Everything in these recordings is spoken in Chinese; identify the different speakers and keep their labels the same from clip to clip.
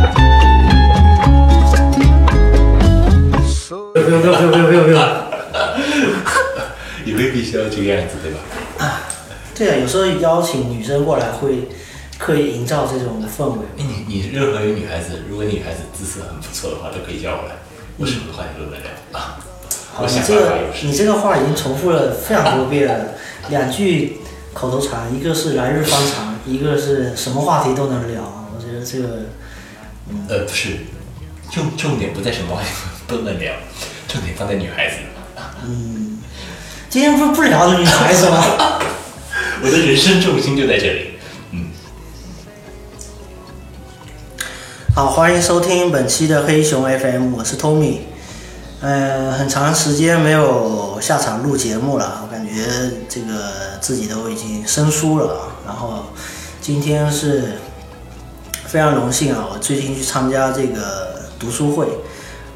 Speaker 1: 啊 时候邀请女生过来会刻意营造这种氛围。
Speaker 2: 哎，你你任何一个女孩子，如果女孩子姿色很不错的话，都可以叫我来，我什么话题都能聊啊。
Speaker 1: 好，
Speaker 2: 我
Speaker 1: 你
Speaker 2: 想
Speaker 1: 这
Speaker 2: 办法
Speaker 1: 个
Speaker 2: 有事
Speaker 1: 你这个话已经重复了非常多遍了，两句口头禅，一个是来日方长，一个是什么话题都能聊。啊我觉得这个
Speaker 2: 呃，不是，重重点不在什么话题都能聊，重点放在女孩子。
Speaker 1: 今天不不聊女孩子吗？
Speaker 2: 我的人生重心就在这里。
Speaker 1: 好，欢迎收听本期的黑熊 FM，我是 Tommy。呃，很长时间没有下场录节目了，我感觉这个自己都已经生疏了啊。然后今天是非常荣幸啊，我最近去参加这个读书会，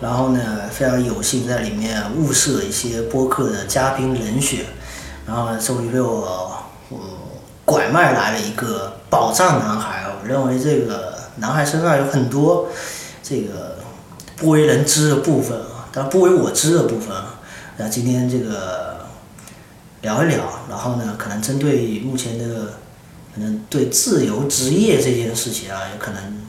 Speaker 1: 然后呢，非常有幸在里面物色一些播客的嘉宾人选，然后呢，终于被我嗯拐卖来了一个宝藏男孩。我认为这个男孩身上有很多这个不为人知的部分啊，但不为我知的部分啊。那今天这个聊一聊，然后呢，可能针对目前的可能对自由职业这件事情啊，有可能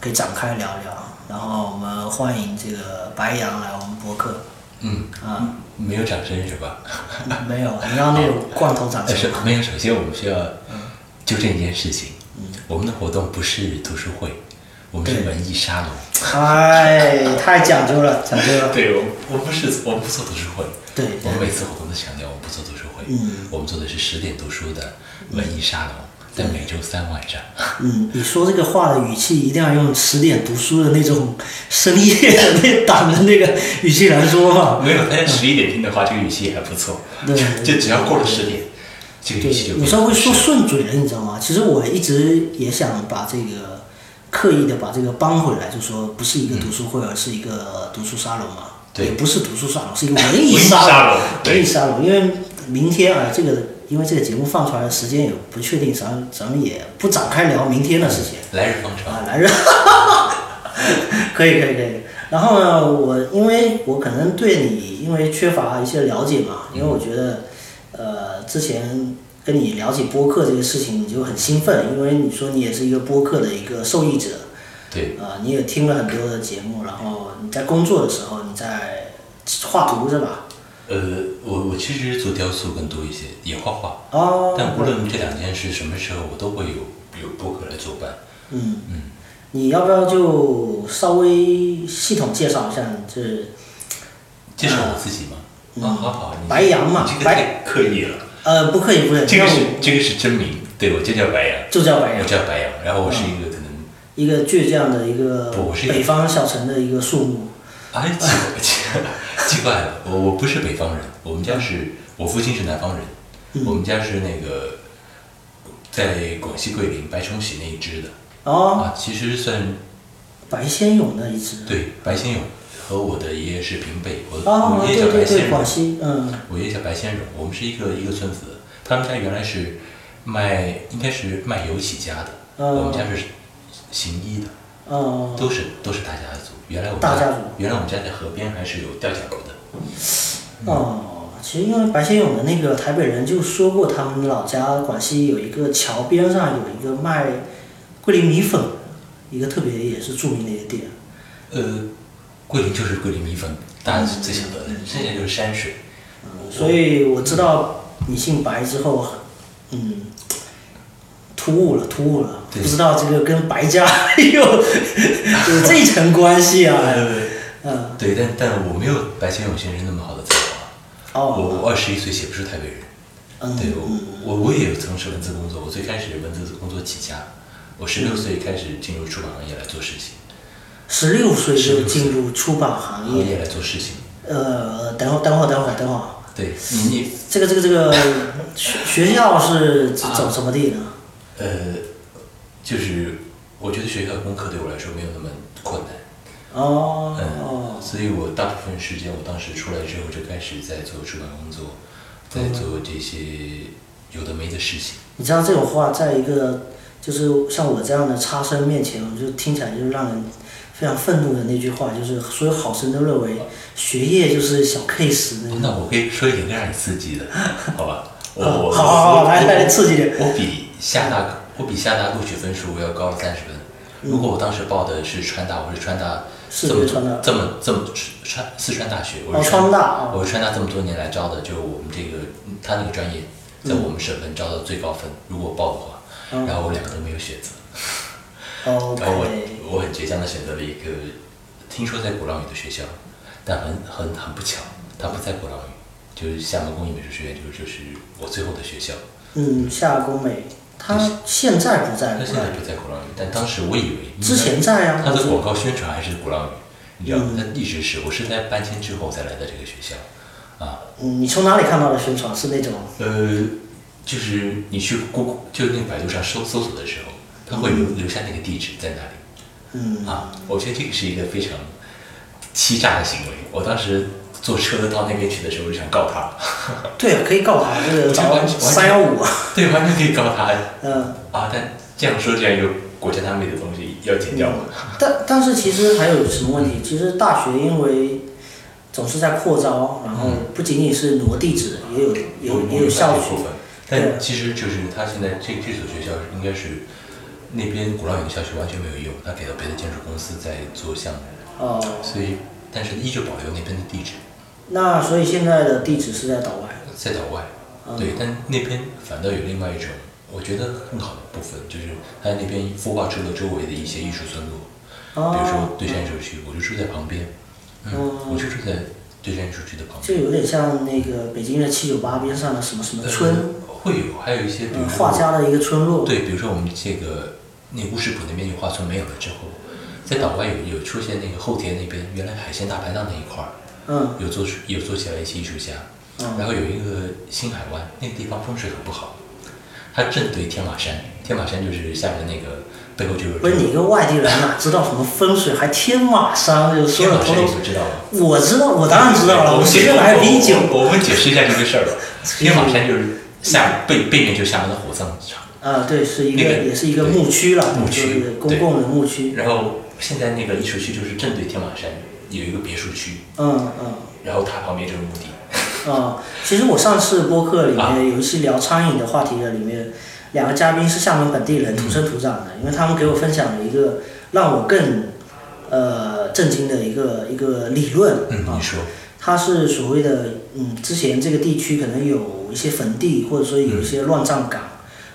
Speaker 1: 可以展开聊一聊。然后我们欢迎这个白羊来我们博 客
Speaker 2: 嗯，
Speaker 1: 啊，
Speaker 2: 没有掌声是吧？
Speaker 1: 没有，你刚刚那种罐头掌
Speaker 2: 但是
Speaker 1: 声。
Speaker 2: 没有，首先我们需要
Speaker 1: 嗯
Speaker 2: 纠正一件事情，我们的活动不是读书会，我们是
Speaker 1: 对
Speaker 2: 文艺沙龙。
Speaker 1: 哎，太讲究了，讲究了。
Speaker 2: 对，我我不是我不做读书会，
Speaker 1: 对，
Speaker 2: 我们每次活动都强调我们不做读书会，
Speaker 1: 嗯
Speaker 2: 我们做的是十点读书的文艺沙龙，在每周三晚上。
Speaker 1: 嗯，你说这个话的语气一定要用十点读书的那种深夜的那档的那个语气来说嘛。
Speaker 2: 没有，但是十一点听的话，这个语气还不错，
Speaker 1: 对
Speaker 2: 就只要过了十点，这个
Speaker 1: 对
Speaker 2: 语气就，
Speaker 1: 有
Speaker 2: 变
Speaker 1: 时候会
Speaker 2: 了
Speaker 1: 说顺嘴了，你知道吗？其实我一直也想把这个刻意的把这个搬回来，就说不是一个读书会，而是一个读书沙龙嘛。
Speaker 2: 对
Speaker 1: 也不是读书沙龙，是一个文
Speaker 2: 文
Speaker 1: 艺
Speaker 2: 艺
Speaker 1: 沙
Speaker 2: 沙
Speaker 1: 龙
Speaker 2: 龙。
Speaker 1: 文艺
Speaker 2: 对
Speaker 1: 沙龙，因为明天啊，这个因为这个节目放出来的时间也不确定，咱咱们也不展开聊明天的事情。
Speaker 2: 来日方长。
Speaker 1: 啊，男人， 可以可以可以。然后呢，我因为我可能对你因为缺乏一些了解嘛，因为我觉得，呃，之前跟你聊起播客这个事情，你就很兴奋，因为你说你也是一个播客的一个受益者，
Speaker 2: 对，
Speaker 1: 啊、你也听了很多的节目，然后你在工作的时候你在画图是吧？
Speaker 2: 呃，我我其实做雕塑更多一些，也画画，
Speaker 1: 哦，
Speaker 2: 但无论这两件事什么时候，我都会有有播客来作伴。
Speaker 1: 嗯，你要不要就稍微系统介绍一下你这
Speaker 2: 介绍我自己吗？
Speaker 1: 嗯
Speaker 2: 啊，好好，你
Speaker 1: 白羊嘛
Speaker 2: 你这个
Speaker 1: 白
Speaker 2: 太刻意了。
Speaker 1: 呃，不可以，不可以，
Speaker 2: 这个是
Speaker 1: 那
Speaker 2: 这个是真名，对我就叫白羊
Speaker 1: 我，就叫白
Speaker 2: 我
Speaker 1: 羊，
Speaker 2: 叫白羊。然后我是一个可能，
Speaker 1: 一个倔强的一个
Speaker 2: 不我是一个
Speaker 1: 北方小城的一个树木。
Speaker 2: 哎，奇怪奇怪 奇怪了，我我不是北方人，我们家
Speaker 1: 嗯
Speaker 2: 是我父亲是南方人，我们家是那个在广西桂林白崇禧那一支的
Speaker 1: 哦，
Speaker 2: 啊，其实算
Speaker 1: 白先勇的一支。
Speaker 2: 对白先勇和我的爷爷是平辈，我
Speaker 1: 哦，
Speaker 2: 我爷
Speaker 1: 对
Speaker 2: 爷叫
Speaker 1: 对
Speaker 2: 白
Speaker 1: 对，
Speaker 2: 先
Speaker 1: 广
Speaker 2: 勇，
Speaker 1: 西，嗯，
Speaker 2: 我爷爷叫白先勇，我们是一个一个村子的，他们家原来是卖应该是卖油起家的，
Speaker 1: 嗯
Speaker 2: 我们家是行医的，
Speaker 1: 哦，
Speaker 2: 都是都是大家族。原来我们
Speaker 1: 大家族
Speaker 2: 原来我们家在河边还是有吊脚楼的。
Speaker 1: 哦，其实因为白先勇的那个台北人就说过，他们老家广西有一个桥边上有一个卖桂林米粉，一个特别也是著名的一个店。
Speaker 2: 呃，桂林就是桂林米粉，大家最晓得的，剩下就是山水。嗯
Speaker 1: 所以我知道你姓白之后，嗯，突兀了，突兀了，
Speaker 2: 对
Speaker 1: 不知道这个跟白家 有有这一层关系啊， 嗯，
Speaker 2: 对，但但我没有白先勇先生那么好的才华。
Speaker 1: 哦，
Speaker 2: 我我二十一岁写不出台北人。
Speaker 1: 嗯，
Speaker 2: 对我我我也从事文字工作，我最开始文字工作起家，我十六岁开始进入出版行业来做事情，
Speaker 1: 十六岁就
Speaker 2: 16岁
Speaker 1: 进入出版行
Speaker 2: 行
Speaker 1: 业，
Speaker 2: 业来做事情。
Speaker 1: 呃，等会儿，等会儿，等会儿，等会儿，
Speaker 2: 对
Speaker 1: 嗯
Speaker 2: 你你
Speaker 1: 这个，这个，这个学学校是
Speaker 2: 啊
Speaker 1: 怎怎怎么地呢？
Speaker 2: 呃，就是我觉得学校的功课对我来说没有那么困难。
Speaker 1: 哦，
Speaker 2: 嗯，
Speaker 1: 哦，
Speaker 2: 所以我大部分时间，我当时出来之后就开始在做出版工
Speaker 1: 嗯
Speaker 2: 作，在做这些有的没的事情。
Speaker 1: 你知道这种话，在一个就是像我这样的差生面前，我就听起来就是让人非常愤怒的那句话，就是所有好生都认为学业就是小 case 那种。
Speaker 2: 那我可以说一点更让你刺激的，好吧？我哦我
Speaker 1: 哦好好好
Speaker 2: 我
Speaker 1: 来
Speaker 2: 我
Speaker 1: 来刺激点
Speaker 2: 我比厦大我比厦大录取分数要高了三十分。如果我当时报的是川大，我是川大
Speaker 1: 是
Speaker 2: 这么
Speaker 1: 嗯川大
Speaker 2: 这么这么川四川大学，我
Speaker 1: 哦，
Speaker 2: 是
Speaker 1: 川大啊，
Speaker 2: 我是川大这么多年来招的，就是我们这个嗯他那个专业，在我们省份招的最高分。如果报的话，
Speaker 1: 嗯
Speaker 2: 然后我两个都没有选择，然哦后我
Speaker 1: ，OK，
Speaker 2: 我很倔强的选择了一个听说在鼓浪屿的学校，但很很很不巧，它不在鼓浪屿，就是厦门工艺美术学院，就是就是我最后的学校。
Speaker 1: 嗯，夏工美，他现在不在
Speaker 2: 它
Speaker 1: 鼓
Speaker 2: 现在
Speaker 1: 浪屿，
Speaker 2: 不在鼓浪屿，但当时我以为
Speaker 1: 之前在啊嗯呀、
Speaker 2: 它
Speaker 1: 我
Speaker 2: 的
Speaker 1: 知
Speaker 2: 广告宣传还是鼓浪屿，你知道吗？它一直是我是在搬迁之后才来的这个学校，啊，
Speaker 1: 嗯，你从哪里看到的宣传？是那种
Speaker 2: 呃，就是你去 Google 就那个百度上搜搜索的时候，它会留留下那个地址在哪里
Speaker 1: 嗯
Speaker 2: 啊。我觉得这个是一个非常欺诈的行为。我当时坐车到那边去的时候，我就想告 他，
Speaker 1: 对啊，可以告他，这个
Speaker 2: 我
Speaker 1: 找
Speaker 2: 完全
Speaker 1: 三幺五啊，
Speaker 2: 对，完全可以告他
Speaker 1: 嗯，
Speaker 2: 啊。但这样说这样一个国家单位的东西要剪掉吗？
Speaker 1: 但但是其实还有什么问题？其实大学因为总是在扩招，然后不仅仅是挪地址，也有有也有校
Speaker 2: 部
Speaker 1: 区
Speaker 2: 分，
Speaker 1: 对
Speaker 2: 但其实就是他现在这这所学校应该是那边鼓浪屿的校区完全没有用，他给了别的建筑公司在做项目，
Speaker 1: 哦、
Speaker 2: 所以但是依旧保留那边的地址，
Speaker 1: 那所以现在的地址是在岛外，
Speaker 2: 在岛外，
Speaker 1: 嗯
Speaker 2: 对，但那边反倒有另外一种我觉得更好的部分，就是他那边孵化出了周围的一些艺术村落，比如
Speaker 1: 哦
Speaker 2: 说，对山艺术区，我就住在旁边，
Speaker 1: 哦
Speaker 2: 嗯，我就住在对山艺术区的旁边。
Speaker 1: 这有点像那个北京的七九八边上的什么什么村，
Speaker 2: 呃会有，还有一些比如
Speaker 1: 嗯，
Speaker 2: 说
Speaker 1: 画家的一个村落，
Speaker 2: 对，比如说我们这个那乌石浦那边有画村没有了之后，在岛外有有出现那个后田那边原来海鲜大排档那一块儿
Speaker 1: 嗯
Speaker 2: 有做出有做起来一些艺术家，然后有一个新海湾那个地方风水很不好，它正对天马山，天马山就是厦门那个背后就是
Speaker 1: 不是你一个外地人哪知道什么风水，还天马山，就说
Speaker 2: 天
Speaker 1: 的
Speaker 2: 马
Speaker 1: 头
Speaker 2: 山
Speaker 1: 头
Speaker 2: 你。们知道吗？
Speaker 1: 我知道，我当然知道了，我随
Speaker 2: 解
Speaker 1: 便来比你
Speaker 2: 我
Speaker 1: 久。
Speaker 2: 我我们解释一下这个事 儿吧。天马山就是厦背背面就是厦门的火葬场。
Speaker 1: 啊，对，是一个
Speaker 2: 那个
Speaker 1: 也是一个牧区了，
Speaker 2: 牧
Speaker 1: 就
Speaker 2: 区
Speaker 1: 是公共的牧区。
Speaker 2: 然后现在那个艺术区就是正对天马山有一个别墅区，
Speaker 1: 嗯嗯
Speaker 2: 然后它旁边就是墓地。
Speaker 1: 嗯，其实我上次播客里
Speaker 2: 啊
Speaker 1: 面有一期聊餐饮的话题的，里面两个嘉宾是厦门本地人，土生土长
Speaker 2: 嗯
Speaker 1: 的，因为他们给我分享了一个让我更呃震惊的一个一个理论
Speaker 2: 嗯，
Speaker 1: 啊
Speaker 2: 你，说，
Speaker 1: 它是所谓的，嗯，之前这个地区可能有一些坟地，或者说
Speaker 2: 嗯
Speaker 1: 有一些乱葬岗，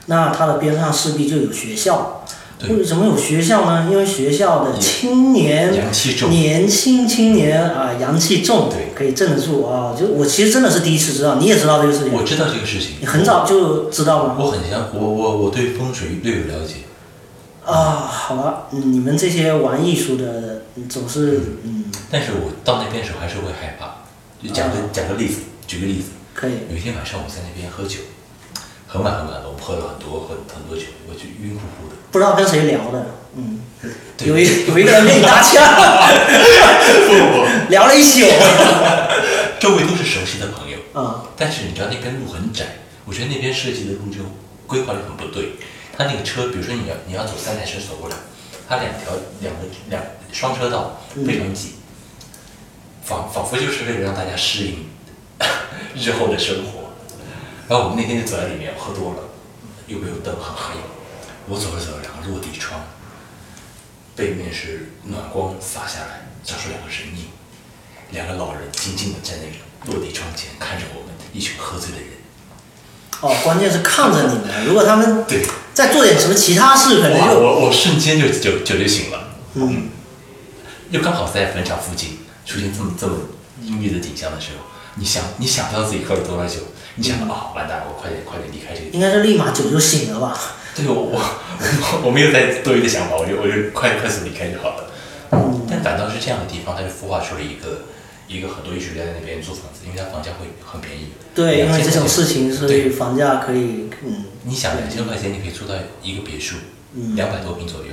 Speaker 1: 那它的边上势必就有学校。
Speaker 2: 对
Speaker 1: 为什么有学校呢？因为学校的青年、
Speaker 2: 阳气重
Speaker 1: 年轻青年啊，阳气重，
Speaker 2: 对
Speaker 1: 可以镇得住啊。就我其实真的是第一次知道，你也知道这个事情
Speaker 2: 我，知道这个事情
Speaker 1: 你，很早就知道吗？
Speaker 2: 我很像我我我对风水略有了解，
Speaker 1: 啊，好吧，嗯你们这些玩艺术的嗯总是嗯，
Speaker 2: 但是我到那边的时候还是会害怕。就讲个讲个例子，举个例子，
Speaker 1: 可以，
Speaker 2: 有一天晚上我在那边喝酒，很晚很晚了，我喝了很多很很多酒，我就晕乎乎的。
Speaker 1: 不知道跟谁聊的，嗯，
Speaker 2: 对
Speaker 1: 有一有一个人跟你搭腔，
Speaker 2: 不
Speaker 1: 聊了一宿。
Speaker 2: 不，周围都是熟悉的朋友，
Speaker 1: 啊，
Speaker 2: 但是你知道那边路很窄，我觉得那边设计的路就规划的很不对。他那个车，比如说你要你要走三台车走过来，他两条两个两双车道非常挤，仿仿佛就是为了让大家适应 日后的生活。然后我们那天就走在里面，喝多了，又没有灯，很黑。我走着走着，两个落地窗，背面是暖光洒下来，照出两个人影，两个老人静静的在那个落地窗前看着我们一群喝醉的人。
Speaker 1: 哦，关键是看着你们，如果他们
Speaker 2: 对，
Speaker 1: 再做点什么其他事，可能
Speaker 2: 哇，
Speaker 1: 就
Speaker 2: 我我瞬间就就就就醒了，
Speaker 1: 嗯，
Speaker 2: 又刚好在坟场附近出现这么这么阴郁的景象的时候，你想你想到自己喝了多少酒，你想到啊、完蛋了，我快点快点离开这个地方。
Speaker 1: 应该是立马酒就醒了吧？
Speaker 2: 对我我我我没有再多余的想法，我就我就快快速离开就好了。但反倒是这样的地方，它就孵化出了一个一个很多艺术家在那边租房子，因为它房价会很便宜。
Speaker 1: 对，因为
Speaker 2: 2000
Speaker 1: 这种事情，所以
Speaker 2: 对
Speaker 1: 房价可以，嗯，
Speaker 2: 你想两千块钱你可以租到一个别墅，两百多平左右，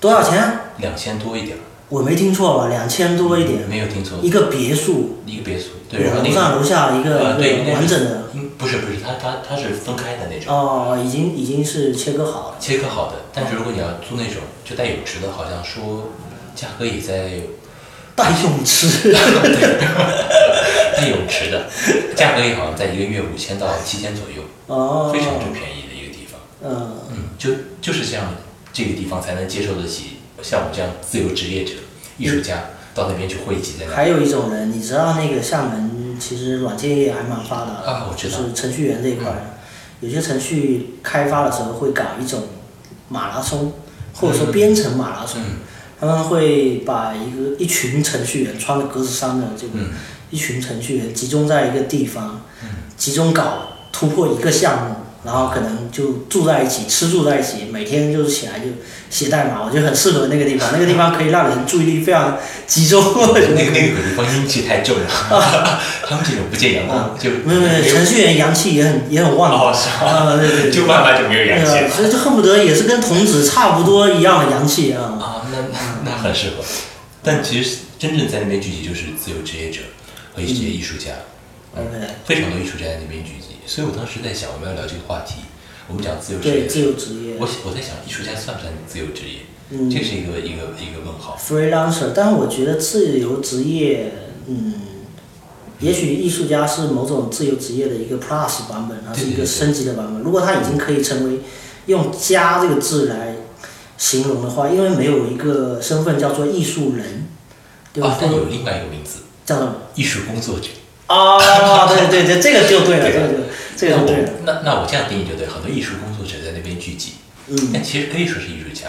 Speaker 1: 多少钱？
Speaker 2: 两千多一点儿，
Speaker 1: 我没听错吧？两千多一点，
Speaker 2: 没有听错，
Speaker 1: 一个别墅，
Speaker 2: 一个别墅，嗯对，然后
Speaker 1: 楼
Speaker 2: 那
Speaker 1: 上
Speaker 2: 个
Speaker 1: 楼下一个
Speaker 2: 呃对
Speaker 1: 一个完整
Speaker 2: 那
Speaker 1: 的
Speaker 2: 个，嗯不是不是，它它它是分开的那种，
Speaker 1: 哦，已经已经是切割好了，
Speaker 2: 切割好的。但是如果你要租那种就带泳池的，好像 说价格也在
Speaker 1: 带泳池，
Speaker 2: 带泳池的，价格也好像在一个月五千到七千左右，
Speaker 1: 哦，
Speaker 2: 非常之便宜的一个地方。
Speaker 1: 嗯，
Speaker 2: 嗯，就就是这样，这个地方才能接受得起像我这样自由职业者、艺术家到那边去汇集在那。
Speaker 1: 还有一种人，你知道那个厦门其实软件业还蛮发达的
Speaker 2: 啊我知道嗯
Speaker 1: 就是程序员这一块，有些程序开发的时候会搞一种马拉松，或者说编程马拉松，
Speaker 2: 嗯
Speaker 1: 他们会把一个一群程序员穿着格子衫的这个、
Speaker 2: 嗯
Speaker 1: 一群程序员集中在一个地方，集中搞突破一个项目。然后可能就住在一起，吃住在一起，每天就是起来就写代码，我觉得很适合那个地方。那个地方可以让人注意力非常集中，我觉得
Speaker 2: 那
Speaker 1: 可
Speaker 2: 个
Speaker 1: 以
Speaker 2: 那个地方阴气太重了，他们这种不见阳光就
Speaker 1: 没有没有，程序员阳气也很也很旺
Speaker 2: 哦
Speaker 1: 的，
Speaker 2: 是
Speaker 1: 啊对对对，
Speaker 2: 就慢慢就没有阳气
Speaker 1: 对啊
Speaker 2: 了。
Speaker 1: 所以就恨不得也是跟童子差不多一样的阳气啊。
Speaker 2: 啊，那那那很适合。但其实真正在那边聚集就是自由职业者和一
Speaker 1: 嗯
Speaker 2: 些艺术家，
Speaker 1: OK，
Speaker 2: 非常多艺术家在那边聚集。所以我当时在想，我们要聊这个话题，我们讲自由职
Speaker 1: 对，
Speaker 2: 业
Speaker 1: 自
Speaker 2: 者。
Speaker 1: 由职业
Speaker 2: 我我在想，艺术家算不算自由职业？
Speaker 1: 嗯
Speaker 2: 这是一个一个一个问号。
Speaker 1: ，freelancer，但我觉得自由职业，嗯，也许艺术家是某种自由职业的一个 plus 版本，它是一
Speaker 2: 对对
Speaker 1: 个
Speaker 2: 对
Speaker 1: 升级的版本。如果它已经可以成为用“家”这个字来形容的话，因为没有一个身份叫做艺术人，对吧
Speaker 2: 啊，？但有另外一个名字，
Speaker 1: 叫什么？
Speaker 2: 艺术工作者。
Speaker 1: 哦，对对对，这个就对了，这
Speaker 2: 对吧
Speaker 1: 个就这个
Speaker 2: 那
Speaker 1: 就
Speaker 2: 我
Speaker 1: 对了。
Speaker 2: 那那我这样定义就对，很多艺术工作者在那边聚集，
Speaker 1: 嗯
Speaker 2: 但其实可以说是艺术家，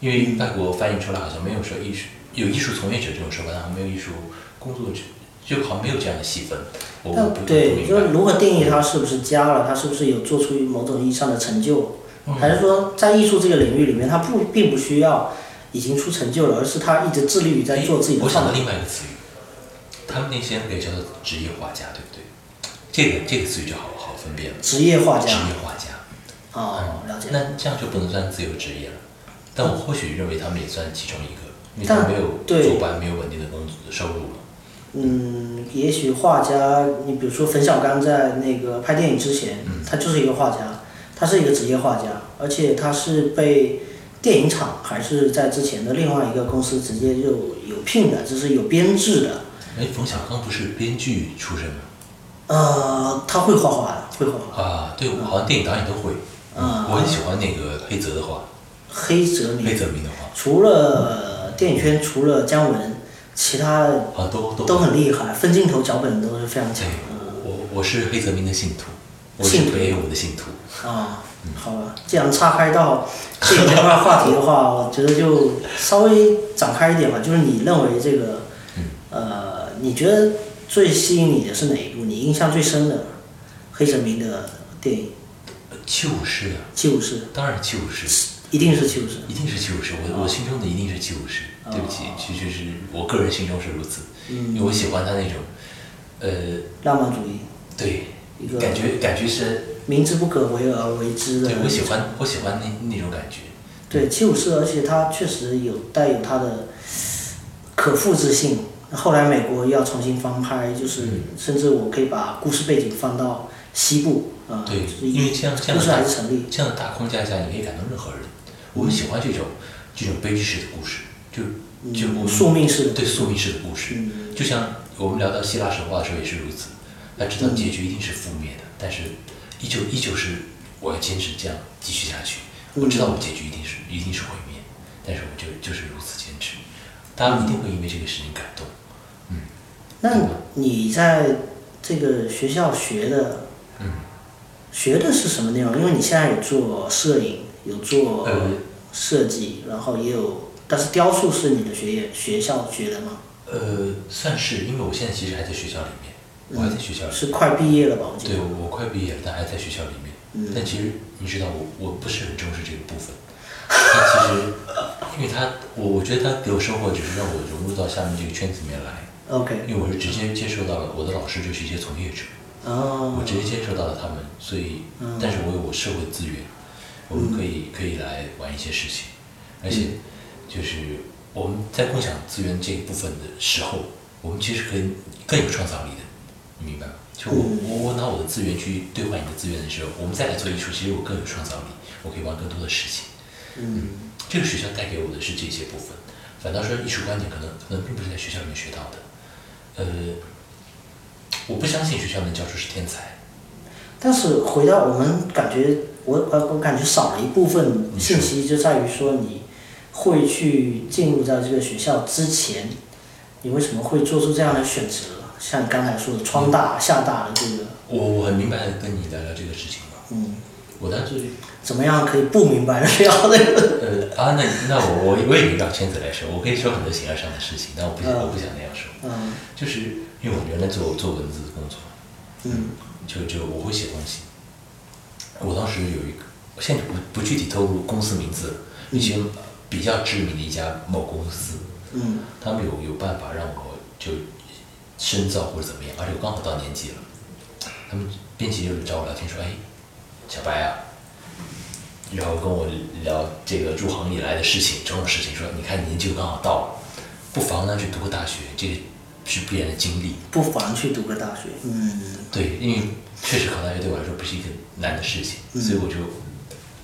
Speaker 2: 因为外国翻译出来好像没有说艺术有艺术从业者这种说法，但好像没有艺术工作者，就好像没有这样的细分。我我不
Speaker 1: 但
Speaker 2: 不
Speaker 1: 对，
Speaker 2: 明
Speaker 1: 就是
Speaker 2: 白。
Speaker 1: 如何定义他是不是家了，他是不是有做出某种意义上的成就，
Speaker 2: 嗯
Speaker 1: 还是说在艺术这个领域里面，他不并不需要已经出成就了，而是他一直致力于在做自己
Speaker 2: 我
Speaker 1: 的
Speaker 2: 想
Speaker 1: 创
Speaker 2: 到
Speaker 1: 作。
Speaker 2: 另外一个词语，他们那些人可以叫做职业画家，对不对？这个这个词语就好好分辨了，
Speaker 1: 职业画
Speaker 2: 职
Speaker 1: 家
Speaker 2: 业画家。
Speaker 1: 哦，了解。
Speaker 2: 那这样就不能算自由职业了，但我或许认为他们也算其中一个，因为
Speaker 1: 但
Speaker 2: 他们没有
Speaker 1: 对
Speaker 2: 坐班，没有稳定的工作收入了。
Speaker 1: 嗯，也许画家，你比如说冯小刚在那个拍电影之前，他就是一个画家，他是一个职业画家，而且他是被电影厂还是在之前的另外一个公司直接就有聘的，就是有编制的。
Speaker 2: 哎，冯小刚不是编剧出身吗？
Speaker 1: 呃，他会画画的，会画画。
Speaker 2: 啊，对，我好像电影导演都会。
Speaker 1: 啊
Speaker 2: 我很喜欢那个黑泽的画，
Speaker 1: 黑泽
Speaker 2: 黑
Speaker 1: 明
Speaker 2: 泽明的画，
Speaker 1: 除了电影圈，除了姜文，其他
Speaker 2: 啊，都都
Speaker 1: 都很厉害，分镜头、脚本都是非常
Speaker 2: 对
Speaker 1: 强。，
Speaker 2: 我我是黑泽明的信徒，我是
Speaker 1: 信徒
Speaker 2: 北野武的信徒。
Speaker 1: 啊，好吧，既然岔开到这个这块话题的话，我觉得就稍微展开一点吧。就是你认为这个，
Speaker 2: 嗯
Speaker 1: 呃，你觉得最吸引你的是哪一部？你印象最深的黑泽明的电影《
Speaker 2: 呃七武士啊，
Speaker 1: 七武士
Speaker 2: 当然七武士，》，
Speaker 1: 一定是《七武士》。
Speaker 2: 一定是七武士，我
Speaker 1: 哦
Speaker 2: 我心中的一定是七武士。对不起，其实是我个人心中是如此，
Speaker 1: 嗯
Speaker 2: 因为我喜欢他那种，呃，
Speaker 1: 浪漫主义，
Speaker 2: 对
Speaker 1: 一个，
Speaker 2: 感觉感觉是，
Speaker 1: 明知不可为而为之的。
Speaker 2: 对我喜欢我喜欢那那种感觉。
Speaker 1: 对七武士，而且它确实有带有它的可复制性。后来美国要重新翻拍，就是
Speaker 2: 嗯
Speaker 1: 甚至我可以把故事背景放到西部啊，
Speaker 2: 对
Speaker 1: 就是
Speaker 2: 因为这样这样
Speaker 1: 故事还是成立。
Speaker 2: 这样的大框架下，你可以感动任何人。我喜欢这种这种悲剧式的故事，就就我们
Speaker 1: 嗯宿命嗯式的
Speaker 2: 对宿命式的故事，就像我们聊到希腊神话的时候也是如此。他知道
Speaker 1: 嗯
Speaker 2: 结局一定是负面的，但是依旧依旧是我要坚持这样继续下去。
Speaker 1: 嗯
Speaker 2: 我知道我结局一定是一定是毁灭，但是我就就是如此坚持。大家一定会因为这个事情感动。
Speaker 1: 那你在这个学校学的，
Speaker 2: 嗯
Speaker 1: 学的是什么内容？因为你现在有做摄影，有做
Speaker 2: 呃
Speaker 1: 设计，然后也有，但是雕塑是你的学业学校学的吗？
Speaker 2: 呃，算是，因为我现在其实还在学校里面，我还在学校里面。
Speaker 1: 是快毕业了吧？我记得
Speaker 2: 对，。我我快毕业了，但还在学校里面。但其实你知道我，我不是很重视这个部分。但其实，因为他，我我觉得他给我收获只是让我融入到下面这个圈子里面来，
Speaker 1: OK，
Speaker 2: 因为我是直接接受到了我的老师就是一些从业者，
Speaker 1: 哦
Speaker 2: 我，直接接受到了他们，所以，但是我有我社会资源，我们可以可以来玩一些事情，而且就是我们在共享资源这一部分的时候，我们其实可以更有创造力的，你明白吗？就我我我拿我的资源去兑换你的资源的时候，我们再来做艺术，其实我更有创造力，我可以玩更多的事情。
Speaker 1: 嗯，
Speaker 2: 这个学校带给我的是这些部分，反倒说艺术观点可能可能并不是在学校里面学到的，呃，我不相信学校能教出是天才。
Speaker 1: 但是回到我们感觉，我呃我感觉少了一部分
Speaker 2: 你说
Speaker 1: 信息，就在于说你会去进入到这个学校之前，你为什么会做出这样的选择？像你刚才说的，川大、厦大的这个，
Speaker 2: 我我很明白地跟你聊聊这个事情了。
Speaker 1: 嗯，
Speaker 2: 我当时
Speaker 1: 怎么样可以不明白的聊这个？
Speaker 2: 呃啊，那那我我我也可以绕圈子来说，我可以说很多形而上的事情，但我不想、
Speaker 1: 嗯
Speaker 2: 我不想那样说，
Speaker 1: 嗯
Speaker 2: 就是因为我原来做做文字工作，
Speaker 1: 嗯
Speaker 2: 就就我会写东西。我当时有一个，我现在不不具体透露公司名字了，一些比较知名的一家某公司，
Speaker 1: 嗯
Speaker 2: 他们有有办法让我就深造或者怎么样，而且我刚好到年纪了，他们编辑就找我聊天说，哎，小白啊，然后跟我聊这个入行以来的事情，种种事情，说你看年纪又刚好到了，不妨呢去读个大学，这个是必然的经历。
Speaker 1: 不妨去读个大学。嗯
Speaker 2: 对，因为确实考大学对我来说不是一个难的事情，所以我就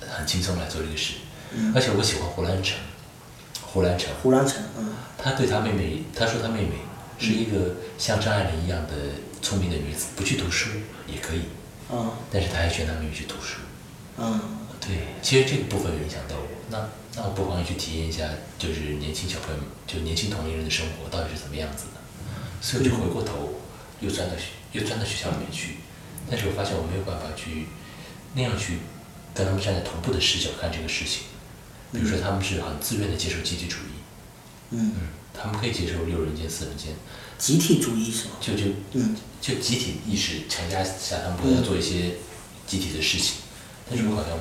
Speaker 2: 很轻松来做这个事。
Speaker 1: 嗯，
Speaker 2: 而且我喜欢胡兰成，胡兰成，
Speaker 1: 胡兰成，嗯
Speaker 2: 他对他妹妹，他说他妹妹是一个像张爱玲一样的聪明的女子，不去读书也可以，
Speaker 1: 嗯
Speaker 2: 但是他还劝他妹妹去读书。
Speaker 1: 嗯
Speaker 2: 对，其实这个部分有影响到我。那那我不妨也去体验一下，就是年轻小朋友，就年轻同龄人的生活到底是怎么样子的。所以我就回过头，又钻到学，又钻到学校里面去。但是我发现我没有办法去那样去跟他们站在同步的视角看这个事情。比如说，他们是很自愿的接受集体主义，
Speaker 1: 嗯，
Speaker 2: 嗯，他们可以接受六人间、四人间，
Speaker 1: 集体主义是吗？
Speaker 2: 就就
Speaker 1: 嗯
Speaker 2: 就集体意识强加下他们不要做一些集体的事情，
Speaker 1: 嗯
Speaker 2: 但是我好像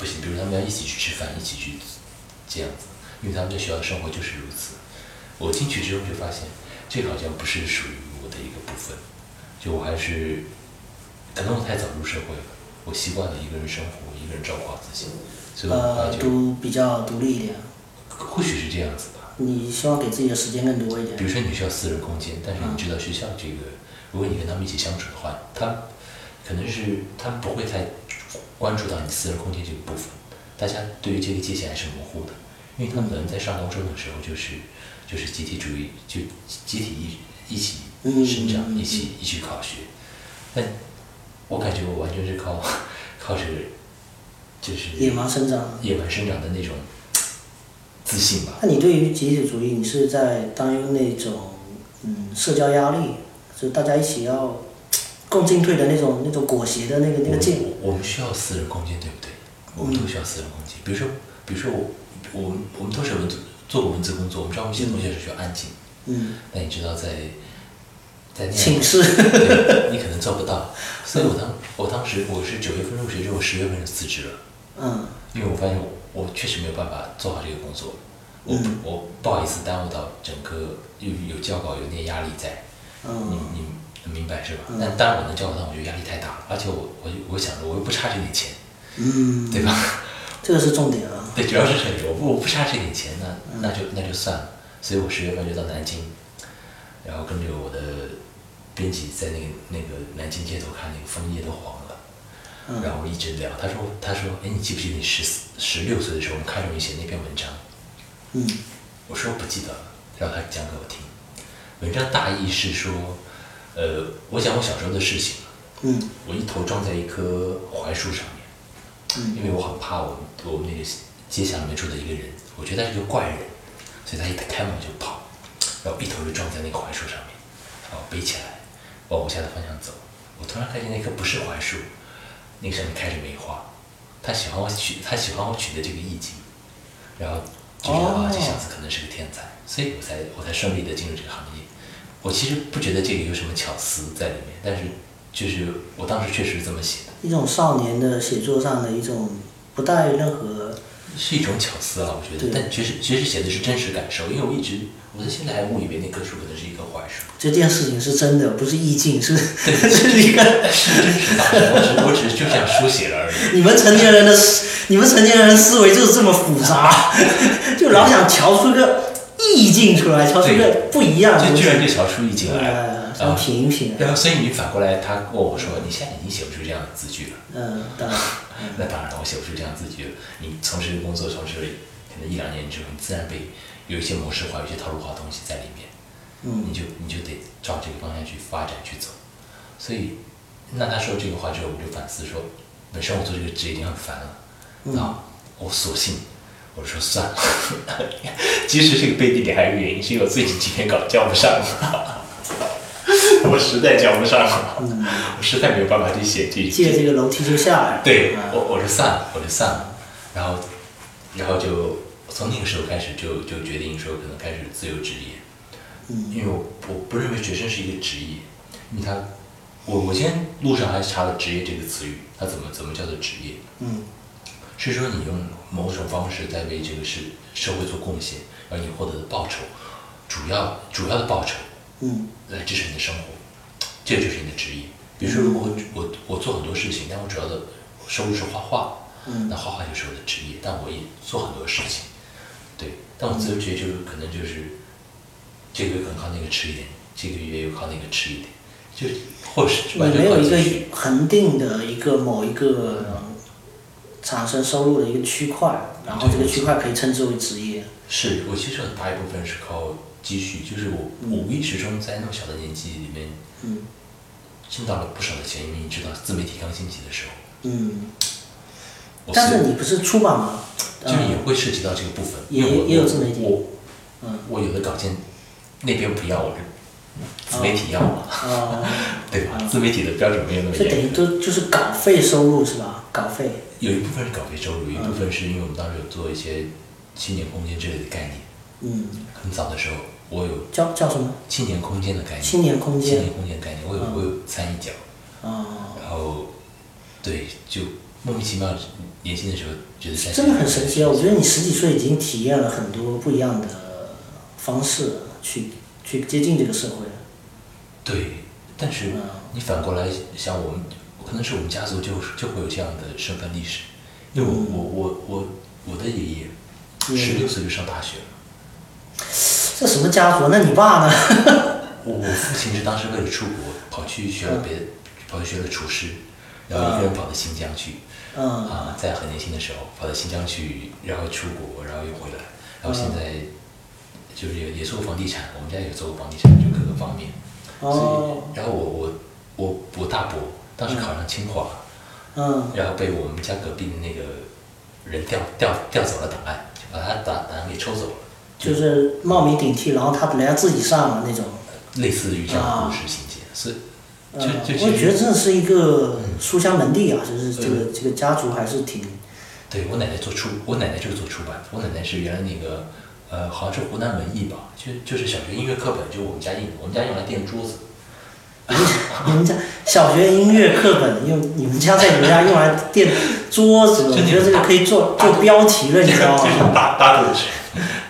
Speaker 2: 不行，比如他们要一起去吃饭，一起去这样子，因为他们在学校的生活就是如此。我进去之后就发现，这个好像不是属于我的一个部分，就我还是可能我太早入社会了，我习惯了一个人生活，一个人照顾好自己，所以我
Speaker 1: 呃，
Speaker 2: 发觉
Speaker 1: 都比较独立一点。
Speaker 2: 或许是这样子吧。
Speaker 1: 你希望给自己的时间更多一
Speaker 2: 比
Speaker 1: 点。
Speaker 2: 如说你需要私人空间，但是你知道学校这个，如果你跟他们一起相处的话，他可能是他们不会太关注到你私人空间这个部分，大家对于这个界限还是模糊的，因为他们可能在上高中的时候就是就是集体主义，就集体一一起生长，
Speaker 1: 嗯
Speaker 2: 一起一起考学，但我感觉我完全是靠 靠着就是
Speaker 1: 野蛮生长。
Speaker 2: 野蛮生长的那种自信吧，
Speaker 1: 那你对于集体主义，你是在担忧那种嗯社交压力，就大家一起要共进退的那种那种裹挟的那个那个劲。
Speaker 2: 我我们需要私人空间，对不对？
Speaker 1: 嗯
Speaker 2: 我们都需要私人空间。比如说，比如说我我们我们都是文字做过文字工作，我们知道我们写东西是需要安静。
Speaker 1: 嗯，
Speaker 2: 但你知道在在那样
Speaker 1: 寝 室
Speaker 2: 对你可能做不到。所以我当我当时我是九月份入学之后，十月份就辞职了，
Speaker 1: 嗯
Speaker 2: 因为我发现我我确实没有办法做好这个工作，我不、
Speaker 1: 嗯
Speaker 2: 我不好意思耽误到整个有有交稿有那压力在。你
Speaker 1: 嗯
Speaker 2: 你你明白是吧？
Speaker 1: 嗯
Speaker 2: 但当然我能交到，但我觉得压力太大了，而且我我我想着我又不差这点钱，
Speaker 1: 嗯，
Speaker 2: 对吧？
Speaker 1: 这个是重点啊。
Speaker 2: 对，主要是这个，我不我不差这点钱，那那就那就算了。所以我十月份就到南京，然后跟着我的编辑在那个那个南京街头看那个枫叶都黄了，
Speaker 1: 嗯
Speaker 2: 然后一直聊。他说他说哎，你记不记得你十十六岁的时候，我们看着你写那篇文章？
Speaker 1: 嗯
Speaker 2: 我说我不记得了，然后他讲给我听。文章大意是说，呃，我讲我小时候的事情，
Speaker 1: 嗯
Speaker 2: 我一头撞在一棵槐树上面，
Speaker 1: 嗯
Speaker 2: 因为我很怕我们我们那个街巷里面住的一个人，我觉得他是个怪人，所以他一开门我就跑，然后一头就撞在那个槐树上面，然后背起来，往我家的方向走。我突然看见那棵不是槐树，那个上面开着梅花，他喜欢我取他喜欢我取的这个意境，然后就觉得啊
Speaker 1: 哦，
Speaker 2: 这小子可能是个天才，所以我才我才顺利的进入这个行业。我其实不觉得这个有什么巧思在里面，但是就是我当时确实是这么写的。
Speaker 1: 一种少年的写作上的一种不带任何
Speaker 2: 是一种巧思啊，我觉
Speaker 1: 对
Speaker 2: 得，但其实其实写的是真实感受，因为我一直我到现在还误以为那棵树可能是一棵槐树，
Speaker 1: 这件事情是真的，不是意境，是 是一个
Speaker 2: 是真实感受，我只我只是就这样书写了而已。
Speaker 1: 你们成年人的思，你们成年人的思维就是这么复杂， 就老想瞧出个意境出来，瞧出个不一样的
Speaker 2: 这
Speaker 1: 东
Speaker 2: 居然
Speaker 1: 西。
Speaker 2: 就瞧出意境来了
Speaker 1: 呃，想
Speaker 2: 啊！
Speaker 1: 品一品，
Speaker 2: 然后所以你反过来，他问我说：“你现在已经写不出这样的字句了。
Speaker 1: 嗯，当然，”
Speaker 2: 那当然了，我写不出这样的字句了。你从事工作从事了可能一两年之后，你自然被有一些模式化、有一些套路化的东西在里面，
Speaker 1: 嗯
Speaker 2: 你就你就得照这个方向去发展去走。所以，那他说这个话之后，我就反思说，本身我做这个职业已经很烦了，那、我索性我说算了， 其实这个背地里还有一个原因，是因为我最近几天搞交不上了， 我实在交不上了，我实在没有办法去写这
Speaker 1: 借这个楼梯就下来了。
Speaker 2: 对
Speaker 1: 啊
Speaker 2: 我我就散了，我就散了，然后然后就从那个时候开始就就决定说可能开始自由职业，因为我我不认为学生是一个职业，因为他我我今天路上还查了职业这个词语，它怎么怎么叫做职业？
Speaker 1: 嗯
Speaker 2: 是说你用某种方式在为这个社社会做贡献，而你获得的报酬，主要主要的报酬
Speaker 1: 嗯
Speaker 2: 来支持你的生活，这就是你的职业。比
Speaker 1: 嗯
Speaker 2: 如说，如果我我我做很多事情，但我主要的收入是画画，
Speaker 1: 嗯
Speaker 2: 那画画就是我的职业，但我也做很多事情，对。但我自
Speaker 1: 嗯
Speaker 2: 由职业就是可能就是这个月可能靠那个吃一点，这个月又靠那个吃一点，就是或者是
Speaker 1: 你
Speaker 2: 完全
Speaker 1: 没
Speaker 2: 靠
Speaker 1: 有一
Speaker 2: 自
Speaker 1: 个
Speaker 2: 己。
Speaker 1: 恒定的一个某一个嗯产生收入的一个区块，然后这个区块可以称之为职业。
Speaker 2: 是我其实很大一部分是靠积蓄，就是我我无意识中在那么小的年纪里面
Speaker 1: 嗯
Speaker 2: 挣到了不少的钱，因为你知道自媒体刚兴起的时候，
Speaker 1: 嗯，
Speaker 2: 我
Speaker 1: 但是
Speaker 2: 虽
Speaker 1: 你不是出版吗？
Speaker 2: 就是也会涉及到这个部分，
Speaker 1: 也
Speaker 2: 因为我
Speaker 1: 也有自媒体
Speaker 2: 我
Speaker 1: 嗯
Speaker 2: 我有的稿件那边不要，我就自媒体要了，
Speaker 1: 呃，
Speaker 2: 对吧？
Speaker 1: 嗯
Speaker 2: 自媒体的标准没有那么
Speaker 1: 这等于
Speaker 2: 严格，
Speaker 1: 都就是稿费收入是吧？稿费。
Speaker 2: 有一部分是稿费收
Speaker 1: 嗯
Speaker 2: 入，有一部分是因为我们当时有做一些青年空间之类的概念，
Speaker 1: 嗯，
Speaker 2: 很早的时候我有
Speaker 1: 叫叫什么？
Speaker 2: 青年空间的概念，
Speaker 1: 青年空
Speaker 2: 青
Speaker 1: 间
Speaker 2: 年。空间概念，我有
Speaker 1: 嗯
Speaker 2: 我有参与角。
Speaker 1: 啊、
Speaker 2: 然后，对，就莫名其妙，年轻的时候觉得在
Speaker 1: 真的很神奇啊！我觉得你十几岁已经体验了很多不一样的方式去去接近这个社会了。
Speaker 2: 对，但是
Speaker 1: 嗯
Speaker 2: 你反过来想，我们可能是我们家族就就会有这样的身份历史，因为我我我我我的爷爷
Speaker 1: 嗯
Speaker 2: 十六岁就上大学了，
Speaker 1: 这什么家伙？那你爸呢？
Speaker 2: 我我父亲是当时为了出国跑去学了别
Speaker 1: 嗯
Speaker 2: 的，跑去学了厨师，然后一个人跑到新疆去，
Speaker 1: 嗯
Speaker 2: 啊，在很年轻的时候跑到新疆去，然后出国，然后又回来，然后现
Speaker 1: 嗯
Speaker 2: 在就是也也做房地产，我们家也做过房地产，就各个方面。所
Speaker 1: 哦
Speaker 2: 以，然后我我我我大伯当时考上清华，
Speaker 1: 嗯
Speaker 2: 然后被我们家隔壁的那个人调调调走了档案，就把他档档案给抽走了，
Speaker 1: 就是冒名顶替，然后他本来要自己上了那种。
Speaker 2: 类似于这样的故事情节，所以
Speaker 1: 嗯
Speaker 2: 就就
Speaker 1: 我
Speaker 2: 其
Speaker 1: 觉得
Speaker 2: 实
Speaker 1: 这是一个书香门第啊，就是这个
Speaker 2: 嗯
Speaker 1: 这个家族还是挺
Speaker 2: 对我奶奶做出，我奶奶就是做出版的，我奶奶是原来那个呃，好像是湖南文艺吧，就就是小学音乐课本，就我们家印的，我们家用来垫桌子。
Speaker 1: 你们家小学音乐课本用你们家在你们家用来垫桌子，我
Speaker 2: 真的
Speaker 1: 觉得这个可以做做标题了，你知 道吗？
Speaker 2: 大大的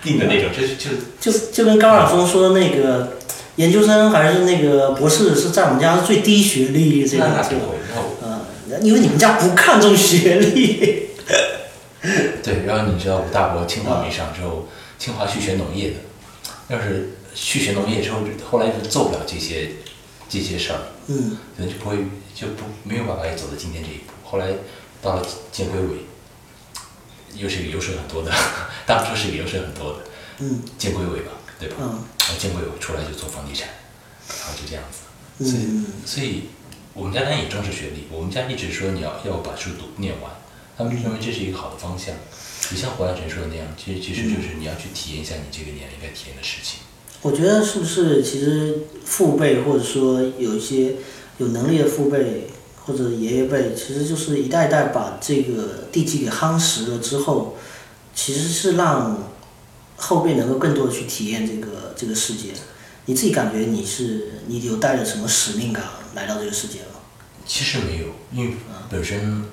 Speaker 2: 印的那种，就是就是
Speaker 1: 就就跟高晓松说那个研究生还是那个博士是在我们家是最低学历这个
Speaker 2: 那
Speaker 1: 这
Speaker 2: 不
Speaker 1: 个，
Speaker 2: 会，然后
Speaker 1: 嗯，因为你们家不看重学历，
Speaker 2: 对，然后你知道我大伯清华没上之后，清华去学农业的，要是去学农业之后，后来就做不了这些这些事儿，
Speaker 1: 嗯
Speaker 2: 可能就不会就不没有办法也走到今天这一步。后来到了建规委，又是一个优势很多的，当初是一个优势很多的
Speaker 1: 嗯
Speaker 2: 建规委吧，对吧？
Speaker 1: 嗯
Speaker 2: 然后建规委出来就做房地产，然后就这样子。
Speaker 1: 嗯，
Speaker 2: 所以我们家当然也重视学历，我们家一直说你要要把书读念完，他们认为这是一个好的方向。就像胡兰成说的那样，其实其实就是你要去体验一下你这个年龄该体验的事情。
Speaker 1: 我觉得是不是其实父辈或者说有一些有能力的父辈或者爷爷辈，其实就是一代一代把这个地基给夯实了之后，其实是让后辈能够更多的去体验这个这个世界。你自己感觉你是你有带着什么使命感来到这个世界吗？
Speaker 2: 其实没有，因为本身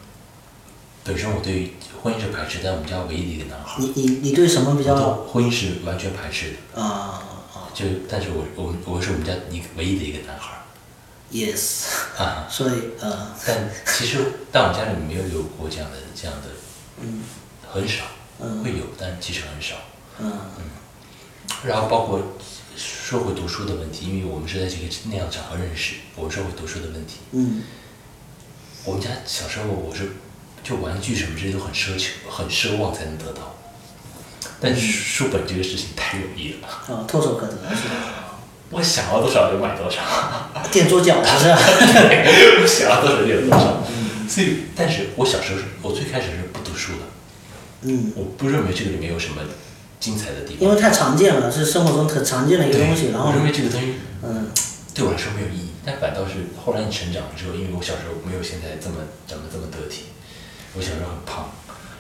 Speaker 2: 本身我对婚姻是排斥，但我们家唯一的一个男孩，
Speaker 1: 你你你对什么比较
Speaker 2: 我
Speaker 1: 啊
Speaker 2: 对婚姻是完全排斥的。
Speaker 1: 啊、
Speaker 2: 就但是我我我是我们家一个唯一的一个男孩
Speaker 1: y e s
Speaker 2: 啊。
Speaker 1: 所以呃
Speaker 2: 但其实，但我们家里没有有过这样的这样的，很少，
Speaker 1: 嗯
Speaker 2: 会有，但其实很少。
Speaker 1: 嗯
Speaker 2: 然后包括说回读书的问题，因为我们是在这个那样的场合认识，我们说回读书的问题。
Speaker 1: 嗯
Speaker 2: 我们家小时候我是就玩具什么这些都很奢求，很奢望才能得到，但书本这个事情太容易了。
Speaker 1: 啊唾手可得是吧？
Speaker 2: 我想要多少就买多少，
Speaker 1: 垫桌脚是吧？
Speaker 2: 我想要多少就有多少。 所以，但是我小时候是，我最开始是不读书的，
Speaker 1: 嗯，
Speaker 2: 我不认为这个里面有什么精彩的地
Speaker 1: 因
Speaker 2: 方。
Speaker 1: 为太常见了，是生活中很常见的一个东西。
Speaker 2: 对
Speaker 1: 然后
Speaker 2: 我，认为这个东西
Speaker 1: 嗯，
Speaker 2: 对我来说没有意义，但反倒是后来你成长之后，因为我小时候没有现在这么长得这么得体，我小时候很胖，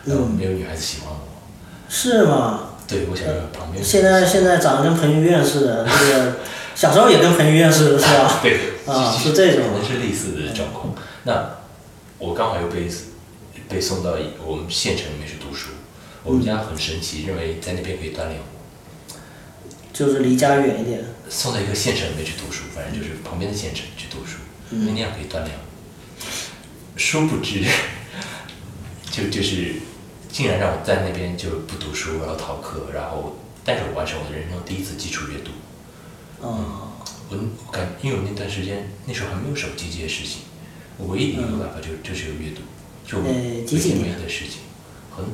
Speaker 2: 然
Speaker 1: 嗯
Speaker 2: 后没有女孩子喜欢我，
Speaker 1: 是吗？
Speaker 2: 对我小时候很胖，没有女孩子喜
Speaker 1: 现
Speaker 2: 欢我。
Speaker 1: 在现在长得跟彭于晏似的，这个小时候也跟彭于晏似的，是 吧？
Speaker 2: 对，
Speaker 1: 啊
Speaker 2: 其实
Speaker 1: 是这种嗯
Speaker 2: 可能是类似的状况。那我刚好又被被送到一我们县城里面去读书，我
Speaker 1: 嗯
Speaker 2: 们家很神奇，认为在那边可以锻炼我，
Speaker 1: 就是离家远一点。
Speaker 2: 送到一个县城里面去读书，反正就是旁边的县城去读书，
Speaker 1: 嗯
Speaker 2: 因为那样可以锻炼我。殊不知， 就就是竟然让我在那边就不读书，然后逃课，然后但是我完成我的人生中第一次基础阅读。
Speaker 1: 嗯，
Speaker 2: 我我感，因为我那段时间那时候还没有手机这些事情，我唯一的一个办法就、就是有阅读，就我
Speaker 1: 嗯呃
Speaker 2: 每
Speaker 1: 几几
Speaker 2: 天每
Speaker 1: 年
Speaker 2: 天的事情，很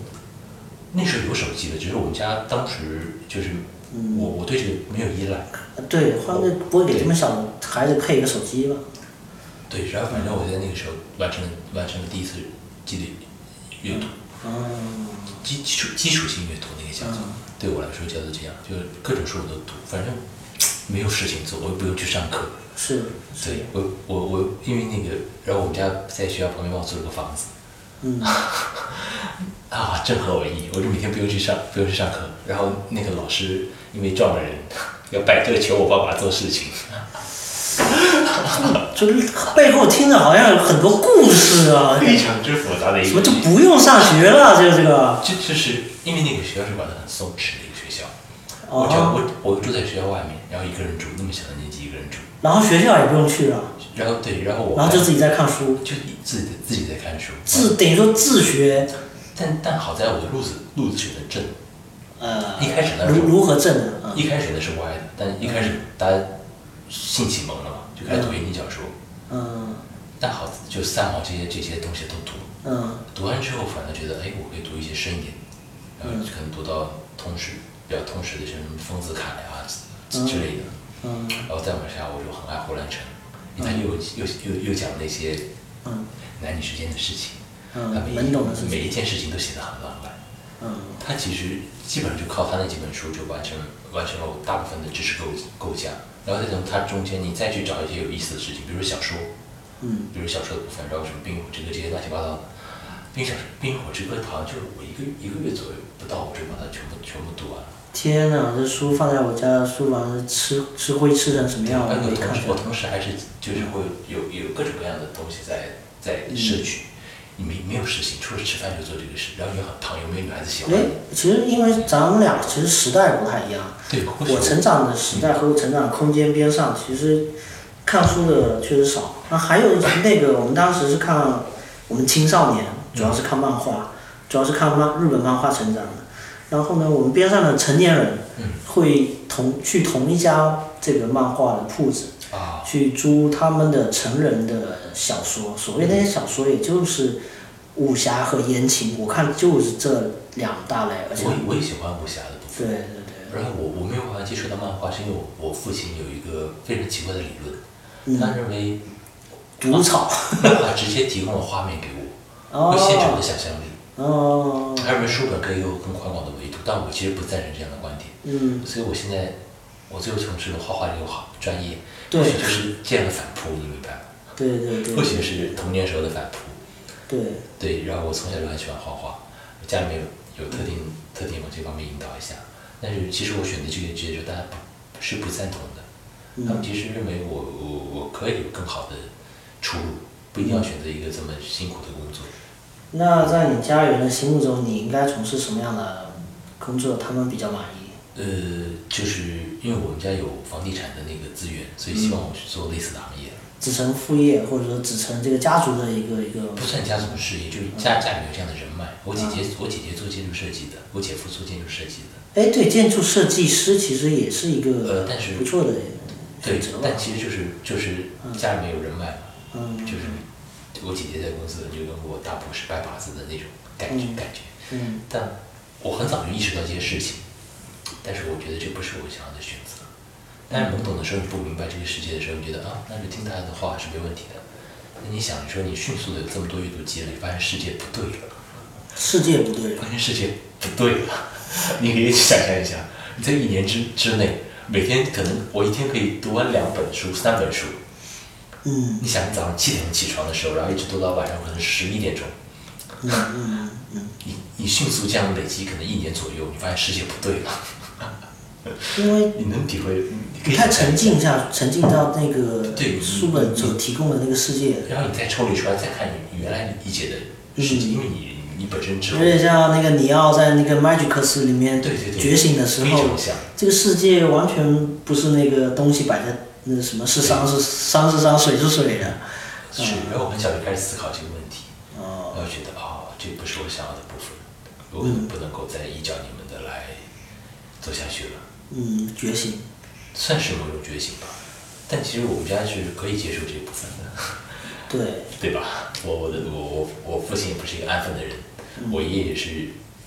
Speaker 2: 那时候有手机的，只是我们家当时就是
Speaker 1: 嗯
Speaker 2: 我我对这个没有依赖，
Speaker 1: 对，换个不会给这么小的孩子配一个手机吧？
Speaker 2: 对，然后反正我在那个时候完成了完成了第一次记得阅读，
Speaker 1: 嗯，
Speaker 2: 基基础基础性阅读那个叫做，对我来说叫做这样，就是各种书我都读，反正没有事情做，我也不用去上课。
Speaker 1: 是，
Speaker 2: 对我我我，因为那个，然后我们家在学校旁边帮我租了个房子，
Speaker 1: 嗯，
Speaker 2: 啊，正合我意，我就每天不用去上，不用去上课。然后那个老师因为撞了人，要摆这个求我爸爸做事情，
Speaker 1: 就是背后听着好像有很多故事啊，
Speaker 2: 非常之复杂的一
Speaker 1: 什
Speaker 2: 个
Speaker 1: 么就
Speaker 2: 问题。
Speaker 1: 不用上学了，就这个。
Speaker 2: 就就是因为那个学校是管得很松弛的一个学校，我就
Speaker 1: 哦，
Speaker 2: 我我住在学校外面，然后一个人住，那么小的年纪一个人住，
Speaker 1: 然后学校也不用去了，
Speaker 2: 然后对，然后我
Speaker 1: 然后就自己在看书，
Speaker 2: 就自己自己在看书，
Speaker 1: 自等于说自学，
Speaker 2: 但但好在我的路子路子选的正，
Speaker 1: 呃，
Speaker 2: 一开始呢
Speaker 1: 如如何挣的啊？
Speaker 2: 一开始的是歪的，但一开始大家性启蒙了嘛，就开始读英语小说。
Speaker 1: 嗯
Speaker 2: 但好就三毛这些这些东西都读，
Speaker 1: 嗯
Speaker 2: 读完之后反而觉得，哎，我可以读一些深一点，然后哎可能读到通识，比较通识的，像什么丰子恺啊之之类的。
Speaker 1: 嗯
Speaker 2: 然后再往下，我就很爱胡兰成，因为他又又又又讲那些
Speaker 1: 嗯
Speaker 2: 男女之间的事情，他每
Speaker 1: 嗯，
Speaker 2: 一
Speaker 1: 能懂的事
Speaker 2: 每
Speaker 1: 情，
Speaker 2: 一件事情都写得很浪漫。
Speaker 1: 嗯
Speaker 2: 他其实基本上就靠他那几本书就完成完成了我大部分的知识构构架，然后再从它中间你再去找一些有意思的事情，比如说小说，
Speaker 1: 嗯
Speaker 2: 比如小说的部分，然后什么《冰与火之歌》这些乱七八糟的，《冰小冰与火之歌》好像就是我一个一个月左右不到，我就把它全部全部读完了。
Speaker 1: 天哪，这书放在我家书房，吃吃灰吃成什么样，我
Speaker 2: 但
Speaker 1: 都
Speaker 2: 我
Speaker 1: 没
Speaker 2: 同
Speaker 1: 看嗯
Speaker 2: 时
Speaker 1: 见
Speaker 2: 我。同时还是就是会有有各种各样的东西在在摄
Speaker 1: 嗯
Speaker 2: 取，你没没有事情，除了吃饭就做这个事，然后又很胖，又没有女孩子喜欢
Speaker 1: 哎
Speaker 2: 你，，
Speaker 1: 其实因为咱们俩其实时代不太一样，
Speaker 2: 对，或许
Speaker 1: 我成长的时代和我成长的空间边上，其实看书的确实少。那还有那个，我们当时是看我们青少年，主要是看漫画，主要是看漫日本漫画成长的。然后呢，我们边上的成年人
Speaker 2: 嗯
Speaker 1: 会同去同一家这个漫画的铺子
Speaker 2: 啊，
Speaker 1: 去租他们的成人的小说，所谓那些小说，也就是武侠和言情，我看就是这两大类，而且
Speaker 2: 我也我也喜欢武侠的部分。
Speaker 1: 对对对，
Speaker 2: 然后我我没有办法接触到漫画，是因为我我父亲有一个非常奇怪的理
Speaker 1: 嗯
Speaker 2: 论，他认为啊
Speaker 1: 毒草。
Speaker 2: 漫画直接提供了画面给我，
Speaker 1: 哦
Speaker 2: 会限制我的想象力。
Speaker 1: 哦，
Speaker 2: 他认为书本可以有更宽广的维度，但我其实不赞成这样的观点，
Speaker 1: 嗯，
Speaker 2: 所以我现在我最后从事了画画这个行专业，
Speaker 1: 对
Speaker 2: 或许就是这样的反扑，你明白吗？
Speaker 1: 对对
Speaker 2: 或
Speaker 1: 对
Speaker 2: 许是童年时候的反扑。
Speaker 1: 对，
Speaker 2: 对，然后我从小就很喜欢画画，家里面有有特定特定往这方面引导一下。但是其实我选择这个职业的时候，大家不是不赞同的，他们其实认为我我我可以有更好的出路，不一定要选择一个这么辛苦的工作。
Speaker 1: 那在你家人的心目中，你应该从事什么样的工作，他们比较满意？
Speaker 2: 呃，就是因为我们家有房地产的那个资源，所以希望我去做类似的行业，
Speaker 1: 子承父业，或者说子承这个家族的一个一个，
Speaker 2: 不算家族事业，就是家家里面有这样的人脉。我姐姐我姐姐做建筑设计的，我姐夫做建筑设计的。
Speaker 1: 哎，对，建筑设计师其实也是一
Speaker 2: 呃
Speaker 1: 个
Speaker 2: 但是
Speaker 1: 不错的
Speaker 2: 对
Speaker 1: 选择，吧
Speaker 2: 但。其实就是就是家里面有人脉嘛，
Speaker 1: 嗯
Speaker 2: 就是我姐姐在公司就跟我大伯是拜把子的那种感觉、
Speaker 1: 嗯
Speaker 2: 感觉，
Speaker 1: 嗯
Speaker 2: 但我很早就意识到这些事情，但是我觉得这不是我想要的选择，但是懵懂的时候，你不明白这个世界的时候，你觉得啊，那就听大家的话是没问题的。那你想，你说你迅速的有这么多阅读积累，发现世界不对了，
Speaker 1: 世界不对了，
Speaker 2: 发现世界不对了， 你可以去想象一下，你在一年之之内，每天可能我一天可以读完两本书、三本书。
Speaker 1: 嗯
Speaker 2: 你想，你早上七点钟起床的时候，然后一直读到晚上可能十一点钟，
Speaker 1: 嗯嗯嗯
Speaker 2: 你你迅速这样累积，可能一年左右，你发现世界不对了。
Speaker 1: 嗯，因为
Speaker 2: 你能体会？你可
Speaker 1: 你
Speaker 2: 以
Speaker 1: 太
Speaker 2: 想象
Speaker 1: 沉浸下，沉浸到那个
Speaker 2: 对
Speaker 1: 书本所提供的那个世界，
Speaker 2: 然后你再抽离出来，再看你原来理解的世界，因为你你本身之
Speaker 1: 有
Speaker 2: 后
Speaker 1: 点像那个尼奥在那个 Magicus 里面
Speaker 2: 对对对
Speaker 1: 觉醒的时
Speaker 2: 非
Speaker 1: 候，
Speaker 2: 常像，
Speaker 1: 这个世界完全不是那个东西摆在那什么是山是山是山，水是水的。
Speaker 2: 是。然后我很小就开始思考这个问题，
Speaker 1: 哦，
Speaker 2: 然后觉得啊、这不是我想要的部分，我可能不能够再依照你们的来走下去了，
Speaker 1: 嗯，觉醒。
Speaker 2: 算是某种觉醒吧。但其实我们家是可以接受这部分的，
Speaker 1: 对，
Speaker 2: 对吧？我我的我我我父亲也不是一个安分的人，
Speaker 1: 嗯
Speaker 2: 我爷爷也是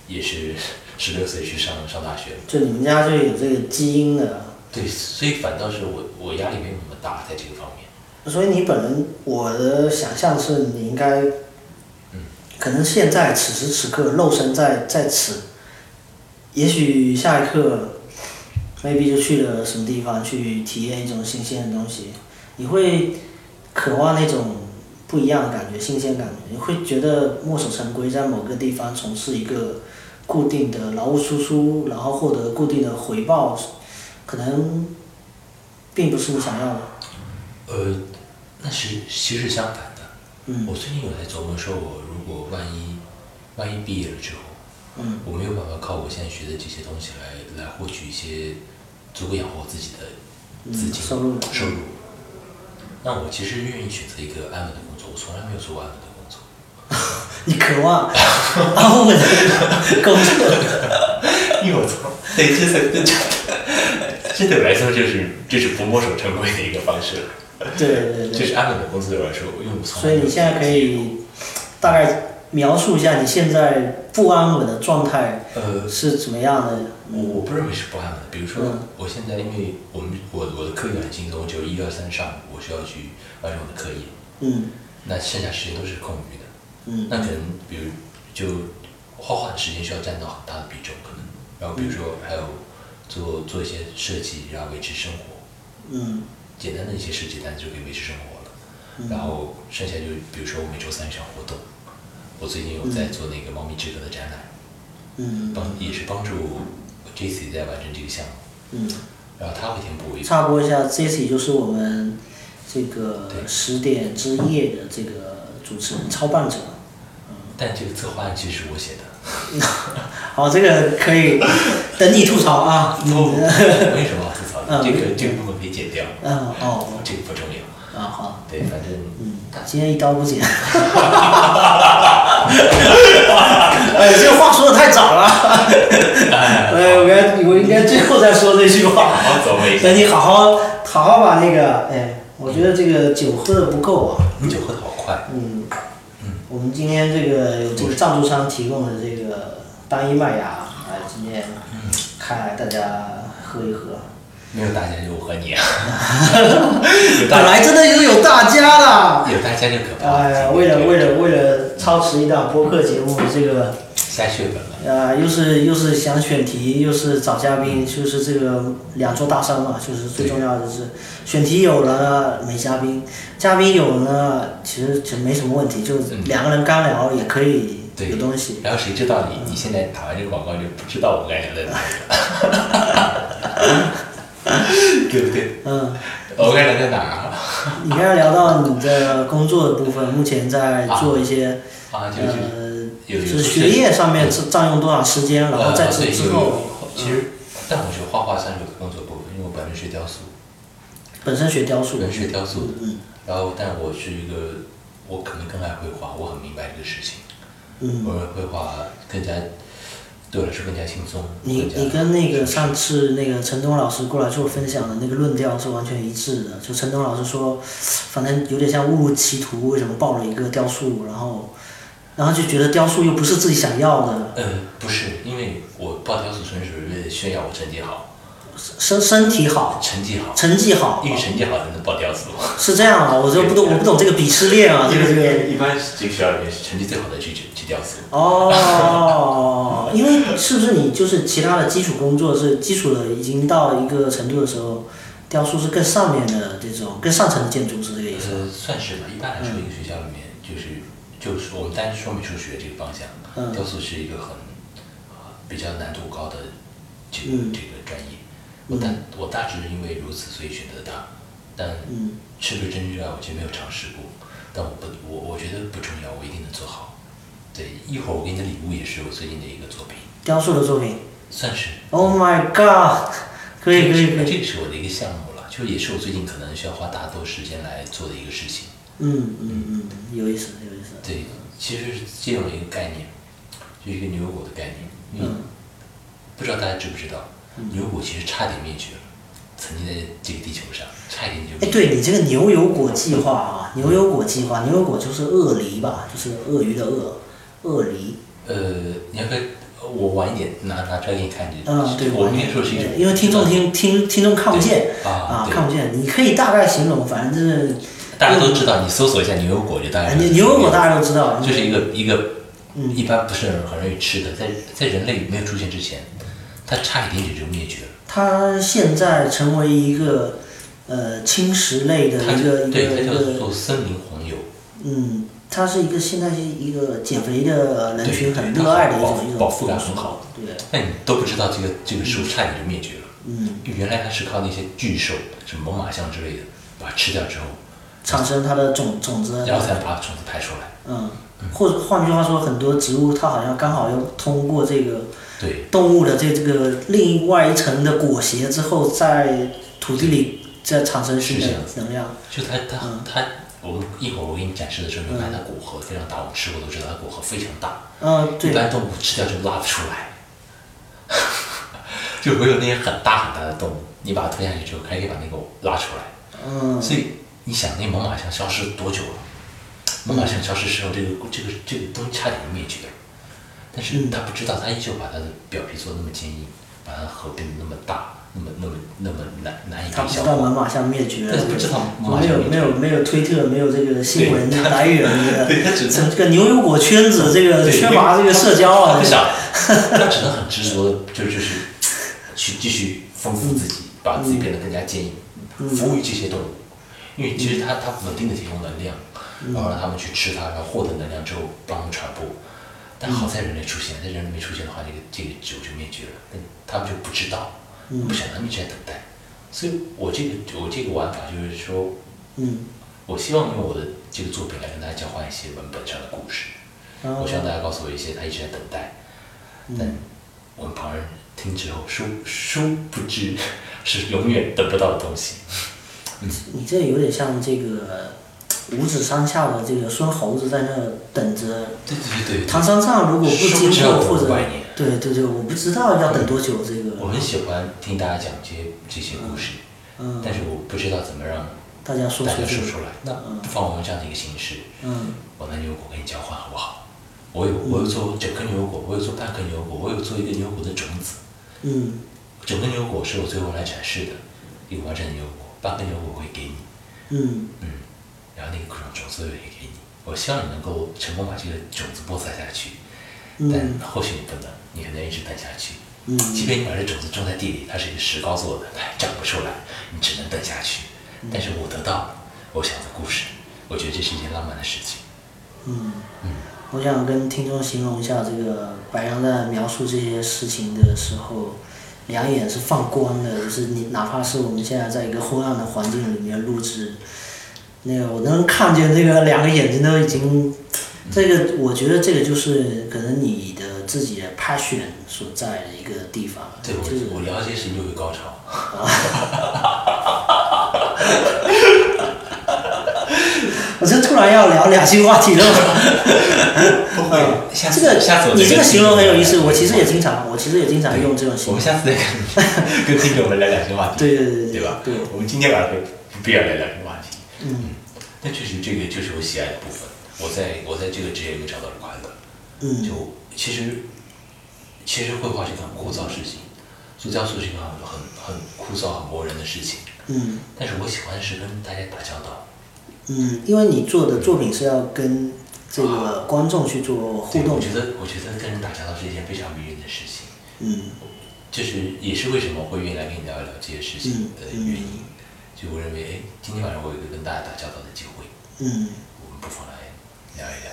Speaker 2: 也是十六岁去上上大学了。
Speaker 1: 就你们家就有这个基因的，
Speaker 2: 对，所以反倒是我我压力没有那么大，在这个方面。
Speaker 1: 所以你本人，我的想象是你应该，可能现在此时此刻肉身在在此，也许下一刻，maybe 就去了什么地方去体验一种新鲜的东西，你会渴望那种不一样的感觉，新鲜感觉，你会觉得墨守成规，在某个地方从事一个固定的劳务输出，然后获得固定的回报，可能并不是你想要的，
Speaker 2: 呃，那是其实相反的。
Speaker 1: 嗯
Speaker 2: 我最近有在琢磨，说我如果万一万一毕业了之后，
Speaker 1: 嗯。
Speaker 2: 我没有办法靠我现在学的这些东西来来获取一些足够养活自己的资金、
Speaker 1: 嗯收入
Speaker 2: 收入那我其实愿意选择一个安稳的工作，我从来没有做过安稳的工作。
Speaker 1: 你渴望安稳的工作，
Speaker 2: 因为我从对，这是这这对我来说就是就是不墨守成规的一个方式了，
Speaker 1: 对对
Speaker 2: 就
Speaker 1: 对。
Speaker 2: 是安稳的工作对我来说，因为我从来
Speaker 1: 所以
Speaker 2: 没有
Speaker 1: 你现在可以大概描述一下你现在不安稳的状态
Speaker 2: 呃
Speaker 1: 是怎么样的？
Speaker 2: 我我不认为是不安稳的。比如说
Speaker 1: 嗯，
Speaker 2: 我现在因为我们我我的课业很轻松，只有一二三上午我需要去完成我的课业，
Speaker 1: 嗯
Speaker 2: 那剩下时间都是空余的。
Speaker 1: 嗯
Speaker 2: 那可能比如就画画的时间需要占到很大的比重，可能。然后比如说还有做做一些设计，然后维持生活，
Speaker 1: 嗯
Speaker 2: 简单的一些设计单就可以维持生活了。然后剩下就比如说我每周三有一场活动，我最近有在做那个猫咪之歌的展览，
Speaker 1: 嗯
Speaker 2: 帮也是帮助 JC 在完成这个项目。
Speaker 1: 嗯。
Speaker 2: 然后他会填补我一个，
Speaker 1: 插播一下 j e 就是我们这个
Speaker 2: 对
Speaker 1: 十点之夜的这个主持人操办者。
Speaker 2: 但这个策划案其实是我写 的。
Speaker 1: 好，这个可以等你吐槽啊。
Speaker 2: 不，我为什么要吐槽
Speaker 1: 嗯
Speaker 2: 呢？这个这个部分可以剪掉，
Speaker 1: 嗯哦
Speaker 2: 这个不重要。
Speaker 1: 啊好，
Speaker 2: 对，反正
Speaker 1: 嗯，今天一刀 不剪。哎，这话说的太早了。哎，我该我应该最后再说这句话。
Speaker 2: 好走为
Speaker 1: 等你好好好好把那个，哎，我觉得这个酒喝的不够啊。
Speaker 2: 你酒喝的好快，
Speaker 1: 嗯，我们今天这个有这个赞助商提供的这个单一麦芽，哎，今天
Speaker 2: 嗯
Speaker 1: 开来大家喝一喝。
Speaker 2: 没有大家就我和你啊， 有
Speaker 1: 本
Speaker 2: 大
Speaker 1: 来真的就有大家的。
Speaker 2: 有大家就可怕。
Speaker 1: 哎呀，为了为了为了操持一档播客节目，这个
Speaker 2: 下血本了，
Speaker 1: 呃，又是又是想选题，又是找嘉宾，就是这个两座大山嘛，就是最重要的就是选题有了没嘉宾，嘉宾有了，其实就没什么问题，就两个人干聊也可以
Speaker 2: 对，
Speaker 1: 有东西。
Speaker 2: 然后谁知道你你现在打完这个广告就不知道我干啥了， 对不对？
Speaker 1: 嗯，
Speaker 2: 我干啥在哪儿啊？
Speaker 1: 你刚才聊到你的工作的部分，目前在做一些
Speaker 2: 啊，就就
Speaker 1: 呃，
Speaker 2: 有
Speaker 1: 就
Speaker 2: 有
Speaker 1: 是学业上面是占用多少时间，然后在
Speaker 2: 呃
Speaker 1: 之
Speaker 2: 对
Speaker 1: 之
Speaker 2: 有
Speaker 1: 后
Speaker 2: 有其实，但我觉得画画算是我的工作部分，因为我本身学雕塑，
Speaker 1: 本身学雕塑
Speaker 2: 我，本身学雕塑的，
Speaker 1: 嗯
Speaker 2: 然后但我是一个，我可能更爱绘画，我很明白这个事情，
Speaker 1: 嗯
Speaker 2: 我。认为绘画更加对我来说更加轻松，
Speaker 1: 你
Speaker 2: 更加
Speaker 1: 你跟那个上次那个陈东老师过来做分享的那个论调是完全一致的，就陈东老师说，反正有点像误入歧途，为什么报了一个雕塑，然后，然后就觉得雕塑又不是自己想要的，
Speaker 2: 呃不是，因为我报雕塑纯属是为了炫耀我成绩好，
Speaker 1: 身身体好，
Speaker 2: 成绩好，
Speaker 1: 成绩好，
Speaker 2: 英语成绩好才能报吊死我。
Speaker 1: 是这样啊，我就不懂，我不懂这个鄙视链啊，这
Speaker 2: 因
Speaker 1: 个这个。
Speaker 2: 为一般这个学校里面成绩最好的去去去吊死我。
Speaker 1: 哦，因为是不是你就是其他的基础工作是基础的，已经到一个程度的时候，雕塑是更上面的这种更上层的建筑，是这个意思吗？
Speaker 2: 呃，算是吧。一般来说，
Speaker 1: 嗯
Speaker 2: 一个学校里面就是就是我们单说美术学这个方向，
Speaker 1: 嗯
Speaker 2: 雕塑是一个很、呃比较难度高的这个、
Speaker 1: 嗯
Speaker 2: 这个专业。我大、我大致是因为如此，所以选择它。但
Speaker 1: 嗯
Speaker 2: 是不是真热爱，我其实没有尝试过。但我不，我我觉得不重要，我一定能做好。对，一会儿我给你的礼物也是我最近的一个作品，
Speaker 1: 雕塑的作品
Speaker 2: 算是。
Speaker 1: ，Oh my god！可以可以可
Speaker 2: 这
Speaker 1: 以，
Speaker 2: 个是我的一个项目了，就也是我最近可能需要花大多时间来做的一个事情。
Speaker 1: 嗯嗯嗯，有意思有意思，
Speaker 2: 对，其实是借用了一个概念，就一个牛油果的概念。
Speaker 1: 嗯，
Speaker 2: 不知道大家知不知道，牛油果其实差点灭绝了，曾经在这个地球上差一点就
Speaker 1: 哎，
Speaker 2: 灭绝。
Speaker 1: 对你这个牛油果计划啊，牛油果计划，牛油果就是鳄梨吧，就是鳄鱼的鳄，鳄梨，
Speaker 2: 呃，你要不要我晚一点拿拿出来给你看？这
Speaker 1: 嗯，对，
Speaker 2: 我跟你说是一种，
Speaker 1: 因为听众听听听众看不见
Speaker 2: 对啊对
Speaker 1: 看不见，你可以大概形容，反正就是。
Speaker 2: 大家都知道，你搜索一下牛油果就大概
Speaker 1: 哎，牛牛油果大家都知道，
Speaker 2: 就是一个一个
Speaker 1: 嗯
Speaker 2: 一般不是很容易吃的，在在人类没有出现之前，它差一点点就灭绝了。
Speaker 1: 它现在成为一个呃侵蚀类的
Speaker 2: 它
Speaker 1: 一个
Speaker 2: 就
Speaker 1: 一
Speaker 2: 对
Speaker 1: 个
Speaker 2: 它
Speaker 1: 一
Speaker 2: 叫
Speaker 1: 个
Speaker 2: 做森林黄油。
Speaker 1: 嗯，它是一个现在是一个减肥的人
Speaker 2: 对
Speaker 1: 群很
Speaker 2: 对
Speaker 1: 热爱的一
Speaker 2: 饱
Speaker 1: 种一种
Speaker 2: 饱腹感很好，
Speaker 1: 对，
Speaker 2: 但你都不知道这个这个食物差点就灭绝了。
Speaker 1: 嗯，
Speaker 2: 原来它是靠那些巨兽，什么猛犸象之类的，把它吃掉之后，
Speaker 1: 产生它的种种子，
Speaker 2: 然后才把种子排出来。
Speaker 1: 嗯，或者换句话说，很多植物它好像刚好又通过这个
Speaker 2: 对，
Speaker 1: 动物的这这个另外一层的裹挟之后，在土地里再产生新的
Speaker 2: 是这样
Speaker 1: 能量，
Speaker 2: 就它它
Speaker 1: 嗯
Speaker 2: 它，我们一会儿我给你展示的时候，你看它果核非常大，我吃过都知道它果核非常大，
Speaker 1: 嗯，
Speaker 2: 一
Speaker 1: 对，
Speaker 2: 般动物吃掉就拉不出来。 就唯有那些很大很大的动物，你把它吞下去之后，还可以把那个拉出来。
Speaker 1: 嗯，
Speaker 2: 所以你想，那猛犸象消失多久了？猛犸象消失之后，这个这个这个东西差点就灭绝了，但是他不知道，他依旧把它的表皮做得那么坚硬，把它核变得那么大，那么那么那么难难以
Speaker 1: 他
Speaker 2: 被
Speaker 1: 不
Speaker 2: 消
Speaker 1: 知道
Speaker 2: 化。
Speaker 1: 猛犸象灭绝啊了，
Speaker 2: 但是不知道猛犸
Speaker 1: 没
Speaker 2: 象
Speaker 1: 有
Speaker 2: 灭
Speaker 1: 没有没有推特，没有这个新闻
Speaker 2: 对
Speaker 1: 来源，
Speaker 2: 对他只
Speaker 1: 这个牛油果圈子这个
Speaker 2: 对
Speaker 1: 缺
Speaker 2: 因为
Speaker 1: 乏这个社交啊，
Speaker 2: 他不
Speaker 1: 这个
Speaker 2: 想， 他只能很执着的，就就是去继续丰富自己，把自己变得更加坚硬，
Speaker 1: 嗯
Speaker 2: 服务于这些动物。因为其实它它稳定的提供能量，
Speaker 1: 嗯
Speaker 2: 然后让它们去吃它，然后获得能量之后帮它们传播。但
Speaker 1: 嗯
Speaker 2: 好在人类出现，在人类没出现的话，这个这个植物就灭绝了。但它们就不知道，
Speaker 1: 嗯
Speaker 2: 不想，它们一直在等待。所以我这个我这个玩法就是说，
Speaker 1: 嗯，
Speaker 2: 我希望用我的这个作品来跟大家交换一些文本上的故事。
Speaker 1: 然后
Speaker 2: 我希望大家告诉我一些他一直在等待，但我们旁人听之后殊殊不知 是永远等不到的东西。
Speaker 1: 你这有点像这个五指山下的这个孙猴子在那等着。
Speaker 2: 对对对对，
Speaker 1: 唐三藏如果不
Speaker 2: 殊
Speaker 1: 经
Speaker 2: 不知要
Speaker 1: 过或
Speaker 2: 等
Speaker 1: 者
Speaker 2: 五百年
Speaker 1: 对对对，我不知道要等多久这
Speaker 2: 我
Speaker 1: 个，
Speaker 2: 很喜欢听大家讲这些这些故事，
Speaker 1: 嗯，
Speaker 2: 但是我不知道怎么让
Speaker 1: 大家说
Speaker 2: 大家
Speaker 1: 出
Speaker 2: 说
Speaker 1: 去，
Speaker 2: 出来。那嗯不妨我用这样的一个形式，
Speaker 1: 嗯
Speaker 2: 我拿牛油果跟你交换好不好？我有我有做整颗牛油果，我有做半颗牛油果，我有做一个牛油果的种子。
Speaker 1: 嗯
Speaker 2: 整个牛油果是我最后来展示的一个完整的牛油果，半颗牛油果我会给你。
Speaker 1: 嗯，
Speaker 2: 嗯，然后那个各种种子我也给你，我希望你能够成功把这个种子播撒下去，
Speaker 1: 嗯
Speaker 2: 但或许你不能，你可能一直等下去。
Speaker 1: 嗯
Speaker 2: 即便你把这种子种在地里，它是一个石膏做的，它还长不出来，你只能等下去。
Speaker 1: 嗯
Speaker 2: 但是我得到了我想的故事，我觉得这是一件浪漫的事情。
Speaker 1: 嗯，我想跟听众形容一下，这个白羊在描述这些事情的时候，两眼是放光的，就是你哪怕是我们现在在一个昏暗的环境里面录制，那个我能看见这个两个眼睛都已经，这个我觉得这个就是可能你的自己的 passion 所在的一个地方，
Speaker 2: 对
Speaker 1: 就是
Speaker 2: 我，我聊这些事情就会高潮。
Speaker 1: 我这突然要聊两性话题了吗？
Speaker 2: 不会 哎下次
Speaker 1: 这个
Speaker 2: 下次我
Speaker 1: 你
Speaker 2: 再
Speaker 1: 这个
Speaker 2: 跟
Speaker 1: 形容很有意思，
Speaker 2: 听众
Speaker 1: 我其实也经常，我其实也经常
Speaker 2: 对
Speaker 1: 用这种形
Speaker 2: 我
Speaker 1: 容
Speaker 2: 们。下次再跟跟听众们聊两些话题。
Speaker 1: 对对对对
Speaker 2: 对吧？
Speaker 1: 对
Speaker 2: 我们今天晚上可以不必要聊两个话题。
Speaker 1: 嗯，
Speaker 2: 但确实这个就是我喜爱的部分。我在我在这个职业里面找到了快乐。
Speaker 1: 嗯
Speaker 2: 就其实其实绘画是一个很枯燥的事情，最高速是一个很很枯燥、很磨人的事情，
Speaker 1: 嗯
Speaker 2: 但是我喜欢是跟大家打交道，
Speaker 1: 嗯，因为你做的作品是要跟这个观众去做互
Speaker 2: 对，我
Speaker 1: 动
Speaker 2: 觉
Speaker 1: 的，
Speaker 2: 得我觉得跟人打交道是一件非常迷人的事情，
Speaker 1: 嗯
Speaker 2: 就是也是为什么我会愿意来跟你聊一聊这些事情
Speaker 1: 嗯
Speaker 2: 的原因，就我认为，哎，今天晚上我有一个跟大家打交道的机会，
Speaker 1: 嗯，
Speaker 2: 我们不妨来聊一聊。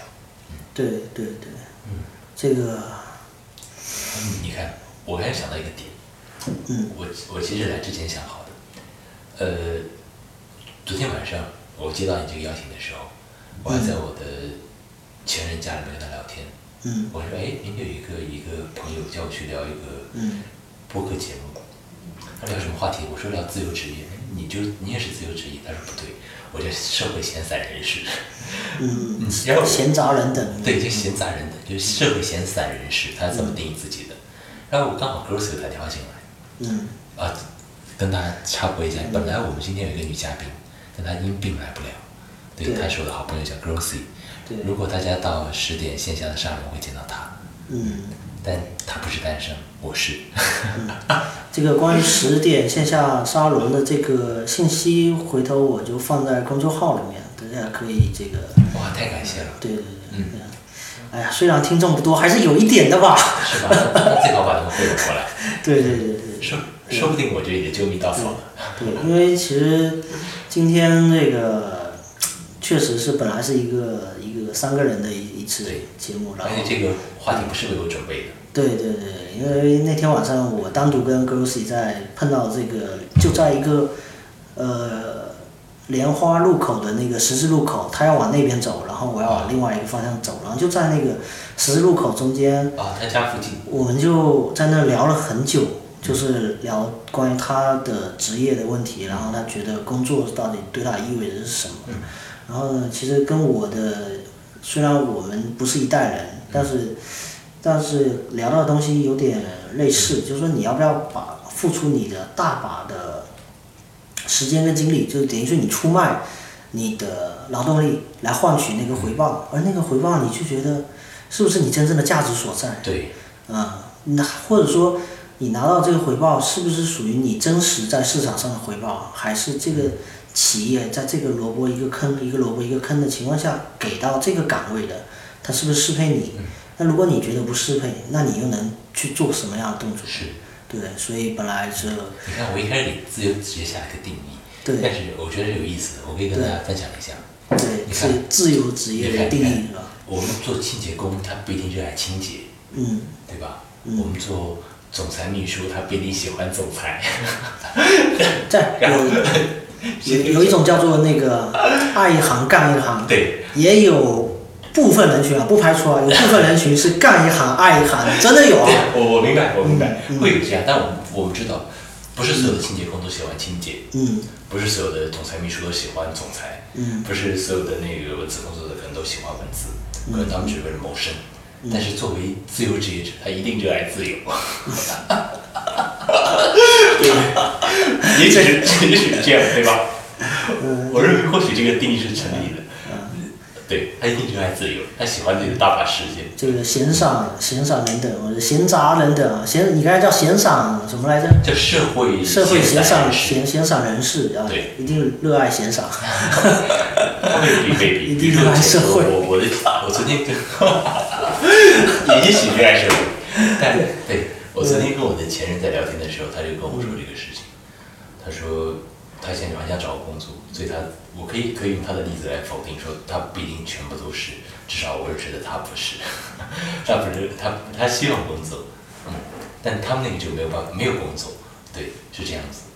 Speaker 1: 对对对，
Speaker 2: 嗯
Speaker 1: 这个
Speaker 2: 嗯，你看，我刚才想到一个点，
Speaker 1: 嗯
Speaker 2: 我我其实来之前想好的，呃，昨天晚上我接到你这个邀请的时候，我还在我的前任家里面跟他聊天，
Speaker 1: 嗯
Speaker 2: 我说，哎，您有一个一个朋友叫我去聊一个
Speaker 1: 嗯
Speaker 2: 播客节目，他聊什么话题？我说聊自由职业，你就你也是自由职业？他说不对，我这社会闲散 人士，
Speaker 1: 嗯，
Speaker 2: 嗯，然后
Speaker 1: 闲杂人等，
Speaker 2: 对，就闲杂人等，就是社会闲散人士，他是怎么定义自己的？然后我刚好 girls 有他跳进来。
Speaker 1: 嗯
Speaker 2: 啊，跟大家插播一下，本来我们今天有一个女嘉宾，但她因病来不了。对，
Speaker 1: 对
Speaker 2: 她是我的好朋友，叫 Grossy。
Speaker 1: 对
Speaker 2: 如果大家到十点线下的沙龙会见到她，
Speaker 1: 嗯。
Speaker 2: 但她不是单身，我是。
Speaker 1: 这个关于十点线下沙龙的这个信息，回头我就放在公众号里面，大家可以这个，
Speaker 2: 哇，太感谢了，
Speaker 1: 对对对，嗯，哎呀，虽然听众不多，还是有一点的吧，
Speaker 2: 是吧？那最好把他们汇总过来，
Speaker 1: 对对对对对
Speaker 2: 说说不定我这里的救命稻草呢。
Speaker 1: 对，因为其实今天这个确实是本来是一个一个三个人的一一次
Speaker 2: 对
Speaker 1: 节目，然
Speaker 2: 而
Speaker 1: 后
Speaker 2: 且这个话题不是为我准备的，
Speaker 1: 对对对，因为那天晚上我单独跟 Grossy 在碰到这个，就在一个呃莲花路口的那个十字路口，他要往那边走，然后我要往另外一个方向走，然后就在那个十字路口中间，
Speaker 2: 啊，他家附近，
Speaker 1: 我们就在那聊了很久，就是聊关于他的职业的问题，然后他觉得工作到底对他意味着是什么。然后呢，其实跟我的虽然我们不是一代人，但是但是聊到的东西有点类似，就是说你要不要把付出你的大把的时间跟精力，就是等于说你出卖你的劳动力来换取那个回报，而那个回报你就觉得是不是你真正的价值所在？
Speaker 2: 对，
Speaker 1: 啊，那或者说你拿到这个回报是不是属于你真实在市场上的回报，还是这
Speaker 2: 嗯
Speaker 1: 个企业在这个萝卜一个坑一个萝卜一个坑的情况下给到这个岗位的，它是不是适配你？
Speaker 2: 嗯
Speaker 1: 那如果你觉得不适配，那你又能去做什么样的动作？
Speaker 2: 是。
Speaker 1: 对，所以本来是，
Speaker 2: 你看，我一开始给自由职业下了一个定义，
Speaker 1: 对
Speaker 2: 但是我觉得是有意思的，我可以跟大家分享一下。
Speaker 1: 对，
Speaker 2: 你
Speaker 1: 是
Speaker 2: 看
Speaker 1: 自由职业的定
Speaker 2: 你看
Speaker 1: 义是吧？
Speaker 2: 我们做清洁工，他不一定热爱清洁，
Speaker 1: 嗯，
Speaker 2: 对吧？
Speaker 1: 嗯
Speaker 2: 我们做总裁秘书，他不一定喜欢总 裁。
Speaker 1: 在 有有有一种叫做那个爱一行干一行，
Speaker 2: 对，
Speaker 1: 也有部分人群啊，不排除啊，有部分人群是干一行爱一行，真的有啊。
Speaker 2: 我我明白，我明白，
Speaker 1: 嗯嗯
Speaker 2: 会有这样，但我们我们知道，不是所有的清洁工都喜欢清洁，
Speaker 1: 嗯
Speaker 2: 不是所有的总裁秘书都喜欢总裁，
Speaker 1: 嗯
Speaker 2: 不是所有的那个文字工作者可能都喜欢文字，
Speaker 1: 嗯
Speaker 2: 可能他们只是为了谋生。但是作为自由职业者，他一定热爱 自由。也许是，也许是这样，对吧？
Speaker 1: 嗯
Speaker 2: 我认为或许这个定义是成立的。对他一定热爱自由，他喜欢自己的大把时间。
Speaker 1: 这个闲散闲散人等，或者闲杂人等啊，闲你刚才叫闲散什么来着？
Speaker 2: 叫社会
Speaker 1: 社会闲散
Speaker 2: 人士
Speaker 1: 闲闲散人士啊
Speaker 2: 对，
Speaker 1: 一定热爱闲 散。
Speaker 2: 未必未必，
Speaker 1: 一定热爱社会
Speaker 2: 我我的我昨天跟， 也许热爱社会，但对我昨天跟我的前任在聊天的时候，他就跟我说这个事情，他说他现在还想找个工作，所以他我可以可以用他的例子来否定说他不一定全部都是，至少我是觉得他不是， 他不是他他希望工作，嗯，但他们那个就没有办法没有工作，对，是这样子，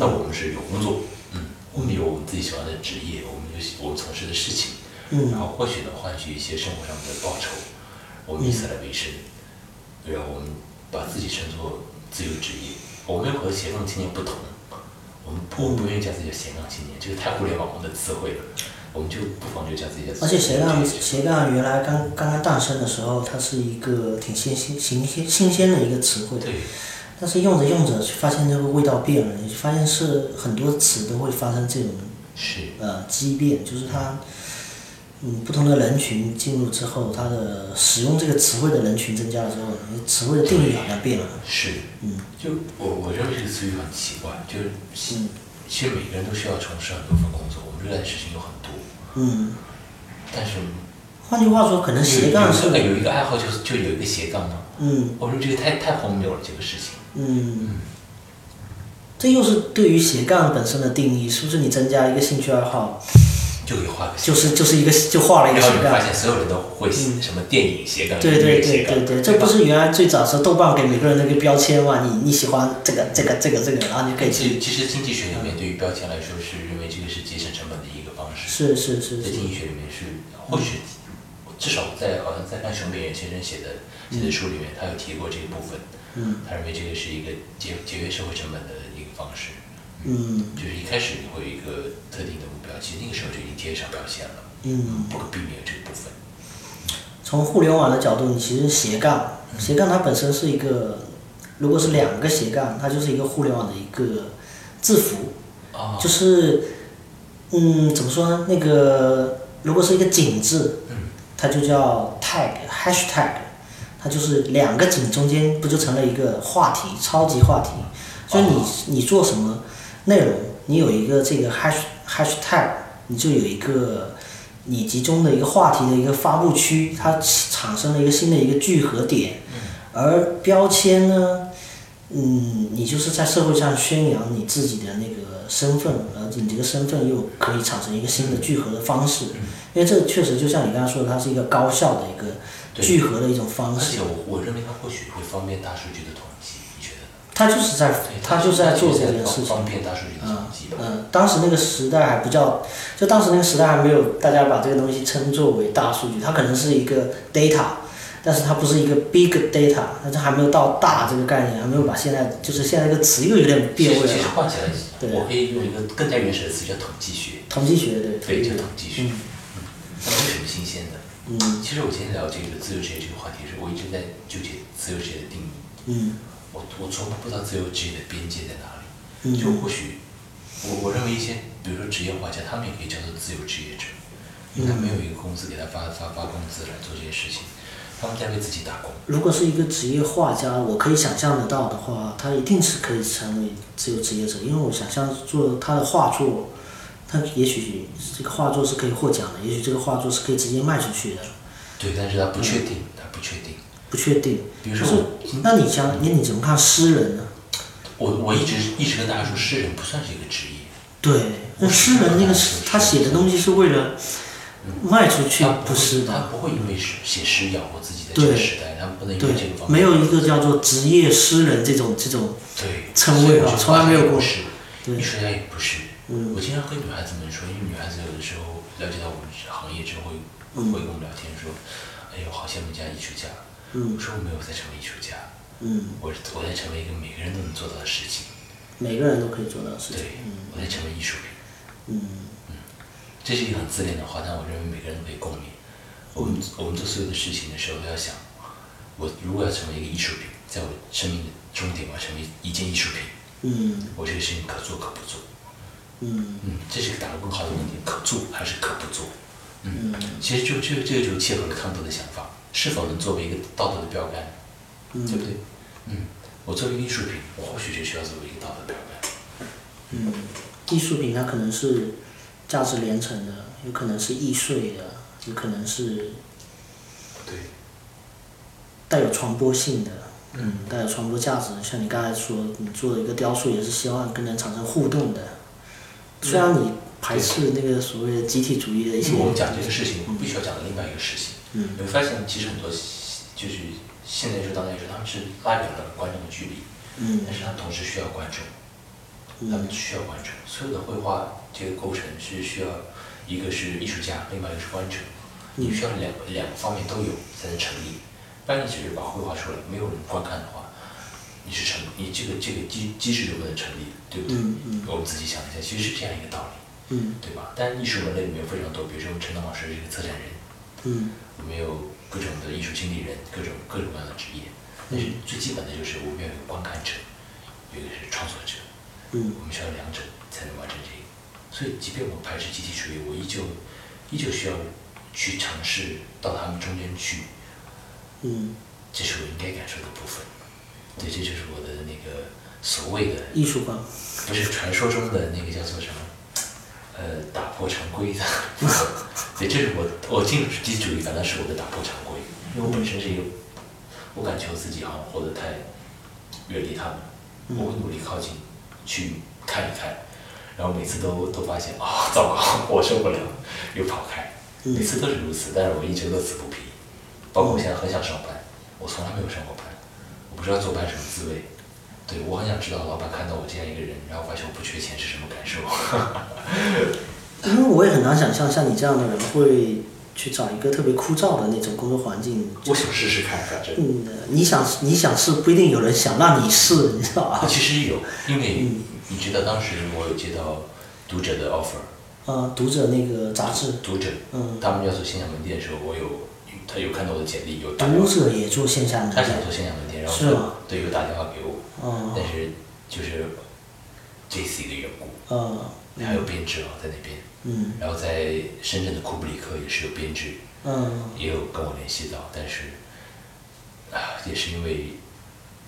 Speaker 2: 但我们是有工作，嗯，我们有我们自己喜欢的职业，我们有喜我们从事的事情，
Speaker 1: 嗯
Speaker 2: 然后或许能换取一些生活上的报酬，我们以此来维生。对啊，我们把自己称作自由职业，我们和斜杠青年不同，我们不我们不愿意叫自己叫斜杠青年，这个太互联网红的词汇了，我们就不妨就叫自己叫自由
Speaker 1: 而且斜杠
Speaker 2: 职业
Speaker 1: 斜杠原来刚刚刚诞生的时候，它是一个挺新鲜新鲜新鲜的一个词汇。
Speaker 2: 对
Speaker 1: 但是用着用着，发现这个味道变了，你发现是很多词都会发生这种
Speaker 2: 是
Speaker 1: 呃畸变，就是它嗯，不同的人群进入之后，它的使用这个词汇的人群增加了之后，你词汇的定义好像变了。
Speaker 2: 是，
Speaker 1: 嗯，
Speaker 2: 就我我认为这个词语很奇怪，就是其其实每个人都需要从事很多份工作，我们热爱的事情有很多，
Speaker 1: 嗯，
Speaker 2: 但是
Speaker 1: 换句话说，可能斜杠是
Speaker 2: 有，有一个爱好就是就有一个斜杠嘛，
Speaker 1: 嗯
Speaker 2: 我说这个太太荒谬了，这个事情。
Speaker 1: 嗯，这又是对于斜杠本身的定义，是不是？你增加一个兴趣爱好，
Speaker 2: 就给画个斜
Speaker 1: 就是就是一个就画了一个
Speaker 2: 然后
Speaker 1: 斜
Speaker 2: 你发
Speaker 1: 杠。
Speaker 2: 现所有人都会
Speaker 1: 嗯
Speaker 2: 什么电影斜杠、
Speaker 1: 对
Speaker 2: 音
Speaker 1: 对
Speaker 2: 乐
Speaker 1: 对
Speaker 2: 斜杠，
Speaker 1: 对对，这不是原来最早是豆瓣给每个人的一个标签嘛？你你喜欢这个这个这个这个，然后你可以去。
Speaker 2: 其其实经济学里面对于标签来说，是认为这个是节省成本的一个方式。
Speaker 1: 是是是
Speaker 2: 在
Speaker 1: 是
Speaker 2: 经，济学里面是，或许至少在好像在看熊本远先生写的写的书里面，他有提过这一部分。
Speaker 1: 嗯
Speaker 2: 他认为这个是一个节节约社会成本的一个方式，
Speaker 1: 嗯
Speaker 2: 就是一开始你会有一个特定的目标，其实那个时候就已经贴上标签了，
Speaker 1: 嗯。
Speaker 2: 不可避免这个部分。
Speaker 1: 从互联网的角度，你其实斜杠，斜杠它本身是一个，如果是两个斜杠，它就是一个互联网的一个字符，
Speaker 2: 啊，
Speaker 1: 就是，嗯，怎么说呢？那个如果是一个井字，它就叫 tag hashtag，它就是两个井中间不就成了一个话题，超级话题。所以你、
Speaker 2: 哦
Speaker 1: 你做什么内容，你有一个这个 hash hashtag，你就有一个你集中的一个话题的一个发布区，它产生了一个新的一个聚合点。而标签呢，嗯，你就是在社会上宣扬你自己的那个身份，而你这个身份又可以产生一个新的聚合的方式，
Speaker 2: 嗯
Speaker 1: 因为这确实就像你刚才说的，它是一个高效的一个
Speaker 2: 对
Speaker 1: 聚合的一种方
Speaker 2: 而
Speaker 1: 式
Speaker 2: 且。我我认为它或许会方便大数据的统计，你觉得呢？
Speaker 1: 他就是在他就是在做这件事情
Speaker 2: 方。便大数据的
Speaker 1: 嗯
Speaker 2: 统计吧。
Speaker 1: 嗯，当时那个时代还不叫，就当时那个时代还没有大家把这个东西称作为大数据，它可能是一个 data，但是它不是一个 big data，但是还没有到大这个概念，还没有把现在就是现在这个词又有点
Speaker 2: 其
Speaker 1: 变
Speaker 2: 实
Speaker 1: 味
Speaker 2: 其实
Speaker 1: 了。
Speaker 2: 换起来，
Speaker 1: 对
Speaker 2: 我可以用一个更加原始的词叫统计学，
Speaker 1: 统计学对，
Speaker 2: 对，叫
Speaker 1: 统
Speaker 2: 统
Speaker 1: 计
Speaker 2: 计
Speaker 1: 学
Speaker 2: 学。
Speaker 1: 嗯
Speaker 2: 那为什么新鲜呢？
Speaker 1: 嗯
Speaker 2: 其实我今天聊这个自由职业这个话题的时候，我一直在纠结自由职业的定义。
Speaker 1: 嗯
Speaker 2: 我我从不知道自由职业的边界在哪里。就
Speaker 1: 嗯
Speaker 2: 或许，我我认为一些，比如说职业画家，他们也可以叫做自由职业者，
Speaker 1: 嗯
Speaker 2: 因为他没有一个公司给他发发发工资来做这些事情，他们在为自己打工。
Speaker 1: 如果是一个职业画家，我可以想象得到的话，他一定是可以成为自由职业者，因为我想象做他的画作，他也许这个画作是可以获奖的，也许这个画作是可以直接卖出去的，
Speaker 2: 对，但是他不确定，
Speaker 1: 嗯
Speaker 2: 他不确定。
Speaker 1: 不确定。
Speaker 2: 比如
Speaker 1: 可
Speaker 2: 说嗯
Speaker 1: 是
Speaker 2: 我，
Speaker 1: 那你想，那你怎么看诗人呢？
Speaker 2: 我我一直一直跟大家说，诗人不算是一个职业。
Speaker 1: 对，那诗人那个是他写的东西是为了卖出去
Speaker 2: 他，
Speaker 1: 不是
Speaker 2: 他
Speaker 1: 的。
Speaker 2: 不会因为是写诗养活自己在这个
Speaker 1: 对
Speaker 2: 时代，他们不能因
Speaker 1: 对
Speaker 2: 为啊这个方，面
Speaker 1: 没有一个叫做职业诗人这种这种，
Speaker 2: 对
Speaker 1: 称谓啊
Speaker 2: 所以我觉得
Speaker 1: 从来没有过
Speaker 2: 不是，
Speaker 1: 对
Speaker 2: 艺术家也不是。
Speaker 1: 嗯
Speaker 2: 我经常跟女孩子们说，因为女孩子有的时候了解到我们行业之后，会
Speaker 1: 嗯
Speaker 2: 跟我们聊天说：“哎呦，好羡慕人家艺术家。”
Speaker 1: 嗯
Speaker 2: 我说我没有在成为艺术家，
Speaker 1: 嗯，
Speaker 2: 我我在成为一个每个人都能做到的事情。
Speaker 1: 每个人都可以做到的事情
Speaker 2: 对。，我在成为艺术品。
Speaker 1: 嗯。
Speaker 2: 这是一个很自恋的话，但我认为每个人都可以共鸣。我们我们做所有的事情的时候，都要想，我如果要成为一个艺术品，在我生命的终点，我要成为一件艺术品，
Speaker 1: 嗯
Speaker 2: 我这个事情可做可不做。
Speaker 1: 嗯
Speaker 2: 嗯，这是一个打得更好的问题，可做还是可不做？嗯，
Speaker 1: 嗯
Speaker 2: 其实就这个这个就切合了康德的想法，是否能作为一个道德的标杆，
Speaker 1: 嗯
Speaker 2: 对不对？嗯，我作为一个艺术品，我或许就需要作为一个道德标杆。
Speaker 1: 嗯，艺术品它可能是价值连城的，有可能是易碎的，有可能是
Speaker 2: 对，
Speaker 1: 带有传播性的，
Speaker 2: 嗯，
Speaker 1: 带有传播价值的。像你刚才说，你做一个雕塑也是希望跟人产生互动的，
Speaker 2: 嗯
Speaker 1: 虽然你排斥那个所谓的集体主义的一些
Speaker 2: 因为，我们讲这个事情，我们必须要讲另外一个事情。
Speaker 1: 嗯
Speaker 2: 你会发现，其实很多就是现代艺术、当代艺术，他们是拉远了观众的距离，
Speaker 1: 嗯
Speaker 2: 但是他们同时需要观众，他
Speaker 1: 嗯
Speaker 2: 们需要观众。所有的绘画这个构成是需要一个是艺术家，另外一个是观者，
Speaker 1: 嗯
Speaker 2: 你需要两个两个方面都有才能成立。不然你只是把绘画出来，没有人观看的话，你是成你这个这个机机制就不能成立，对不对？
Speaker 1: 嗯嗯
Speaker 2: 我们自己想一下，其实是这样一个道理，
Speaker 1: 嗯
Speaker 2: 对吧？但是艺术门类里面有非常多，比如说陈东老师这个策展人，
Speaker 1: 嗯
Speaker 2: 我们有各种的艺术经理人，各种各种各样的职业，但是最基本的就是我们要有观看者，有一个是创作者，
Speaker 1: 嗯
Speaker 2: 我们需要两者才能完成这个。所以，即便我排斥集体主义，我依旧依旧需要去尝试到他们中间去，
Speaker 1: 嗯，
Speaker 2: 这是我应该感受的部分。对，这就是我的那个所谓的，
Speaker 1: 艺术吧，
Speaker 2: 不是传说中的那个叫做什么，呃，打破常规的。 对，这是我我进入集体主义，反倒是我的打破常规，因为我本身是一个，我感觉我自己好像活得太远离他们，我会努力靠近去看一看，然后每次都都发现啊、糟糕， 我受不了，又跑开，
Speaker 1: 嗯
Speaker 2: 每次都是如此，但是我一直乐此不疲，包括我现在很想上班，我从来没有上过班，我不知道坐班什么滋味。对，我很想知道老板看到我这样一个人，然后发现我不缺钱是什么感受。
Speaker 1: 因为我也很难想象像你这样的人会去找一个特别枯燥的那种工作环境。
Speaker 2: 我想试试看，反正。
Speaker 1: 嗯，你想你想试，不一定有人想让你试，你知道吧？
Speaker 2: 其实有，因为
Speaker 1: 嗯
Speaker 2: 你知道当时我有接到读者的 offer，
Speaker 1: 呃，读者那个杂志，
Speaker 2: 读者，
Speaker 1: 嗯，
Speaker 2: 他们要做线下门店的时候，我有他有看到我的简历，有打电
Speaker 1: 读
Speaker 2: 话，
Speaker 1: 者也做线下
Speaker 2: 他
Speaker 1: 的，
Speaker 2: 想做线下门店，然后
Speaker 1: 是吗
Speaker 2: 他对有打电话给我，
Speaker 1: 嗯
Speaker 2: 但是就是 JC 的缘故，
Speaker 1: 呃，
Speaker 2: 还有编制啊在那边，
Speaker 1: 嗯
Speaker 2: 然后在深圳的库布里克也是有编制，
Speaker 1: 嗯
Speaker 2: 也有跟我联系到，但是啊也是因为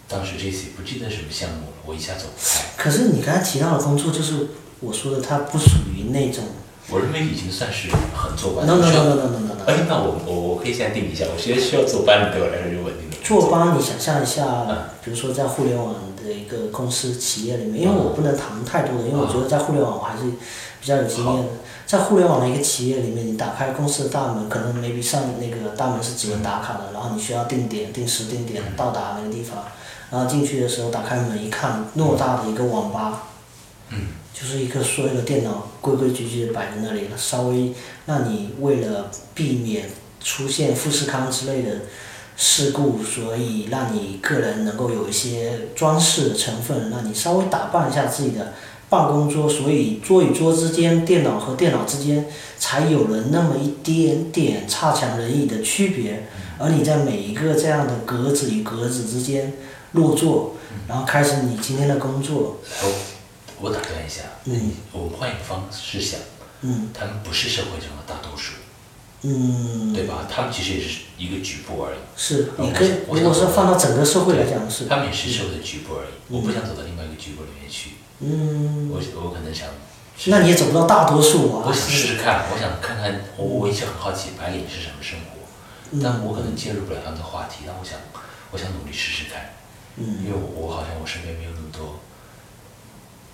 Speaker 2: 当时 JC 不记得什么项目了，我一下走不开。
Speaker 1: 可是你刚才提到的工作，就是我说的，它不属于那种。
Speaker 2: 我认为已经算是很做班
Speaker 1: No
Speaker 2: 了。
Speaker 1: no no
Speaker 2: 需要
Speaker 1: no no no no,
Speaker 2: 哎
Speaker 1: no.，
Speaker 2: 那我我我可以现在定一下，我觉得需要做班的对我来说就稳定的工
Speaker 1: 做
Speaker 2: 作。
Speaker 1: 帮你想象一
Speaker 2: 嗯
Speaker 1: 下，比如说在互联网的一个公司企业里面，因为我不能谈太多的，因为我觉得在互联网我还是比较有经验的。在互联网的一个企业里面，你打开公司的大门，可能 maybe 上那个大门是指纹打卡的，然后你需要定点、定时、定点到达那个地方，然后进去的时候打开门一看，偌大的一个网吧，
Speaker 2: 嗯，
Speaker 1: 就是一个所有的电脑规规矩矩的摆在那里了，稍微让你为了避免出现富士康之类的事故，所以让你个人能够有一些装饰的成分，让你稍微打扮一下自己的办公桌，所以桌与桌之间、电脑和电脑之间才有了那么一点点差强人意的区别，而你在每一个这样的格子与格子之间落座，然后开始你今天的工作，
Speaker 2: 来我我打断一下，
Speaker 1: 嗯
Speaker 2: 我们换一个方式想，
Speaker 1: 嗯
Speaker 2: 他们不是社会上的大多数，
Speaker 1: 嗯。
Speaker 2: 对吧？他们其实也是一个局部而已。
Speaker 1: 是，
Speaker 2: 嗯
Speaker 1: 你可以
Speaker 2: 我
Speaker 1: 如
Speaker 2: 想
Speaker 1: 果是放到整个社会来讲是，
Speaker 2: 他们也是社会的局部而已。我不想走到另外一个局部里面去，
Speaker 1: 嗯，
Speaker 2: 我我可能想，
Speaker 1: 那你也走不到大多数啊
Speaker 2: 我。想试试看，我想看看，我我一直很好奇白领是什么生
Speaker 1: 嗯
Speaker 2: 活，但我可能介入不了他们的话题，但我想我想努力试试看。
Speaker 1: 嗯
Speaker 2: 因为我我好像我身边没有那么多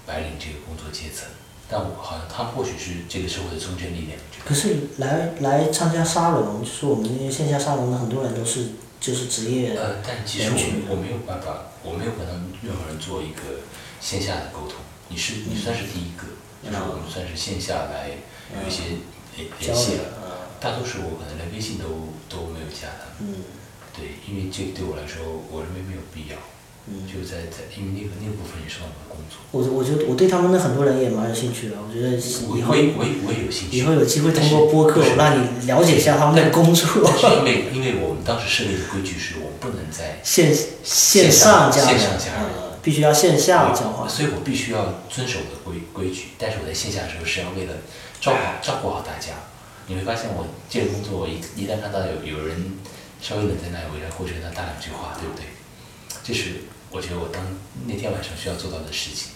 Speaker 2: 白领这个工作阶层，但我好像他们或许是这个社会的中坚力量。我觉得
Speaker 1: 可是来来参加沙龙，就是我们那些线下沙龙的很多人都是就是职业，
Speaker 2: 呃，但其实
Speaker 1: 人群
Speaker 2: 我我没有办法，我没有跟他们任何人做一个线下的沟通。你是你算是第一个，就是我们算是线下来有一些联
Speaker 1: 嗯交
Speaker 2: 联系
Speaker 1: 流啊，
Speaker 2: 了。大多数我可能连微信都都没有加他们，
Speaker 1: 嗯
Speaker 2: 对，因为这个对我来说，我认为没有必要。
Speaker 1: 嗯，
Speaker 2: 就在在，因为那个那个部分也是我们的工作。
Speaker 1: 我我觉得我对他们的很多人也蛮有兴趣的，我觉得
Speaker 2: 我
Speaker 1: 以后
Speaker 2: 我也我也我也有兴趣。
Speaker 1: 以后有机会
Speaker 2: 但
Speaker 1: 通
Speaker 2: 是
Speaker 1: 过播客，
Speaker 2: 不是
Speaker 1: 我让你了解一下他们的工作
Speaker 2: 但，是因为因为我们当时设立的规矩是我们不能在
Speaker 1: 线线
Speaker 2: 上
Speaker 1: 上加的
Speaker 2: 线上加，
Speaker 1: 呃，必须要线下交换，
Speaker 2: 所以我必须要遵守我的规规矩。但是我在线下的时候是要为了照顾照顾好大家。你会发现我这个工作，我一一旦看到有有人稍微冷在那里，我也会跟他搭两句话，对不对？这是我觉得我当那天晚上需要做到的事情。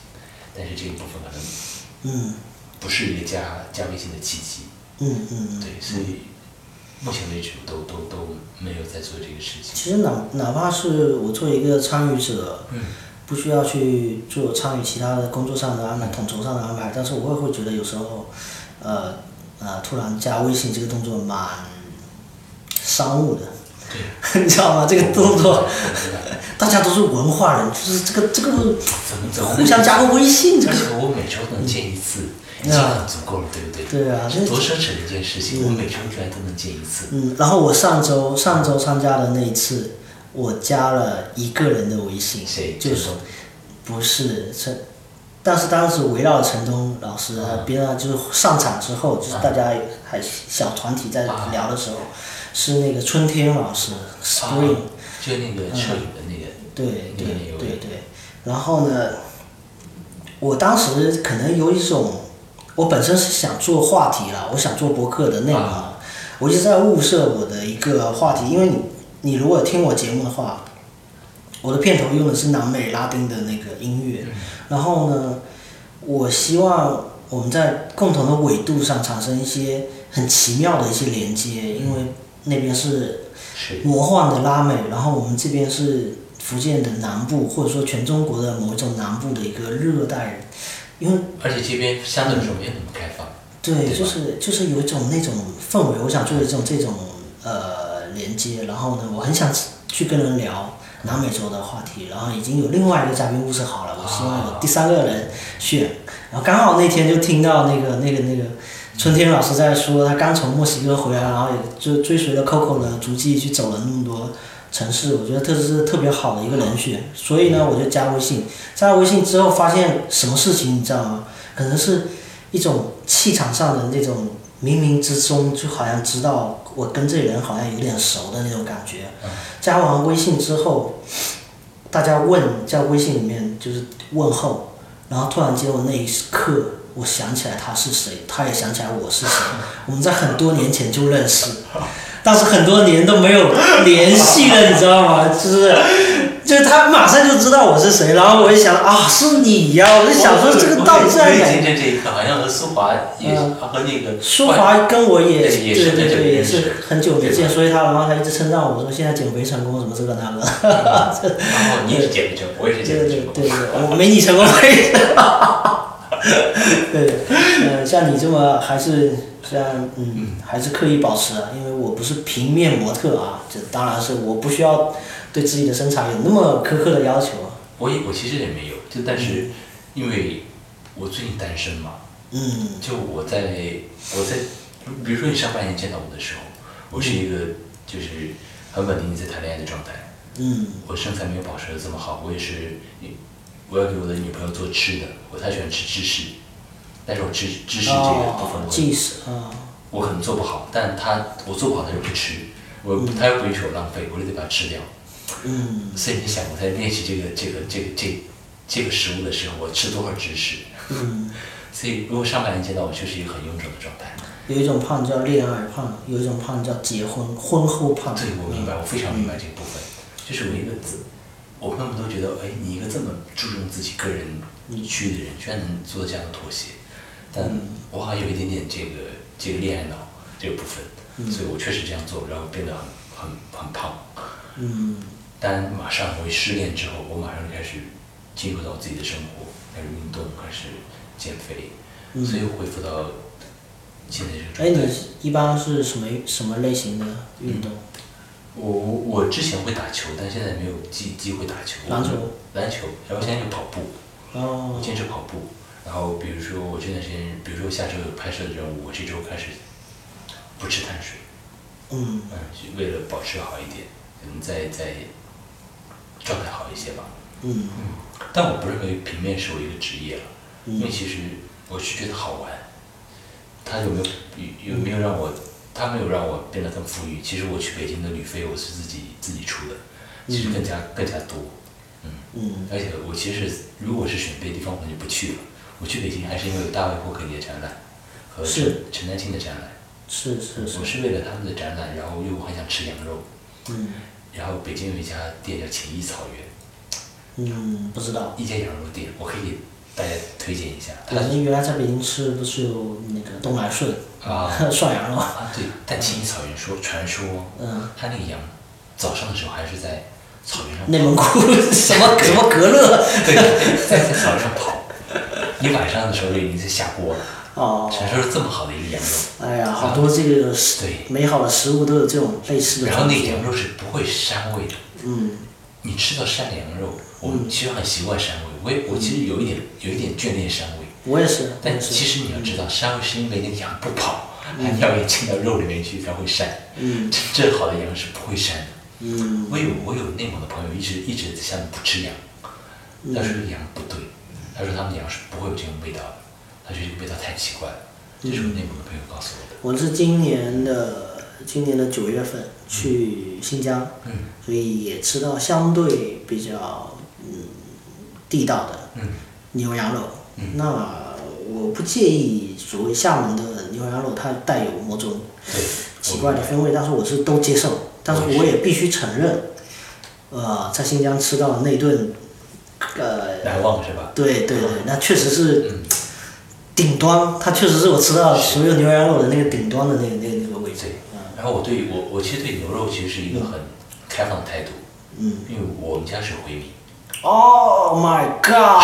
Speaker 2: 但是这一部分可能
Speaker 1: 嗯
Speaker 2: 不是一个加加微信的契机，
Speaker 1: 嗯嗯嗯。
Speaker 2: 对，所以目前为止我都都都没有在做这个事情。
Speaker 1: 其实哪哪怕是我做一个参与者，
Speaker 2: 嗯。
Speaker 1: 不需要去做参与其他的工作上的安排、统筹上的安排，但是我会会觉得有时候，呃呃，突然加微信这个动作蛮商务的，
Speaker 2: 对。
Speaker 1: 你知道吗？这个动作，
Speaker 2: 怎
Speaker 1: 大家都是文化人，就是这个这个
Speaker 2: 么怎么
Speaker 1: 互相加个微信，这
Speaker 2: 而
Speaker 1: 个
Speaker 2: 且我每周能见一次，已
Speaker 1: 嗯
Speaker 2: 经很足够了，对不对？
Speaker 1: 对啊
Speaker 2: 是多奢侈的一件事情，我每周居然都能见一次。
Speaker 1: 嗯。然后我上周上周参加的那一次，我加了一个人的微信，
Speaker 2: 谁？
Speaker 1: 就是
Speaker 2: 说，
Speaker 1: 不是陈，但是当时围绕陈东老师，边上就是上场之后，就是大家还小团体在聊的时候，是那个春天老师
Speaker 2: 啊
Speaker 1: Spring，、，
Speaker 2: 就那个摄影的那个，
Speaker 1: 嗯对
Speaker 2: 那
Speaker 1: 对
Speaker 2: 个那个
Speaker 1: 对
Speaker 2: 位置，
Speaker 1: 对，然后呢，我当时可能有一种，我本身是想做话题啦，我想做博客的内容，
Speaker 2: 啊
Speaker 1: 我一直在物色我的一个话题，因为你你如果听我节目的话，我的片头用的是南美拉丁的那个音乐，然后呢，我希望我们在共同的纬度上产生一些很奇妙的一些连接，因为那边是
Speaker 2: 是
Speaker 1: 魔幻的拉美，然后我们这边是福建的南部，或者说全中国的某一种南部的一个热带人，因为
Speaker 2: 而且这边相对来说没有那么开
Speaker 1: 嗯
Speaker 2: 放，对
Speaker 1: 对，
Speaker 2: 吧
Speaker 1: 就是就是有一种那种氛围，我想做一种这种呃连接，然后呢，我很想去跟人聊南美洲的话题，然后已经有另外一个嘉宾物色好了，我希望
Speaker 2: 啊
Speaker 1: 有第三个人选，然后刚好那天就听到那个那个那个春天老师在说，他刚从墨西哥回来，然后也就追随了 Coco 的足迹去走了那么多。城市，我觉得这是特别好的一个人选，所以呢，我就加微信。加了微信之后，发现什么事情你知道吗？可能是一种气场上的那种冥冥之中，就好像知道我跟这人好像有点熟的那种感觉。加完微信之后，大家问在微信里面就是问候，然后突然间我那一刻，我想起来他是谁，他也想起来我是谁， 我们在很多年前就认识， 但是很多年都没有联系了，你知道吗？ 就是。就是他马上就知道我是谁，然后我一想啊，是你呀、我就想说这个到底是在
Speaker 2: 我也
Speaker 1: 哪
Speaker 2: 我也见证这一刻，好像和苏华也
Speaker 1: 嗯
Speaker 2: 和那个
Speaker 1: 舒华跟我也
Speaker 2: 对也
Speaker 1: 对
Speaker 2: 是
Speaker 1: 对
Speaker 2: 对
Speaker 1: 对，
Speaker 2: 对
Speaker 1: 也是很久没
Speaker 2: 对
Speaker 1: 见，所以他然后他一直称赞我说现在减肥成功什么这个那个，
Speaker 2: 然后你也是减肥成功，我也是
Speaker 1: 对对
Speaker 2: 嗯减肥
Speaker 1: 对
Speaker 2: 成功。
Speaker 1: 对，我没你成功。 对，嗯，像你这么还是虽然嗯还是刻意保持啊，因为我不是平面模特啊，这当然是我不需要对自己的身材有那么苛刻的要求啊。
Speaker 2: 我也我其实也没有，就但是因为我最近单身嘛，
Speaker 1: 嗯
Speaker 2: 就我在我在，比如说你上半年见到我的时候，我是一个就是很稳定在谈恋爱的状态，
Speaker 1: 嗯
Speaker 2: 我身材没有保持的这么好，我也是，我要给我的女朋友做吃的，我太喜欢吃芝士，但是我吃芝士这个部分
Speaker 1: 哦
Speaker 2: 我
Speaker 1: 即使啊，
Speaker 2: 我可能做不好，但他我做不好他又不吃，我他又不允许我浪费，我就得把它吃掉。
Speaker 1: 嗯
Speaker 2: 所以你想我在练习这个这个这个这这个食物的时候，我吃多少芝士？
Speaker 1: 嗯，
Speaker 2: 所以如果上半年见到我就是一个很臃肿的状态。
Speaker 1: 有一种胖叫恋爱胖，有一种胖叫结婚婚后胖。
Speaker 2: 对，我明白，我非常明白这个部分，就是我一个自，我恨不得觉得，哎，你一个这么注重自己个人区域的人，居然能做到这样的妥协，但我好像有一点点这个这个恋爱脑这个部分，所以我确实这样做，然后变得很很很胖。
Speaker 1: 嗯
Speaker 2: 但马上我一失恋之后，我马上就开始进入到自己的生活，开始运动，开始减肥，
Speaker 1: 嗯
Speaker 2: 所以恢复到现在这个
Speaker 1: 哎，
Speaker 2: 状态。
Speaker 1: 你一般是什么什么类型的运动？
Speaker 2: 我我之前会打球，但现在没有机机会打球。
Speaker 1: 篮球，
Speaker 2: 篮球，然后现在就跑步，
Speaker 1: 然后
Speaker 2: 我坚持跑步。然后比如说我这段时间，比如说下周有拍摄的任务，我这周开始不吃碳水，
Speaker 1: 嗯
Speaker 2: 嗯，就为了保持好一点，嗯，再再状态好一些吧。
Speaker 1: 嗯
Speaker 2: 但我不认为平面是我一个职业了，因为
Speaker 1: 嗯
Speaker 2: 其实我是觉得好玩，它有没有有有没有让我，它没有让我变得更富裕。其实我去北京的旅费我是自己自己出的，其实更加更加多。
Speaker 1: 嗯
Speaker 2: 而且我其实如果是选别的地方，我就不去了。我去北京还是因为有大卫霍克尼的展览和
Speaker 1: 是
Speaker 2: 陈陈丹青的展览，
Speaker 1: 是是是
Speaker 2: 我是为了他们的展览，然后又很想吃羊肉，
Speaker 1: 嗯
Speaker 2: 然后北京有一家店叫情谊草原，
Speaker 1: 嗯不知道。
Speaker 2: 一家羊肉店，我可以给大家推荐一下。它
Speaker 1: 我们原来在北京吃不是有那个东来顺
Speaker 2: 啊
Speaker 1: 涮羊肉？
Speaker 2: 啊，对，但青衣草原说传说，
Speaker 1: 嗯，
Speaker 2: 它那个羊早上的时候还是在草原上
Speaker 1: 内蒙古什么 什么格勒？
Speaker 2: 对，在在草原上跑，你晚上的时候就已经在下锅了。
Speaker 1: 哦，
Speaker 2: 传说是这么好的一个羊肉，
Speaker 1: 哎呀，好多这个
Speaker 2: 对
Speaker 1: 美好的食物都有这种类似的
Speaker 2: 然后
Speaker 1: 传
Speaker 2: 那个
Speaker 1: 说。
Speaker 2: 羊肉是不会膻味的。
Speaker 1: 嗯
Speaker 2: 你吃到山羊肉，我们其实很习惯膻味，我也我
Speaker 1: 嗯
Speaker 2: 其实有一点有一点眷恋膻味，
Speaker 1: 我也是，我
Speaker 2: 但
Speaker 1: 也是
Speaker 2: 其实你要知道，膻味是因为那个羊不跑，它尿液进到肉里面去才会膻。
Speaker 1: 嗯
Speaker 2: 真正好的羊是不会膻的。
Speaker 1: 嗯
Speaker 2: 我有我有内蒙的朋友一直一直在下面不吃羊，
Speaker 1: 嗯
Speaker 2: 他说羊不对，他说他们羊是不会有这种味道的，他觉得这个味道太奇怪了。这是我
Speaker 1: 嗯
Speaker 2: 内蒙的朋友告诉我的。
Speaker 1: 我是今年的今年的九月份去新疆，
Speaker 2: 嗯
Speaker 1: 所以也吃到相对比较嗯地道的
Speaker 2: 嗯
Speaker 1: 牛羊肉。那我不介意所谓厦门的牛羊肉它带有某种
Speaker 2: 对，
Speaker 1: 奇怪的风味，但是我是都接受，但是我也必须承认，呃，在新疆吃到的那顿，呃，
Speaker 2: 难忘是吧？
Speaker 1: 对对对，那确实是顶端，它确实是我吃到所有牛羊肉的那个顶端的那个那个那个味道。
Speaker 2: 对，然后我对我我其实对牛肉其实是一个很开放的态度，
Speaker 1: 嗯，
Speaker 2: 因为我们家是回民，
Speaker 1: Oh my god！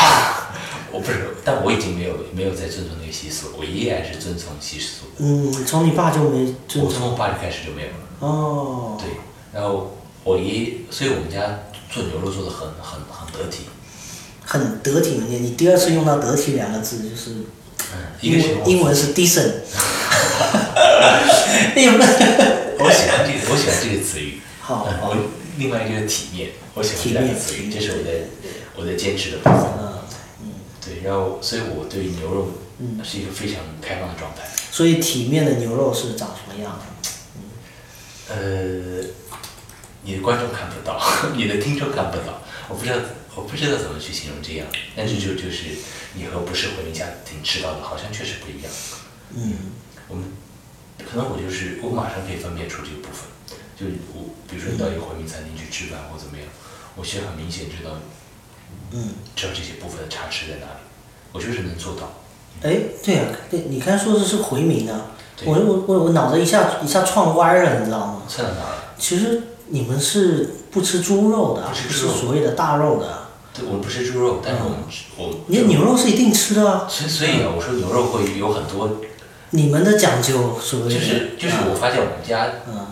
Speaker 2: 我不是，但我已经没有没有再遵从那个习俗，我依然是遵从习俗。
Speaker 1: 嗯，从你爸就没尊
Speaker 2: 我
Speaker 1: 重
Speaker 2: 从我爸就开始就没有了，
Speaker 1: 哦。
Speaker 2: 对，然后我爷，所以我们家做牛肉做的很很很得体，
Speaker 1: 很得体，你你第二次用到“得体”两个字，就是
Speaker 2: 嗯，一
Speaker 1: 英
Speaker 2: 个是
Speaker 1: 文英
Speaker 2: 我
Speaker 1: 文是 decent，英文
Speaker 2: 我喜欢这个我喜欢这个词语，
Speaker 1: 好
Speaker 2: 嗯
Speaker 1: 好
Speaker 2: 我另外一个就是体面，我喜
Speaker 1: 体
Speaker 2: 欢这两
Speaker 1: 面
Speaker 2: 个词语，
Speaker 1: 体
Speaker 2: 这是我的
Speaker 1: 面，
Speaker 2: 我的坚持的部分。
Speaker 1: 嗯 嗯，
Speaker 2: 对，然后所以我对牛肉
Speaker 1: 嗯
Speaker 2: 是一个非常开放的状态。
Speaker 1: 所以体面的牛肉是长什么样的？
Speaker 2: 呃，你的观众看不到， 你的听众看不到，我不知道，我不知道怎么去形容这样，但是就就是你和不是回民家庭吃到的，好像确实不一样。
Speaker 1: 嗯
Speaker 2: 我们可能我就是我马上可以分辨出这个部分，就是我比如说你到一个回民餐厅去吃饭或怎么样，我其实很明显知道
Speaker 1: 嗯，
Speaker 2: 知道这些部分的差池在哪里，我就是能做到。
Speaker 1: 哎，对呀、对，你刚才说的是回民啊，
Speaker 2: 对
Speaker 1: 我我我我脑子一下一下撞歪了，你知道吗？
Speaker 2: 算到哪了？
Speaker 1: 其实你们是不吃猪肉的，
Speaker 2: 不吃
Speaker 1: 不
Speaker 2: 猪
Speaker 1: 是
Speaker 2: 肉
Speaker 1: 所谓的大肉的，
Speaker 2: 对，我们不吃猪肉，但是我们、我们
Speaker 1: 啊你牛肉是一定吃的啊。
Speaker 2: 所以所以啊，我说牛肉会有很多，
Speaker 1: 你们的讲究所谓的
Speaker 2: 就是就是我发现我们家，
Speaker 1: 嗯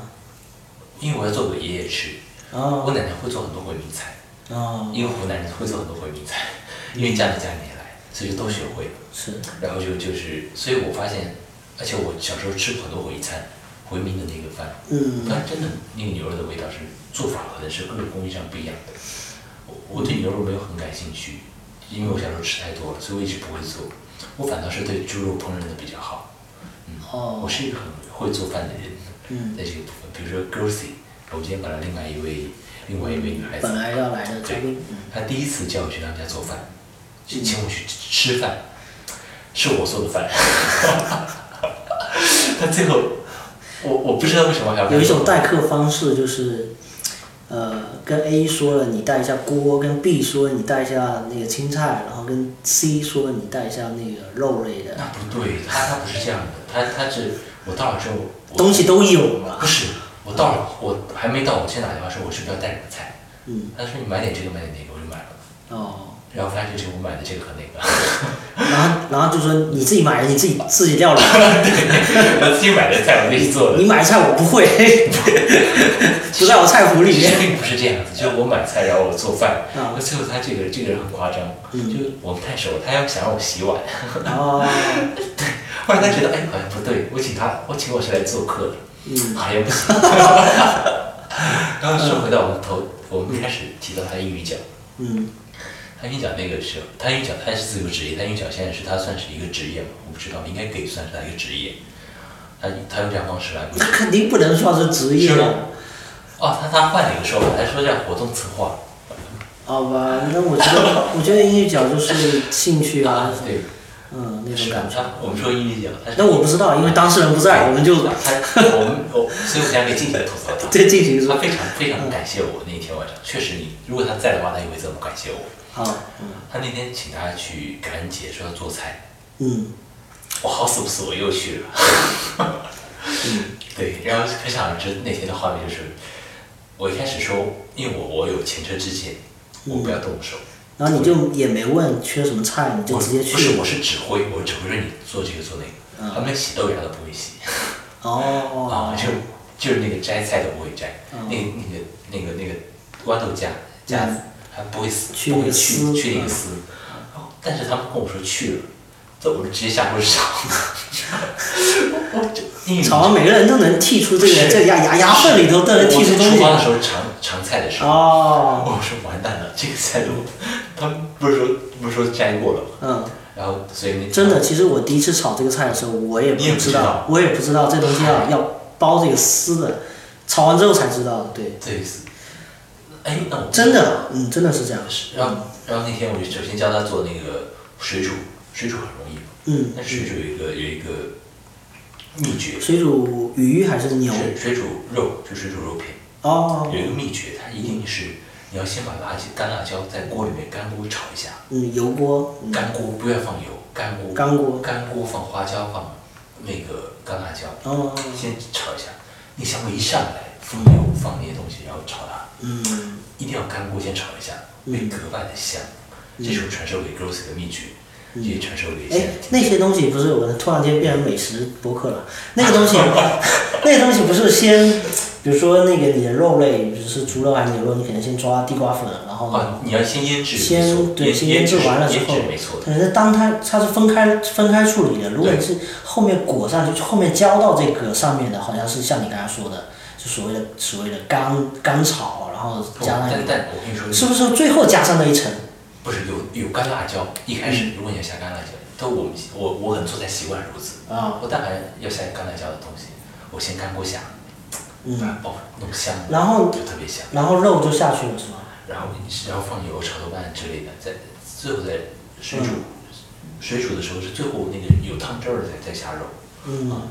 Speaker 2: 因为我要做给爷爷吃，
Speaker 1: 啊
Speaker 2: 我奶奶会做很多回民菜，
Speaker 1: 啊
Speaker 2: 因为湖南人会做很多回民菜，因为嫁到家里面来，所以就都学会了。
Speaker 1: 是
Speaker 2: 然后就就是，所以我发现，而且我小时候吃过很多回餐，回民的那个饭，
Speaker 1: 嗯
Speaker 2: 但是真的那个牛肉的味道是做法可能是各种工艺上不一样的。我我对牛肉没有很感兴趣，因为我小时候吃太多了，所以我一直不会做。我反倒是对猪肉烹饪的比较好。
Speaker 1: 哦
Speaker 2: 我是一个很会做饭的人，
Speaker 1: 嗯
Speaker 2: 在这个部分，比如说 Gracie，我今天本来另外一位另外一位女孩子
Speaker 1: 本，来要来的嘉宾嗯
Speaker 2: 她第一次叫我去她家做饭，就请我去吃吃饭，是我做的饭。 她最后，我我不知道为什么还要
Speaker 1: 有一种待客方式就是。呃，跟 A 说了你带一下锅，跟 B 说你带一下那个青菜，然后跟 C 说你带一下那个肉类的
Speaker 2: 那不对，他他不是这样的，他他是我到了之后，我
Speaker 1: 东西都有了。
Speaker 2: 不是我到了，我还没到，我先打电话说我是不是要带什么菜，
Speaker 1: 嗯，
Speaker 2: 他说你买点这个买点那个，我就买了，
Speaker 1: 哦，
Speaker 2: 然后发现这个我买的这个和那个，
Speaker 1: 然后然后就说你自己买的，你自己自己料理，
Speaker 2: 我自己买的菜我自己做的
Speaker 1: 你，买菜我不会， 不在我菜谱里
Speaker 2: 其实
Speaker 1: 面。
Speaker 2: 并不是这样子，就是我买菜然后我做饭，
Speaker 1: 啊
Speaker 2: 那最后他这个这个人很夸张，
Speaker 1: 嗯
Speaker 2: 就是我们太熟了，他要想让我洗碗，
Speaker 1: 哦，
Speaker 2: 后来他觉得哎好像不对，我请他我请我是来做客的，
Speaker 1: 嗯，
Speaker 2: 好像 不行。然后说回到我们头，我们开始提到他英语角，
Speaker 1: 嗯，
Speaker 2: 他英语角那个时候，他英语角他是自由职业，他英语角现在是他算是一个职业嘛，我不知道，应该可以算是他一个职业。他他用这样方式来规
Speaker 1: 那
Speaker 2: 定，
Speaker 1: 肯定不能算是职业
Speaker 2: 是吗
Speaker 1: 啊。
Speaker 2: 哦，他他换了一个说法，他说叫活动策划。
Speaker 1: 好吧，那我觉得，我觉得英语角就是兴趣啊，
Speaker 2: 对，
Speaker 1: 嗯，那种
Speaker 2: 是
Speaker 1: 感觉。
Speaker 2: 他我们说英语角，他是
Speaker 1: 那我不知道，因为当事人不在，我们就
Speaker 2: 他我们我，所以我们两个尽情地吐槽他。
Speaker 1: 再进行
Speaker 2: 他
Speaker 1: 说。
Speaker 2: 非常非常感谢我那一天晚上，确实你如果他在的话，他也会这么感谢我。
Speaker 1: 好，嗯
Speaker 2: 他那天请他去感恩节，说要做菜，
Speaker 1: 嗯
Speaker 2: 我好死不死我又去了。对，然后可想而知那天的画面就是，我一开始说，因为我我有前车之鉴，我不要动手，
Speaker 1: 然后你就也没问缺什么菜，你就
Speaker 2: 我
Speaker 1: 直接
Speaker 2: 不是
Speaker 1: 去。
Speaker 2: 我是指挥，我指挥说你做这个做那个，他们连洗豆芽都不会洗，啊，
Speaker 1: 哦，
Speaker 2: 就就是那个摘菜都不会摘，
Speaker 1: 嗯
Speaker 2: 那个那个那个那个豌豆荚架子还不会撕，
Speaker 1: 去
Speaker 2: 不
Speaker 1: 那
Speaker 2: 会
Speaker 1: 个
Speaker 2: 去
Speaker 1: 丝嗯
Speaker 2: 去那个丝，然后但是他们跟我说去了，这我就直接下锅烧， 我我这英语
Speaker 1: 好像每个人都能剔出这个
Speaker 2: 是
Speaker 1: 这个牙牙牙缝里头都能剔出
Speaker 2: 我在厨
Speaker 1: 东
Speaker 2: 房的时
Speaker 1: 西。
Speaker 2: 候尝尝菜的时候，
Speaker 1: 哦，
Speaker 2: 我说完蛋了，这个菜都，他们不是说不是说摘过了吗？
Speaker 1: 嗯，
Speaker 2: 然后所以那
Speaker 1: 真的，其实我第一次炒这个菜的时候，我也不
Speaker 2: 你也不知道
Speaker 1: 我也不知道这东西要要包这个丝的，炒完之后才知道的。对，
Speaker 2: 对是，哎，那我
Speaker 1: 真的，嗯，真的是这样。
Speaker 2: 是，然后然后那天我就首先教他做那个水煮，水煮很容易，
Speaker 1: 嗯
Speaker 2: 但是水煮有一个有一个秘诀
Speaker 1: 水煮鱼还是牛？
Speaker 2: 是水煮肉，就水煮肉片。
Speaker 1: 哦，
Speaker 2: 有一个秘诀，它一定是你要先把辣椒干辣椒在锅里面干锅炒一下，
Speaker 1: 嗯，油锅，嗯
Speaker 2: 干锅不要放油，干锅
Speaker 1: 干锅
Speaker 2: 干锅放花椒放那个干辣椒，
Speaker 1: 哦，
Speaker 2: 先炒一下，那香味一上来，放油放那些东西，然后炒它，
Speaker 1: 嗯，
Speaker 2: 一定要干锅先炒一下，会格外的香。这是我传授给 g r o s s 的秘诀，也传授给
Speaker 1: 嗯哎
Speaker 2: 现在，听
Speaker 1: 那些东西不是我突然间变成美食博客了？那个东 西，那个东西不是先，比如说那个你的肉类，比如说猪肉还是牛肉，你可能先抓地瓜粉，然后
Speaker 2: 啊，你要先腌制，没错
Speaker 1: 先对先腌制完了之后
Speaker 2: 腌制没错，的，
Speaker 1: 可是当它它是分开分开处理的，如果你是后面裹上去，后面浇到这个上面的，好像是像你刚才说的，就所谓的所谓的干干炒，然后加上
Speaker 2: 但但我跟你说，
Speaker 1: 是不是最后加上那一层？
Speaker 2: 不是有有干辣椒，一开
Speaker 1: 嗯
Speaker 2: 始如果你要下干辣椒，但我们我我可能做菜习惯如此
Speaker 1: 啊，
Speaker 2: 我但凡要下干辣椒的东西，我先干锅下，把
Speaker 1: 嗯，
Speaker 2: 它爆弄香了，
Speaker 1: 然后
Speaker 2: 就特别香，
Speaker 1: 然后肉就下去了是吗？
Speaker 2: 然后你然后放油、炒豆瓣之类的，再最后再水
Speaker 1: 嗯
Speaker 2: 煮，水煮的时候是最后那个有汤汁儿的再再下肉，
Speaker 1: 嗯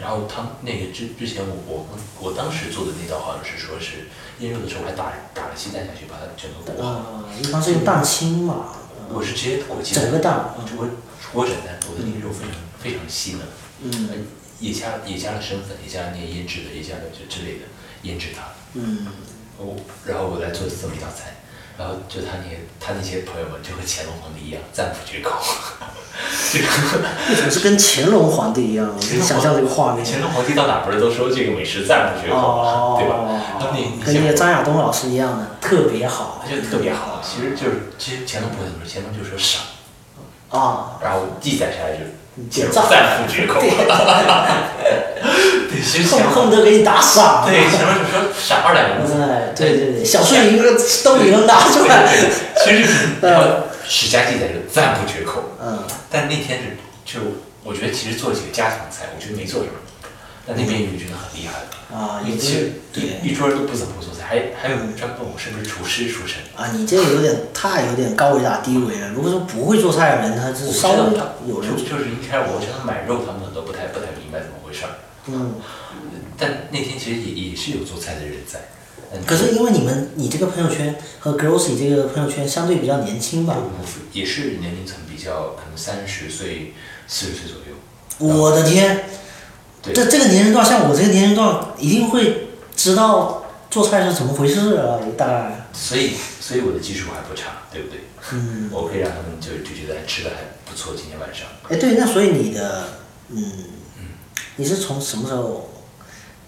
Speaker 2: 然后汤那个之之前我我我当时做的那道好像是说是腌肉的时候还打打了鸡蛋下去，把它整个裹好，
Speaker 1: 啊，一般是用蛋清嘛，
Speaker 2: 我是直接裹鸡蛋
Speaker 1: 嗯整个蛋，
Speaker 2: 我我整的我的那个肉非常非常细嫩，
Speaker 1: 嗯
Speaker 2: 呃，也加也加了生粉，也加了那些腌制的，也加了就之类的腌制它。
Speaker 1: 嗯，
Speaker 2: 我然后我来做这么一道菜，然后就他那些他那些朋友们就和乾隆皇帝一样赞不绝口， 这个
Speaker 1: 为什么是跟乾隆皇帝一样？我就想象这个画面。
Speaker 2: 乾隆皇帝到哪不是都说这个美食赞不绝口
Speaker 1: 哦
Speaker 2: 嘛，对吧？然后你
Speaker 1: 跟那
Speaker 2: 你
Speaker 1: 个
Speaker 2: 想。
Speaker 1: 张亚东老师一样的，特别好
Speaker 2: 他就特别好，其实就是其实乾隆不会怎么说，乾隆就说赏，
Speaker 1: 啊，
Speaker 2: 然后记载下来就是
Speaker 1: 点赞
Speaker 2: 赞不绝口。 对，其实
Speaker 1: 恨
Speaker 2: 乾
Speaker 1: 不
Speaker 2: 隆
Speaker 1: 恨不得给你打赏。啊
Speaker 2: 对，前面你说傻二两银子，
Speaker 1: 哎，对对对，小碎银子兜里能拿出
Speaker 2: 对
Speaker 1: 来。
Speaker 2: 对，其实然后史家记载是赞不绝口，
Speaker 1: 嗯
Speaker 2: 但那天是就我觉得其实做几个家常菜，我觉得没做什么，但那边有人觉得很厉害的，
Speaker 1: 啊，也
Speaker 2: 一
Speaker 1: 不
Speaker 2: 其
Speaker 1: 是
Speaker 2: 实
Speaker 1: 对嗯
Speaker 2: 一一桌人都不怎么会做菜，还还有人专门问我是不是厨师出身，
Speaker 1: 啊，你这个有点太有点高维打低维了。如果说不会做菜的人，他
Speaker 2: 我
Speaker 1: 是
Speaker 2: 不知
Speaker 1: 稍
Speaker 2: 道
Speaker 1: 微
Speaker 2: 他
Speaker 1: 有人
Speaker 2: 就就是一开始我叫他买肉，他们都不太不太明白怎么回事儿，
Speaker 1: 嗯，
Speaker 2: 但那天其实也也是有做菜的人在，嗯
Speaker 1: 可是因为你们你这个朋友圈和 Grossy 这个朋友圈相对比较年轻吧，
Speaker 2: 也是年龄层比较可能三十岁、四十岁左右。
Speaker 1: 我的天，
Speaker 2: 对
Speaker 1: 这这个年龄段，像我这个年龄段，一定会知道做菜是怎么回事啊，大概。
Speaker 2: 所以，所以我的技术还不差，对不对？
Speaker 1: 嗯，
Speaker 2: 我可以让他们就就觉得哎吃的还不错。今天晚上
Speaker 1: 哎，对，那所以你的，嗯，你是从什么时候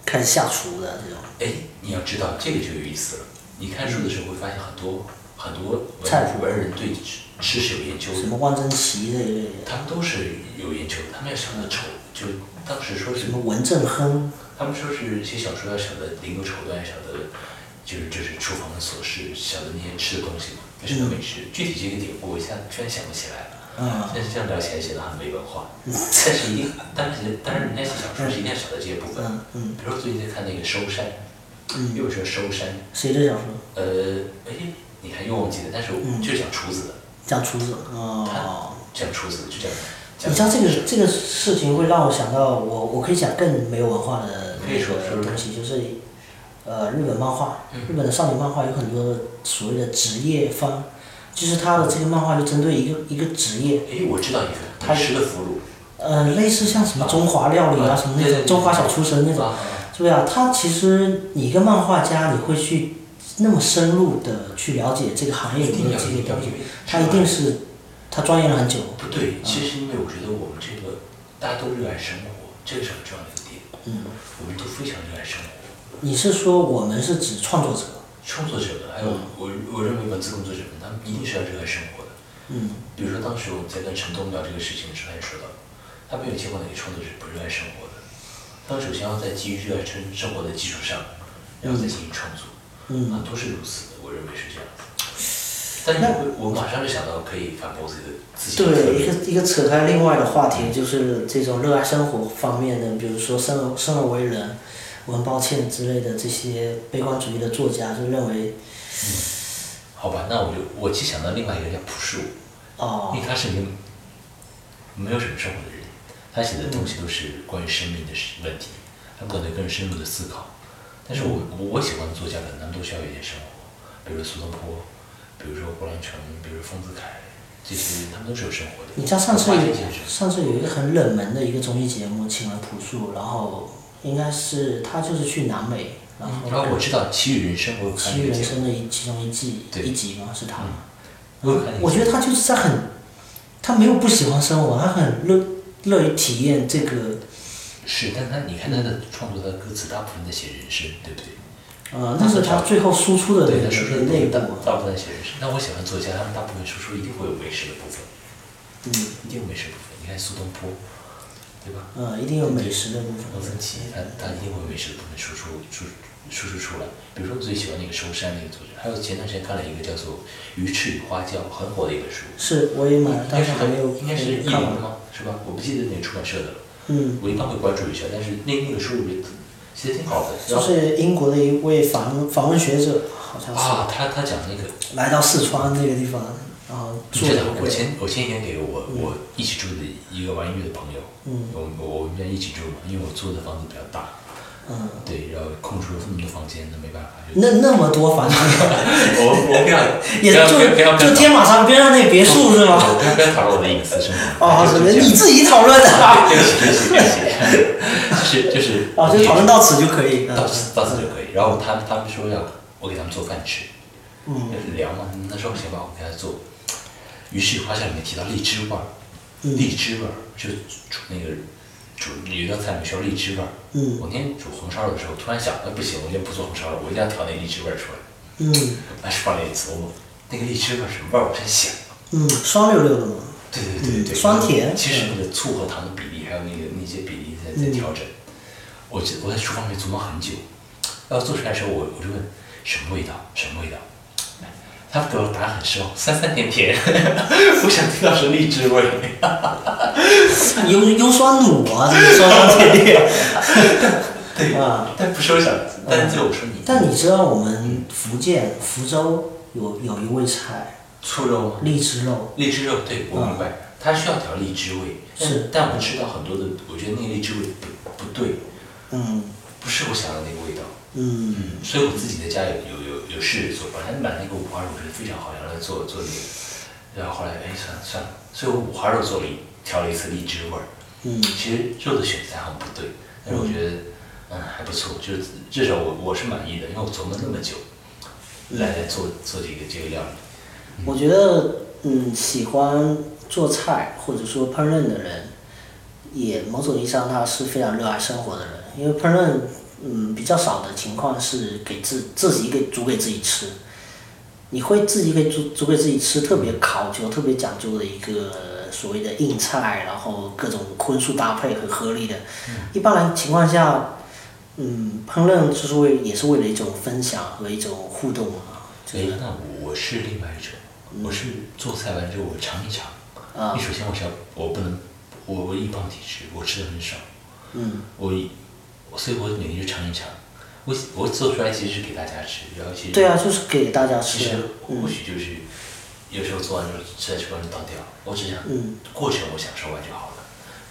Speaker 1: 开始下厨的？这种
Speaker 2: 哎，你要知道这个就有意思了。你看书的时候会发现很多很多文
Speaker 1: 菜谱
Speaker 2: 文人对吃吃是有研究
Speaker 1: 什
Speaker 2: 的，
Speaker 1: 么汪曾祺这一类的，
Speaker 2: 他们都是有研究的。他们要晓得丑，就当时说是
Speaker 1: 什么文正亨，
Speaker 2: 他们说是写小说要晓得灵游绸缎，晓得就是就是厨房的琐事，晓得那些吃的东西嘛，晓得美食。具体这个典故，我一下居然想不起来了。
Speaker 1: 嗯啊、嗯
Speaker 2: 但是这样聊起来显得很没文化， 但是一定，但是但是人家写小说是一定要晓得这些部分。
Speaker 1: 嗯嗯
Speaker 2: 比如说最近在看那个《收山》，
Speaker 1: 嗯
Speaker 2: 又是《收山》，
Speaker 1: 谁的小说？
Speaker 2: 呃，哎，你看又忘记了，但是我
Speaker 1: 嗯
Speaker 2: 就讲厨子的，
Speaker 1: 讲厨子哦。
Speaker 2: 讲厨子的就讲
Speaker 1: 你
Speaker 2: 讲。
Speaker 1: 知道这个这个事情会让我想到我我可以讲更没有文化的
Speaker 2: 可以说嗯
Speaker 1: 那
Speaker 2: 说
Speaker 1: 个
Speaker 2: 说
Speaker 1: 东西，就是呃日本漫画，日本的少女漫画有很多所谓的职业番，就是它的这个漫画就针对一个一个职业，
Speaker 2: 哎，我知道一个，他吃的俘虏，
Speaker 1: 呃类似像什么中华料理啊
Speaker 2: 啊
Speaker 1: 什么那
Speaker 2: 对对
Speaker 1: 种
Speaker 2: 对
Speaker 1: 中华小厨神那种，
Speaker 2: 啊，
Speaker 1: 对啊，它其实你一个漫画家你会去那么深入的去了解这个行业
Speaker 2: 一
Speaker 1: 里面的
Speaker 2: 定要
Speaker 1: 这
Speaker 2: 一定
Speaker 1: 个
Speaker 2: 要
Speaker 1: 东西
Speaker 2: 因，为
Speaker 1: 嗯他一定是他钻研了很久，
Speaker 2: 不对，其实因为我觉得我们这个大家都热爱生活，这个是很重要的一点。
Speaker 1: 嗯，
Speaker 2: 我们都非常热爱生活。
Speaker 1: 你是说我们是指创作者？
Speaker 2: 创作者们，还有
Speaker 1: 嗯
Speaker 2: 我我认为文字工作者们，他们一定是要热爱生活的。
Speaker 1: 嗯
Speaker 2: 比如说当时我们在跟陈东聊这个事情的时候，他也说到，他没有见过哪个创作者不热爱生活的。他们首先要在基于热爱生生活的基础上，然后再进行创作，
Speaker 1: 嗯
Speaker 2: 啊，都是如此的，我认为是这样子。但是我我马上就想到可以反驳自己的自，己的特
Speaker 1: 对，一
Speaker 2: 点，
Speaker 1: 个一个扯开另外的话题，就是这种热爱生活方面的，比如说生而生而为人，我很抱歉之类的这些悲观主义的作家就认为，
Speaker 2: 好吧？那我就我其实想到另外一个叫朴树，
Speaker 1: 哦
Speaker 2: 因为他是一个没有什么生活的人，他他写的东西都是关于生命的事问题，他不可能更深入的思考。但是
Speaker 1: 嗯
Speaker 2: 我我我喜欢的作家可能他们都需要有一些生活，比如苏东坡，比如说胡兰成，比如丰子恺，这些他们都是有生活的。
Speaker 1: 你像上次
Speaker 2: 我发现这件事
Speaker 1: 上次有一个很冷门的一个综艺节目，请了朴树，然后应该是他就是去南美，然后
Speaker 2: 然后我知道《奇遇人生》，我有看
Speaker 1: 其
Speaker 2: 那
Speaker 1: 余嗯
Speaker 2: 个
Speaker 1: 人
Speaker 2: 节目，
Speaker 1: 生的一其中一季
Speaker 2: 对
Speaker 1: 一集嘛是他嘛，
Speaker 2: 我有看那个
Speaker 1: 我
Speaker 2: 节
Speaker 1: 觉得他就是在很，他没有不喜欢生活，他很乐乐于体验这个
Speaker 2: 目是，但他你看他的创作，他的歌词大部分在写人生，对不对？
Speaker 1: 呃，那是他最后输出的那
Speaker 2: 嗯对，
Speaker 1: 个
Speaker 2: 他输出的
Speaker 1: 那一
Speaker 2: 部
Speaker 1: 步嘛。
Speaker 2: 分大大部分在写人生。但我喜欢作家，他们大部分输出一定会有美食的部分，
Speaker 1: 嗯
Speaker 2: 一定有美食的部分。你看苏东坡，对吧？
Speaker 1: 呃，一定有美食的部分。
Speaker 2: 罗森奇，他他一定会有美食的部分输出输输出出来。比如说我最喜欢那个收山那个作者，还有前段时间看了一个叫做《鱼翅与花椒》，很火的一本书，
Speaker 1: 是，我也买了，
Speaker 2: 应
Speaker 1: 但
Speaker 2: 该
Speaker 1: 是
Speaker 2: 是
Speaker 1: 还没有
Speaker 2: 应该是译
Speaker 1: 看完。
Speaker 2: 林吗？是吧？我不记得那个出版社的了。
Speaker 1: 嗯，
Speaker 2: 我一般会关注一下，但是那那个书我觉得写的挺好的。
Speaker 1: 就
Speaker 2: 然后
Speaker 1: 是英国的一位访访问学者，好像是
Speaker 2: 啊，他他讲那个，
Speaker 1: 来到四川这个地方，然后
Speaker 2: 你
Speaker 1: 住
Speaker 2: 知
Speaker 1: 了
Speaker 2: 道
Speaker 1: 一
Speaker 2: 我
Speaker 1: 会
Speaker 2: 前我前年给我我一起住的一个玩音乐的朋友，
Speaker 1: 嗯
Speaker 2: 我我我们家一起住嘛，因为我租的房子比较大，
Speaker 1: 嗯，
Speaker 2: 对，然后空出了这么多房间，那没办法，就
Speaker 1: 那那么多房子，
Speaker 2: 我我不要
Speaker 1: 也
Speaker 2: 不要不要
Speaker 1: 就
Speaker 2: 不要
Speaker 1: 就天马山边上那别墅是吗？
Speaker 2: 我不要不要讨论我的隐私生活。
Speaker 1: 哦，
Speaker 2: 就
Speaker 1: 什
Speaker 2: 是
Speaker 1: 么？
Speaker 2: 这样
Speaker 1: 你自己讨论的啊？
Speaker 2: 对不起对不起对不起，就是就是
Speaker 1: 哦，就讨论到此就可以。嗯
Speaker 2: 到此到此就可以。然后他他们说要我给他们做饭吃，
Speaker 1: 嗯
Speaker 2: 聊嘛，那时候行吧，我给他做。于是花下里面提到荔枝味儿，
Speaker 1: 嗯
Speaker 2: 荔枝味儿就煮那个煮有一道菜里面需要荔枝味儿。
Speaker 1: 嗯
Speaker 2: 我那天煮红烧肉的时候，突然想，哎不行，我今天不做红烧肉，我一定要调那荔枝味儿出来。
Speaker 1: 嗯
Speaker 2: 但是放了一琢磨，那个荔枝味儿什么味儿，我真想。
Speaker 1: 嗯，双六六的嘛。
Speaker 2: 对对对对对，
Speaker 1: 嗯酸甜
Speaker 2: 其实那个醋和糖的比例，还有那个那些比例在在
Speaker 1: 嗯
Speaker 2: 调整。我记我在厨房里琢磨很久，然后做出来的时候，我我就问什么味道，什么味道。哎他给我答案很失望，酸酸甜 甜。我想听到是荔枝味，
Speaker 1: 优优酸乳啊，这个酸酸甜 甜。
Speaker 2: 对
Speaker 1: 啊，
Speaker 2: 但不是我想，但是最后我说你，
Speaker 1: 但你知道我们福建福州有有一味菜
Speaker 2: 醋肉吗？
Speaker 1: 荔枝肉，
Speaker 2: 荔枝肉，对我
Speaker 1: 嗯
Speaker 2: 明白，它需要调荔枝味，但
Speaker 1: 是
Speaker 2: 但我吃到很多的，我觉得那个荔枝味不不对，
Speaker 1: 嗯
Speaker 2: 不是我想的那个味道。
Speaker 1: 嗯
Speaker 2: 嗯，所以我自己在家有有有有试着做，本来买那个五花肉是非常好，然后做做那个，然后后来哎算了算了，所以我五花肉做了一调了一次荔枝味儿。
Speaker 1: 嗯
Speaker 2: 其实肉的选择很不对，但是我觉得嗯还不错，就是至少我我是满意的，因为我琢磨那么久来来做做这个这个料理。
Speaker 1: 我觉得，嗯，喜欢做菜或者说烹饪的人，也某种意义上他是非常热爱生活的人，因为烹饪，嗯，比较少的情况是给自自己给煮给自己吃，你会自己给煮煮给自己吃，特别考究、特别讲究的一个所谓的硬菜，然后各种荤素搭配很合理的。一般来情况下，嗯，烹饪就是为也是为了一种分享和一种互动啊，就
Speaker 2: 所以
Speaker 1: 是
Speaker 2: 哎那我我是另外一种，我是做菜完之后我尝一尝，
Speaker 1: 啊
Speaker 2: 你，首先我是要我不能我我易胖体质，我吃的很少。
Speaker 1: 嗯
Speaker 2: 我一，所以我每天就尝一尝。我我做出来其实是给大家吃，然后其实
Speaker 1: 对啊，就是给大家
Speaker 2: 其
Speaker 1: 吃
Speaker 2: 实
Speaker 1: 啊。
Speaker 2: 或
Speaker 1: 嗯
Speaker 2: 许就是、有时候做完之后吃在厨房里倒掉，我只想、
Speaker 1: 嗯
Speaker 2: 过程我享受完就好了。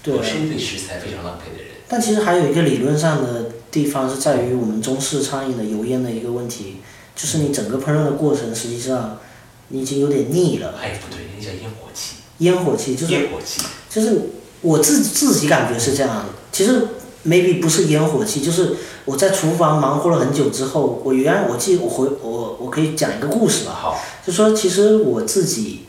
Speaker 1: 对啊
Speaker 2: 我是一个对食材非常浪费的人。
Speaker 1: 但其实还有一个理论上的地方是在于我们中式餐饮的油烟的一个问题，就是你整个烹饪的过程，实际上你已经有点腻了，
Speaker 2: 哎，不对，那叫烟火气，
Speaker 1: 烟火气就是
Speaker 2: 烟火气。
Speaker 1: 就是我自自己感觉是这样，其实 maybe 不是烟火气，就是我在厨房忙活了很久之后，我原来我记我回我我可以讲一个故事吧，
Speaker 2: 好，
Speaker 1: 就说其实我自己，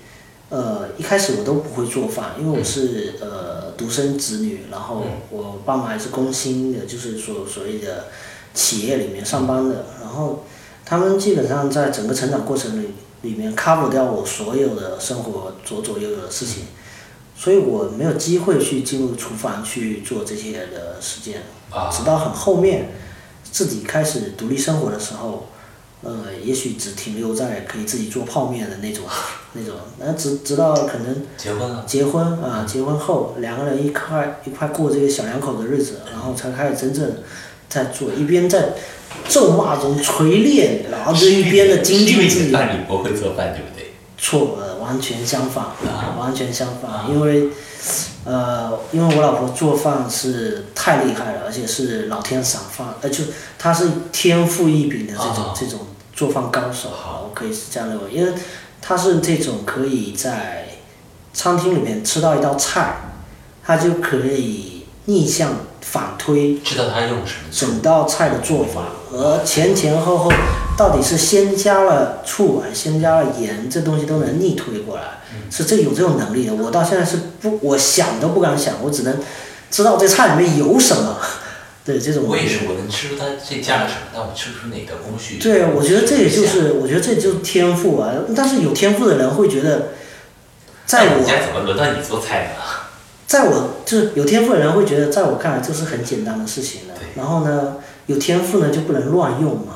Speaker 1: 呃，一开始我都不会做饭，因为我是、呃独生子女，然后
Speaker 2: 嗯
Speaker 1: 我爸妈还是工薪的，就是所所谓的企业里面上班的，然后他们基本上在整个成长过程里里面 cover 掉我所有的生活左左右右的事情，所以我没有机会去进入厨房去做这些的实践，
Speaker 2: 啊
Speaker 1: 直到很后面自己开始独立生活的时候，呃，也许只停留在可以自己做泡面的那种那种，那直直到可能
Speaker 2: 结婚了，
Speaker 1: 结婚啊，结婚后两个人一块一块过这个小两口的日子，然后才开始真正在做，一边在咒骂中锤炼，然后就一边的精
Speaker 2: 是因
Speaker 1: 进
Speaker 2: 为
Speaker 1: 自
Speaker 2: 你
Speaker 1: 己
Speaker 2: 的。伴侣不会做饭，对不对？
Speaker 1: 错了，完全相反
Speaker 2: 啊，
Speaker 1: 完全相反。因为，呃，因为我老婆做饭是太厉害了，而且是老天赏饭，呃，就她是天赋异禀的这种、
Speaker 2: 啊
Speaker 1: 这种做饭高手啊，我可以是这样认为，因为她是这种可以在餐厅里面吃到一道菜，她就可以逆向反推
Speaker 2: 知道他用什么醋
Speaker 1: 整道菜的做法，和前前后后到底是先加了醋还是先加了盐，这东西都能逆推过来，是这有这种能力的。我到现在是不，我想都不敢想，我只能知道这菜里面有什么。 对这种，
Speaker 2: 我也是，我能吃出它这加了什么，但我吃不出哪个工序。
Speaker 1: 对，我觉得这也就是，我觉得这就是天赋啊。但是有天赋的人会觉得，在
Speaker 2: 那
Speaker 1: 我
Speaker 2: 你家怎么轮到你做菜呢？
Speaker 1: 在我就是有天赋的人会觉得，在我看来这是很简单的事情了。然后呢，有天赋呢就不能乱用嘛。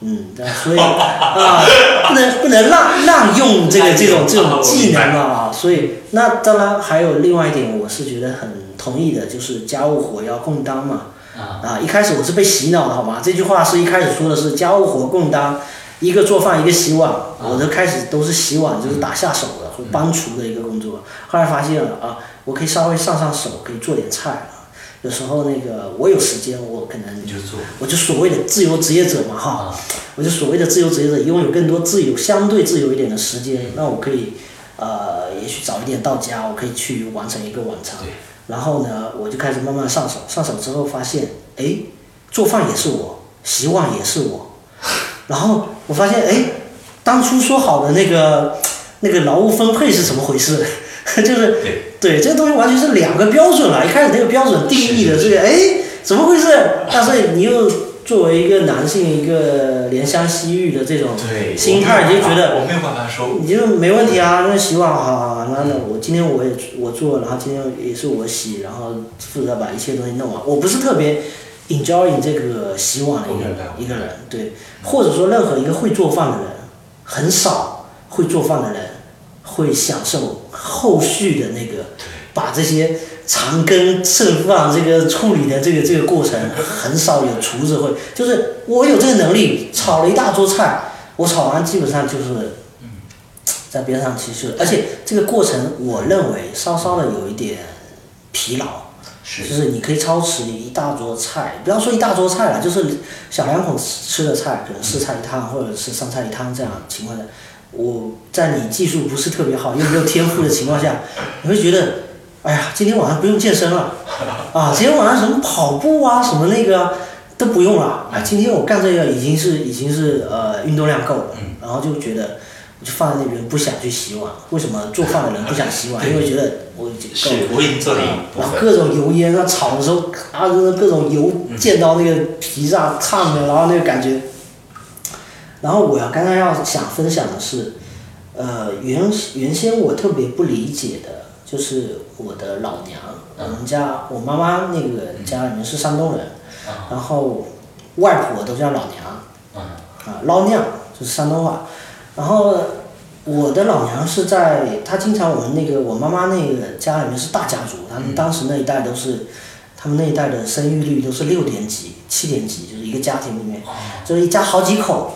Speaker 1: 嗯，对所以啊，不能不能滥滥用这个这种这种技能啊。所以那当然还有另外一点，我是觉得很同意的，就是家务活要共担嘛。
Speaker 2: 啊，
Speaker 1: 啊，一开始我是被洗脑的，好吗？这句话是一开始说的是家务活共担，一个做饭，一个洗碗。啊我的开始都是洗碗，就是打下手的，或帮厨的一个工作。后来发现了啊，我可以稍微上上手，可以做点菜啊。有时候那个我有时间，我可能
Speaker 2: 你就做
Speaker 1: 我就所谓的自由职业者嘛哈，
Speaker 2: 啊，
Speaker 1: 我就所谓的自由职业者，拥有更多自由、相对自由一点的时间，
Speaker 2: 嗯
Speaker 1: 那我可以，呃，也许早一点到家，我可以去完成一个晚餐。
Speaker 2: 对，
Speaker 1: 然后呢，我就开始慢慢上手，上手之后发现，哎，做饭也是我，洗碗也是我， 然后我发现，哎，当初说好的那个那个劳务分配是怎么回事？ 就是
Speaker 2: 对
Speaker 1: 对这个东西完全是两个标准了。一开始那个标准定义的
Speaker 2: 是
Speaker 1: 这个，哎，怎么回事？但是你又作为一个男性，一个怜香惜玉的这种
Speaker 2: 对，
Speaker 1: 心态，你就觉得
Speaker 2: 我没有办法说，
Speaker 1: 你就没问题啊，那洗碗好啊，那
Speaker 2: 嗯
Speaker 1: 那我今天我也我做，然后今天也是我洗，然后负责把一切东西弄完。我不是特别 enjoying 这个洗碗的一个人
Speaker 2: 我
Speaker 1: 一
Speaker 2: 明白
Speaker 1: 个人，对，或者说任何一个会做饭的人，很少会做饭的人会享受后续的那个把这些长根剩饭这个处理的这个这个过程，很少有厨子会，就是我有这个能力，炒了一大桌菜，我炒完基本上就是。在边上其实，而且这个过程，我认为稍稍的有一点疲劳，就是是你可以超时一大桌菜，不要说一大桌菜了，就是小两口吃的菜，可能四菜一汤或者是三菜一汤这样的情况下，我在你技术不是特别好又没有天赋的情况下， 你会觉得，哎呀，今天晚上不用健身了，啊，今天晚上什么跑步啊，什么那个啊都不用了，啊，今天我干这个已经是已经是呃运动量够了，然后就觉得。我就放在那边，不想去洗碗。为什么做饭的人不想洗碗？因为觉得我已经够了
Speaker 2: 是，我已经做了一
Speaker 1: 嗯
Speaker 2: 部
Speaker 1: 然后
Speaker 2: 分，
Speaker 1: 各种油烟，它炒的时候，啊，就是各种油
Speaker 2: 嗯
Speaker 1: 溅到那个皮上烫的，然后那个感觉。然后我要刚刚要想分享的是，呃，原原先我特别不理解的，就是我的老娘，我们家我妈妈那
Speaker 2: 嗯
Speaker 1: 个家里面是山东人，
Speaker 2: 啊
Speaker 1: 然后外婆都叫老娘，
Speaker 2: 嗯，
Speaker 1: 啊，老娘就是山东话。然后我的老娘是在，她经常我们那个我妈妈那个家里面是大家族，他们当时那一代都是，他们那一代的生育率都是六点几、七点几，就是一个家庭里面，就是一家好几口。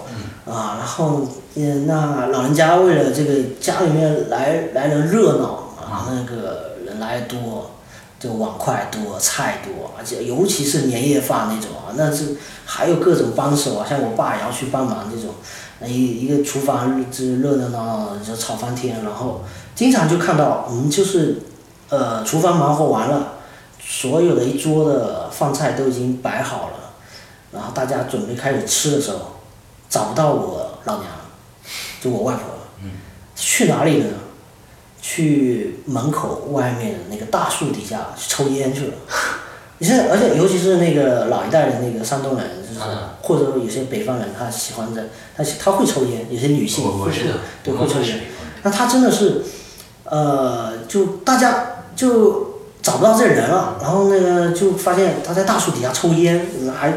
Speaker 1: 啊，然后嗯，那老人家为了这个家里面来来人热闹啊，那个人来得多，就碗筷多、菜多，而且尤其是年夜饭那种啊，那是还有各种帮手啊，像我爸也要去帮忙这种，那一一个厨房就是热热闹闹的就吵翻天，然后经常就看到我们就是，呃，厨房忙活完了，所有的一桌的饭菜都已经摆好了，然后大家准备开始吃的时候，找不到我老娘，就我外婆，
Speaker 2: 嗯
Speaker 1: 去哪里呢？去门口外面的那个大树底下去抽烟去了。你现在，而且尤其是那个老一代的那个山东人，就是、
Speaker 2: 嗯
Speaker 1: 或者说有些北方人，他喜欢在他他会抽烟，有些女性
Speaker 2: 我我
Speaker 1: 会
Speaker 2: 知道，
Speaker 1: 对
Speaker 2: 我
Speaker 1: 会抽
Speaker 2: 是
Speaker 1: 烟。那他真的是，呃，就大家就找不到这人了，然后那个就发现他在大树底下抽烟，嗯还，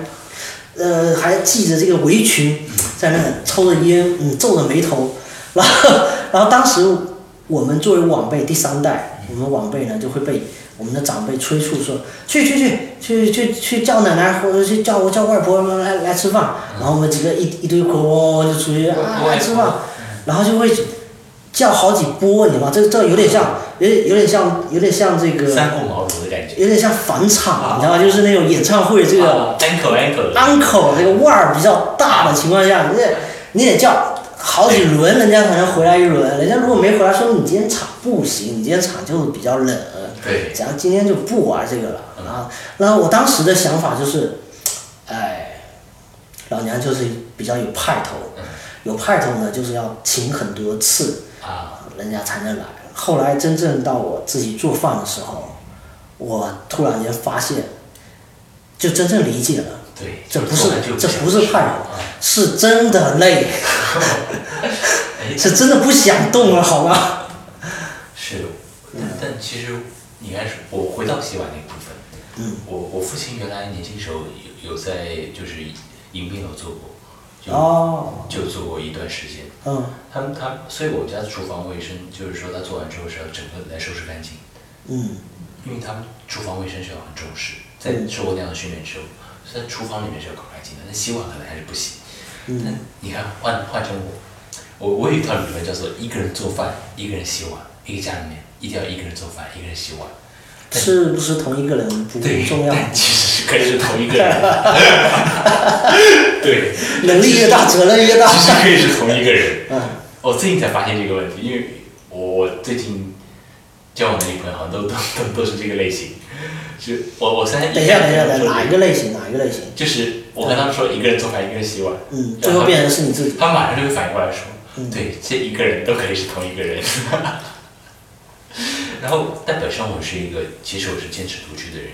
Speaker 1: 呃，还系着这个围裙，在那里抽着烟，嗯，皱着眉头，然后，然后当时我们作为晚辈第三代，我们晚辈呢就会被我们的长辈催促说，去去去去去去叫奶奶或者去叫我叫外婆来来吃饭，然后我们几个一一堆哐哐哐就出去啊
Speaker 2: 我我
Speaker 1: 来
Speaker 2: 外
Speaker 1: 吃
Speaker 2: 婆
Speaker 1: 饭，然后就会叫好几波，你知道吗？这这有点像，有点有点像，有点像这个，
Speaker 2: 三顾茅庐的感觉。
Speaker 1: 有点像返场，你知道吗？就是那种演唱会这个。
Speaker 2: 啊 anchor anchor 的
Speaker 1: uncle 这个腕儿比较大的情况下，你得你得叫好几轮，人家才能回来一轮。人家如果没回来，说明你今天场不行，你今天场就是比较冷，
Speaker 2: 对，
Speaker 1: 咱今天就不玩这个了
Speaker 2: 嗯
Speaker 1: 啊。然后我当时的想法就是，哎，老娘就是比较有派头，
Speaker 2: 嗯
Speaker 1: 有派头呢就是要请很多次，
Speaker 2: 啊，
Speaker 1: 人家才能来。后来真正到我自己做饭的时候，我突然间发现，就真正理解了。
Speaker 2: 对，
Speaker 1: 这不
Speaker 2: 就是做完就
Speaker 1: 这
Speaker 2: 想
Speaker 1: 不是
Speaker 2: 吃
Speaker 1: 派
Speaker 2: 啊
Speaker 1: 头，是真的 累，
Speaker 2: 哎，
Speaker 1: 是真的不想动了，好吗？
Speaker 2: 是，但但其实你看，是我回到洗碗那部分，
Speaker 1: 嗯，
Speaker 2: 我我父亲原来年轻时候有有在就是迎宾楼做过，就、
Speaker 1: 哦，
Speaker 2: 就做过一段时间。
Speaker 1: 嗯
Speaker 2: 他们他，所以我们家厨房卫生就是说，他做完之后是要整个来收拾干净，
Speaker 1: 嗯
Speaker 2: 因为他们厨房卫生是要很重视，在受过那样的训练之后，所以在厨房里面是要搞干净的，但洗碗可能还是不行。但
Speaker 1: 嗯，
Speaker 2: 你看，换换成我，我我有一套理论叫做一个人做饭，一个人洗碗，一个家里面一定要一个人做饭，一个人洗碗。但
Speaker 1: 是不是同一个人不
Speaker 2: 对，
Speaker 1: 重要，
Speaker 2: 但其实是可以是同一个 人。对，
Speaker 1: 能力越大责任越大
Speaker 2: 其。实可以是同一个人。
Speaker 1: 嗯
Speaker 2: 我最近才发现这个问题，因为我最近交往的女朋友好像都都都都是这个类型。是我我现在
Speaker 1: 等一下，等一下，等一下，哪一
Speaker 2: 说，
Speaker 1: 个类型？哪一个类型？
Speaker 2: 就是我跟他们说一个人做饭，一个人洗碗，
Speaker 1: 嗯，最后变成是你自己。
Speaker 2: 他们马上就会反应过来说，
Speaker 1: 嗯
Speaker 2: 对，这一个人都可以是同一个人。 然后，但本身我是一个，其实我是坚持独居的人，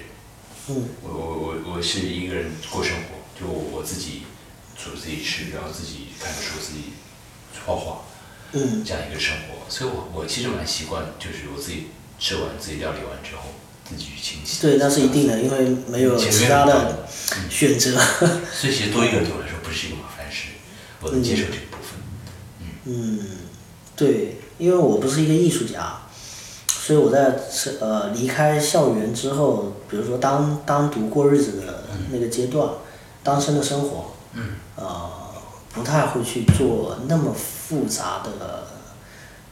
Speaker 1: 嗯
Speaker 2: 我我我我是一个人过生活，就我我自己煮自己吃，然后自己看书，自己画画
Speaker 1: 嗯
Speaker 2: 这样一个生活，所以我我其实蛮习惯，就是我自己吃完自己料理完之后，自己去清洗。
Speaker 1: 对，那是一定的，因为没有
Speaker 2: 前面
Speaker 1: 其他
Speaker 2: 很
Speaker 1: 的
Speaker 2: 棒嗯
Speaker 1: 选择。
Speaker 2: 所以其实多一个人对我来说不是一个麻烦事，我能接受这个部分。
Speaker 1: 嗯，对，因为我不是一个艺术家，所以我在是呃离开校园之后，比如说当单独过日子的那个阶段，单身的生活，
Speaker 2: 嗯，
Speaker 1: 呃，不太会去做那么复杂的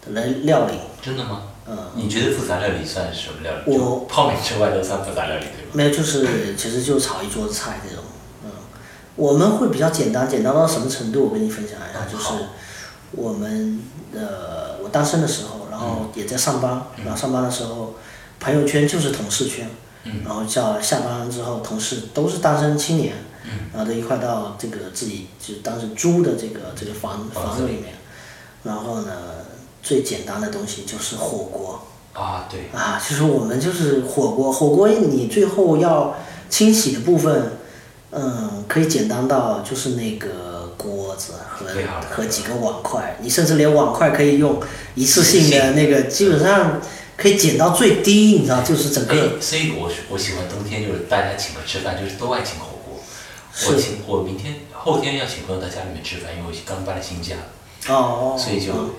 Speaker 1: 的料理，
Speaker 2: 真的吗？
Speaker 1: 呃，
Speaker 2: 你觉得复杂料理算什么料理？
Speaker 1: 我
Speaker 2: 就泡面之外都算复杂料理对吗？
Speaker 1: 没有，就是其实就炒一桌子菜这种，嗯，我们会比较简单，简单到什么程度？我跟你分享一下，就
Speaker 2: 嗯
Speaker 1: 是
Speaker 2: 好
Speaker 1: 我们呃，我单身的时候，然后也在上班，
Speaker 2: 嗯
Speaker 1: 然后上班的时候，朋友圈就是同事圈，
Speaker 2: 嗯
Speaker 1: 然后叫下班之后，同事都是单身青年，
Speaker 2: 嗯
Speaker 1: 然后都一块到这个自己就当时租的这个这个房
Speaker 2: 房
Speaker 1: 房
Speaker 2: 子
Speaker 1: 子
Speaker 2: 里
Speaker 1: 里面，然后呢，最简单的东西就是火锅，
Speaker 2: 啊，对，
Speaker 1: 啊，其实我们就是火锅，火锅你最后要清洗的部分，嗯，可以简单到就是那个锅子和
Speaker 2: 对啊
Speaker 1: 和几个碗筷，你甚至连碗筷可以用一次性
Speaker 2: 一次
Speaker 1: 的那个，基本上可以减到最低，你知道，就是整个哦
Speaker 2: 哎所以我是我喜欢冬天，就是大家请客吃饭，就是都爱请火锅。我
Speaker 1: 是
Speaker 2: 请我明天后天要请朋友到家里面吃饭，因为我刚搬了新家，
Speaker 1: 哦，
Speaker 2: 所以就
Speaker 1: 嗯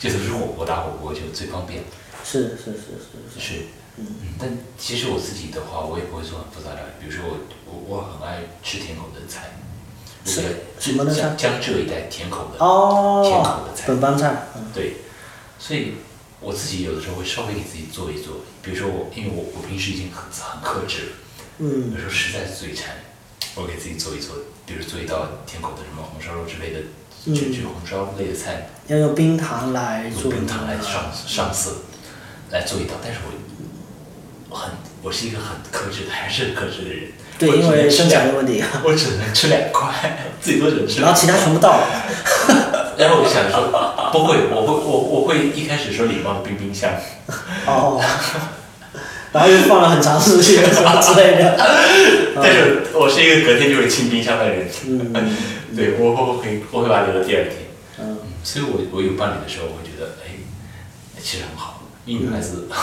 Speaker 2: 就就 都是火锅打火锅就最方便了。
Speaker 1: 是是是是是，
Speaker 2: 是，嗯，但其实我自己的话，我也不会做很复杂料理，比如说我我我很爱吃甜口的菜，我
Speaker 1: 是
Speaker 2: 比较
Speaker 1: 什么的菜
Speaker 2: 江江浙一带甜口的，甜口
Speaker 1: 哦
Speaker 2: 的菜，
Speaker 1: 本帮菜，嗯
Speaker 2: 对，所以我自己有的时候会稍微给自己做一做，比如说我，因为我我平时已经很很克制了，有
Speaker 1: 嗯
Speaker 2: 时候实在是嘴馋，我给自己做一做，比如做一道甜口的什么红烧肉之类的，
Speaker 1: 嗯
Speaker 2: 就就红烧类的菜，
Speaker 1: 要用冰糖来
Speaker 2: 用
Speaker 1: 做
Speaker 2: 冰糖
Speaker 1: 那
Speaker 2: 来
Speaker 1: 个
Speaker 2: 上上色，来做一道，但是我很我是一个很克制的，还是很克制的人，
Speaker 1: 对，
Speaker 2: 我只
Speaker 1: 因为
Speaker 2: 能吃
Speaker 1: 生产
Speaker 2: 两
Speaker 1: 的问题，
Speaker 2: 我只能吃两块， 最多只能吃
Speaker 1: 然
Speaker 2: 两
Speaker 1: 后其他全部倒了，
Speaker 2: 然后我就想说，不会，我会我我会一开始说礼貌冰冰箱，
Speaker 1: 哦，然后又放了很长时间什么之类的。
Speaker 2: 但是我是一个隔天就会清冰箱的人，
Speaker 1: 嗯
Speaker 2: 对我我会我会把它留到第二天，
Speaker 1: 嗯，
Speaker 2: 嗯，所以我我有伴侣的时候，我会觉得哎，其实很好，因为女孩 子
Speaker 1: 嗯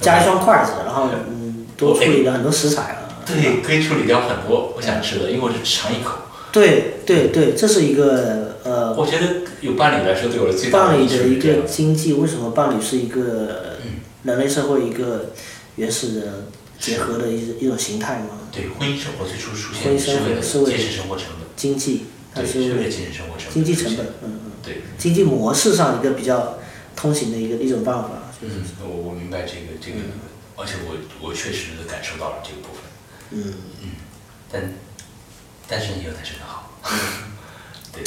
Speaker 1: 加一双筷子，然后嗯，多处理了很多食材啊。
Speaker 2: 对可以处理掉很多我想吃的，因为我只尝一口，
Speaker 1: 对对对，这是一个呃
Speaker 2: 我觉得有伴侣来说对我的最大
Speaker 1: 伴
Speaker 2: 的
Speaker 1: 侣
Speaker 2: 益处
Speaker 1: 的
Speaker 2: 是
Speaker 1: 一
Speaker 2: 这
Speaker 1: 个
Speaker 2: 样，
Speaker 1: 经济，为什么伴侣是一个人类社会一个原始的结合的一一种形态吗？
Speaker 2: 对婚姻生活最初出
Speaker 1: 婚
Speaker 2: 现
Speaker 1: 姻
Speaker 2: 是
Speaker 1: 生活
Speaker 2: 为了
Speaker 1: 是为了
Speaker 2: 节省生活成本，
Speaker 1: 经济，它
Speaker 2: 对，
Speaker 1: 是
Speaker 2: 是为了
Speaker 1: 为
Speaker 2: 节省生活成本，
Speaker 1: 经济成本，嗯嗯，
Speaker 2: 对。
Speaker 1: 经济模式上一个比较通行的一个一种办法。就是
Speaker 2: 嗯，我我明白这个这个，而且我我确实地感受到了这个部分，
Speaker 1: 嗯，
Speaker 2: 但但是也有男生的好， 对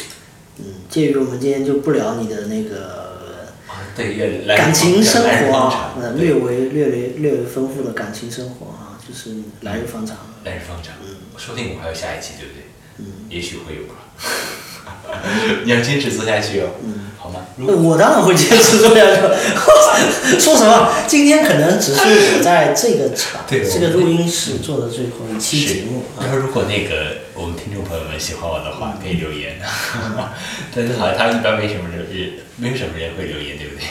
Speaker 1: 嗯，介于我们今天就不聊你的那个
Speaker 2: 啊对，也来
Speaker 1: 感情生
Speaker 2: 来日
Speaker 1: 活
Speaker 2: 方
Speaker 1: 啊
Speaker 2: 长，
Speaker 1: 呃，
Speaker 2: 对
Speaker 1: 略微略微略微丰富的感情生活啊，就是来日方长。
Speaker 2: 来日方长，说不定我还有下一期，对不对？
Speaker 1: 嗯，
Speaker 2: 也许会有吧。 你要坚持做下去哦，
Speaker 1: 嗯
Speaker 2: 好吗？如果
Speaker 1: 我当然会坚持做下去。 说什么？今天可能只是我在这个场
Speaker 2: 对
Speaker 1: 这个录音室做的最后一期节目啊。
Speaker 2: 然后如果那个我们听众朋友们喜欢我的
Speaker 1: 嗯
Speaker 2: 话，可以留言。 但是好像他们一般没什么人，也没有什么人会留言，对不对？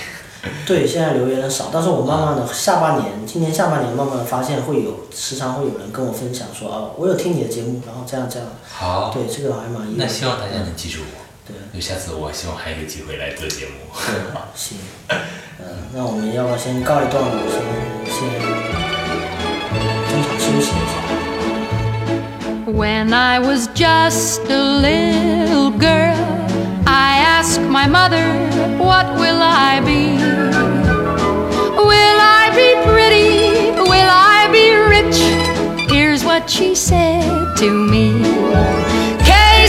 Speaker 1: 对，现在留言的少，但是我慢慢的下半年，今年下半年慢慢的发现会有时常会有人跟我分享说啊，我有听你的节目，然后这样这样，
Speaker 2: 好，
Speaker 1: 对，这个还蛮意
Speaker 2: 那
Speaker 1: 外。
Speaker 2: 希望大家能记住我。
Speaker 1: 对，
Speaker 2: 就下次我希望还有机会来做节目。
Speaker 1: 对，行，嗯，那我们要不要先告一段落，先先中场休息一下。
Speaker 3: When I was just a little girl, I asked my mother, What will I be? Will I be pretty? Will I be rich? Here's what she said to me Que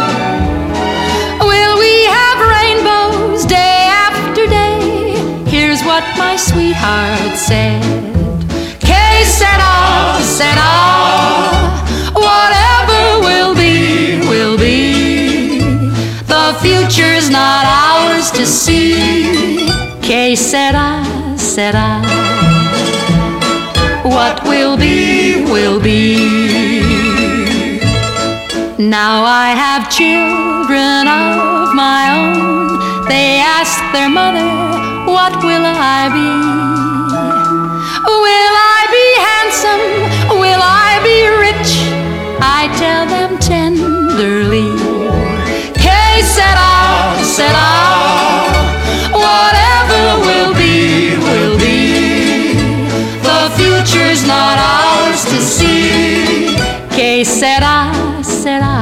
Speaker 3: Will we have rainbows day after day? Here's what my sweetheart said. Que sera, sera. Whatever will be, will be. The future's not ours to see. Que sera, sera. What will be, will be. Now I have children of my own. They ask their mother, What will I be? Will I be handsome? Will I be rich? I tell them tenderly. Que sera, sera. Whatever will be, will be. The future's not ours to see. Que sera, sera.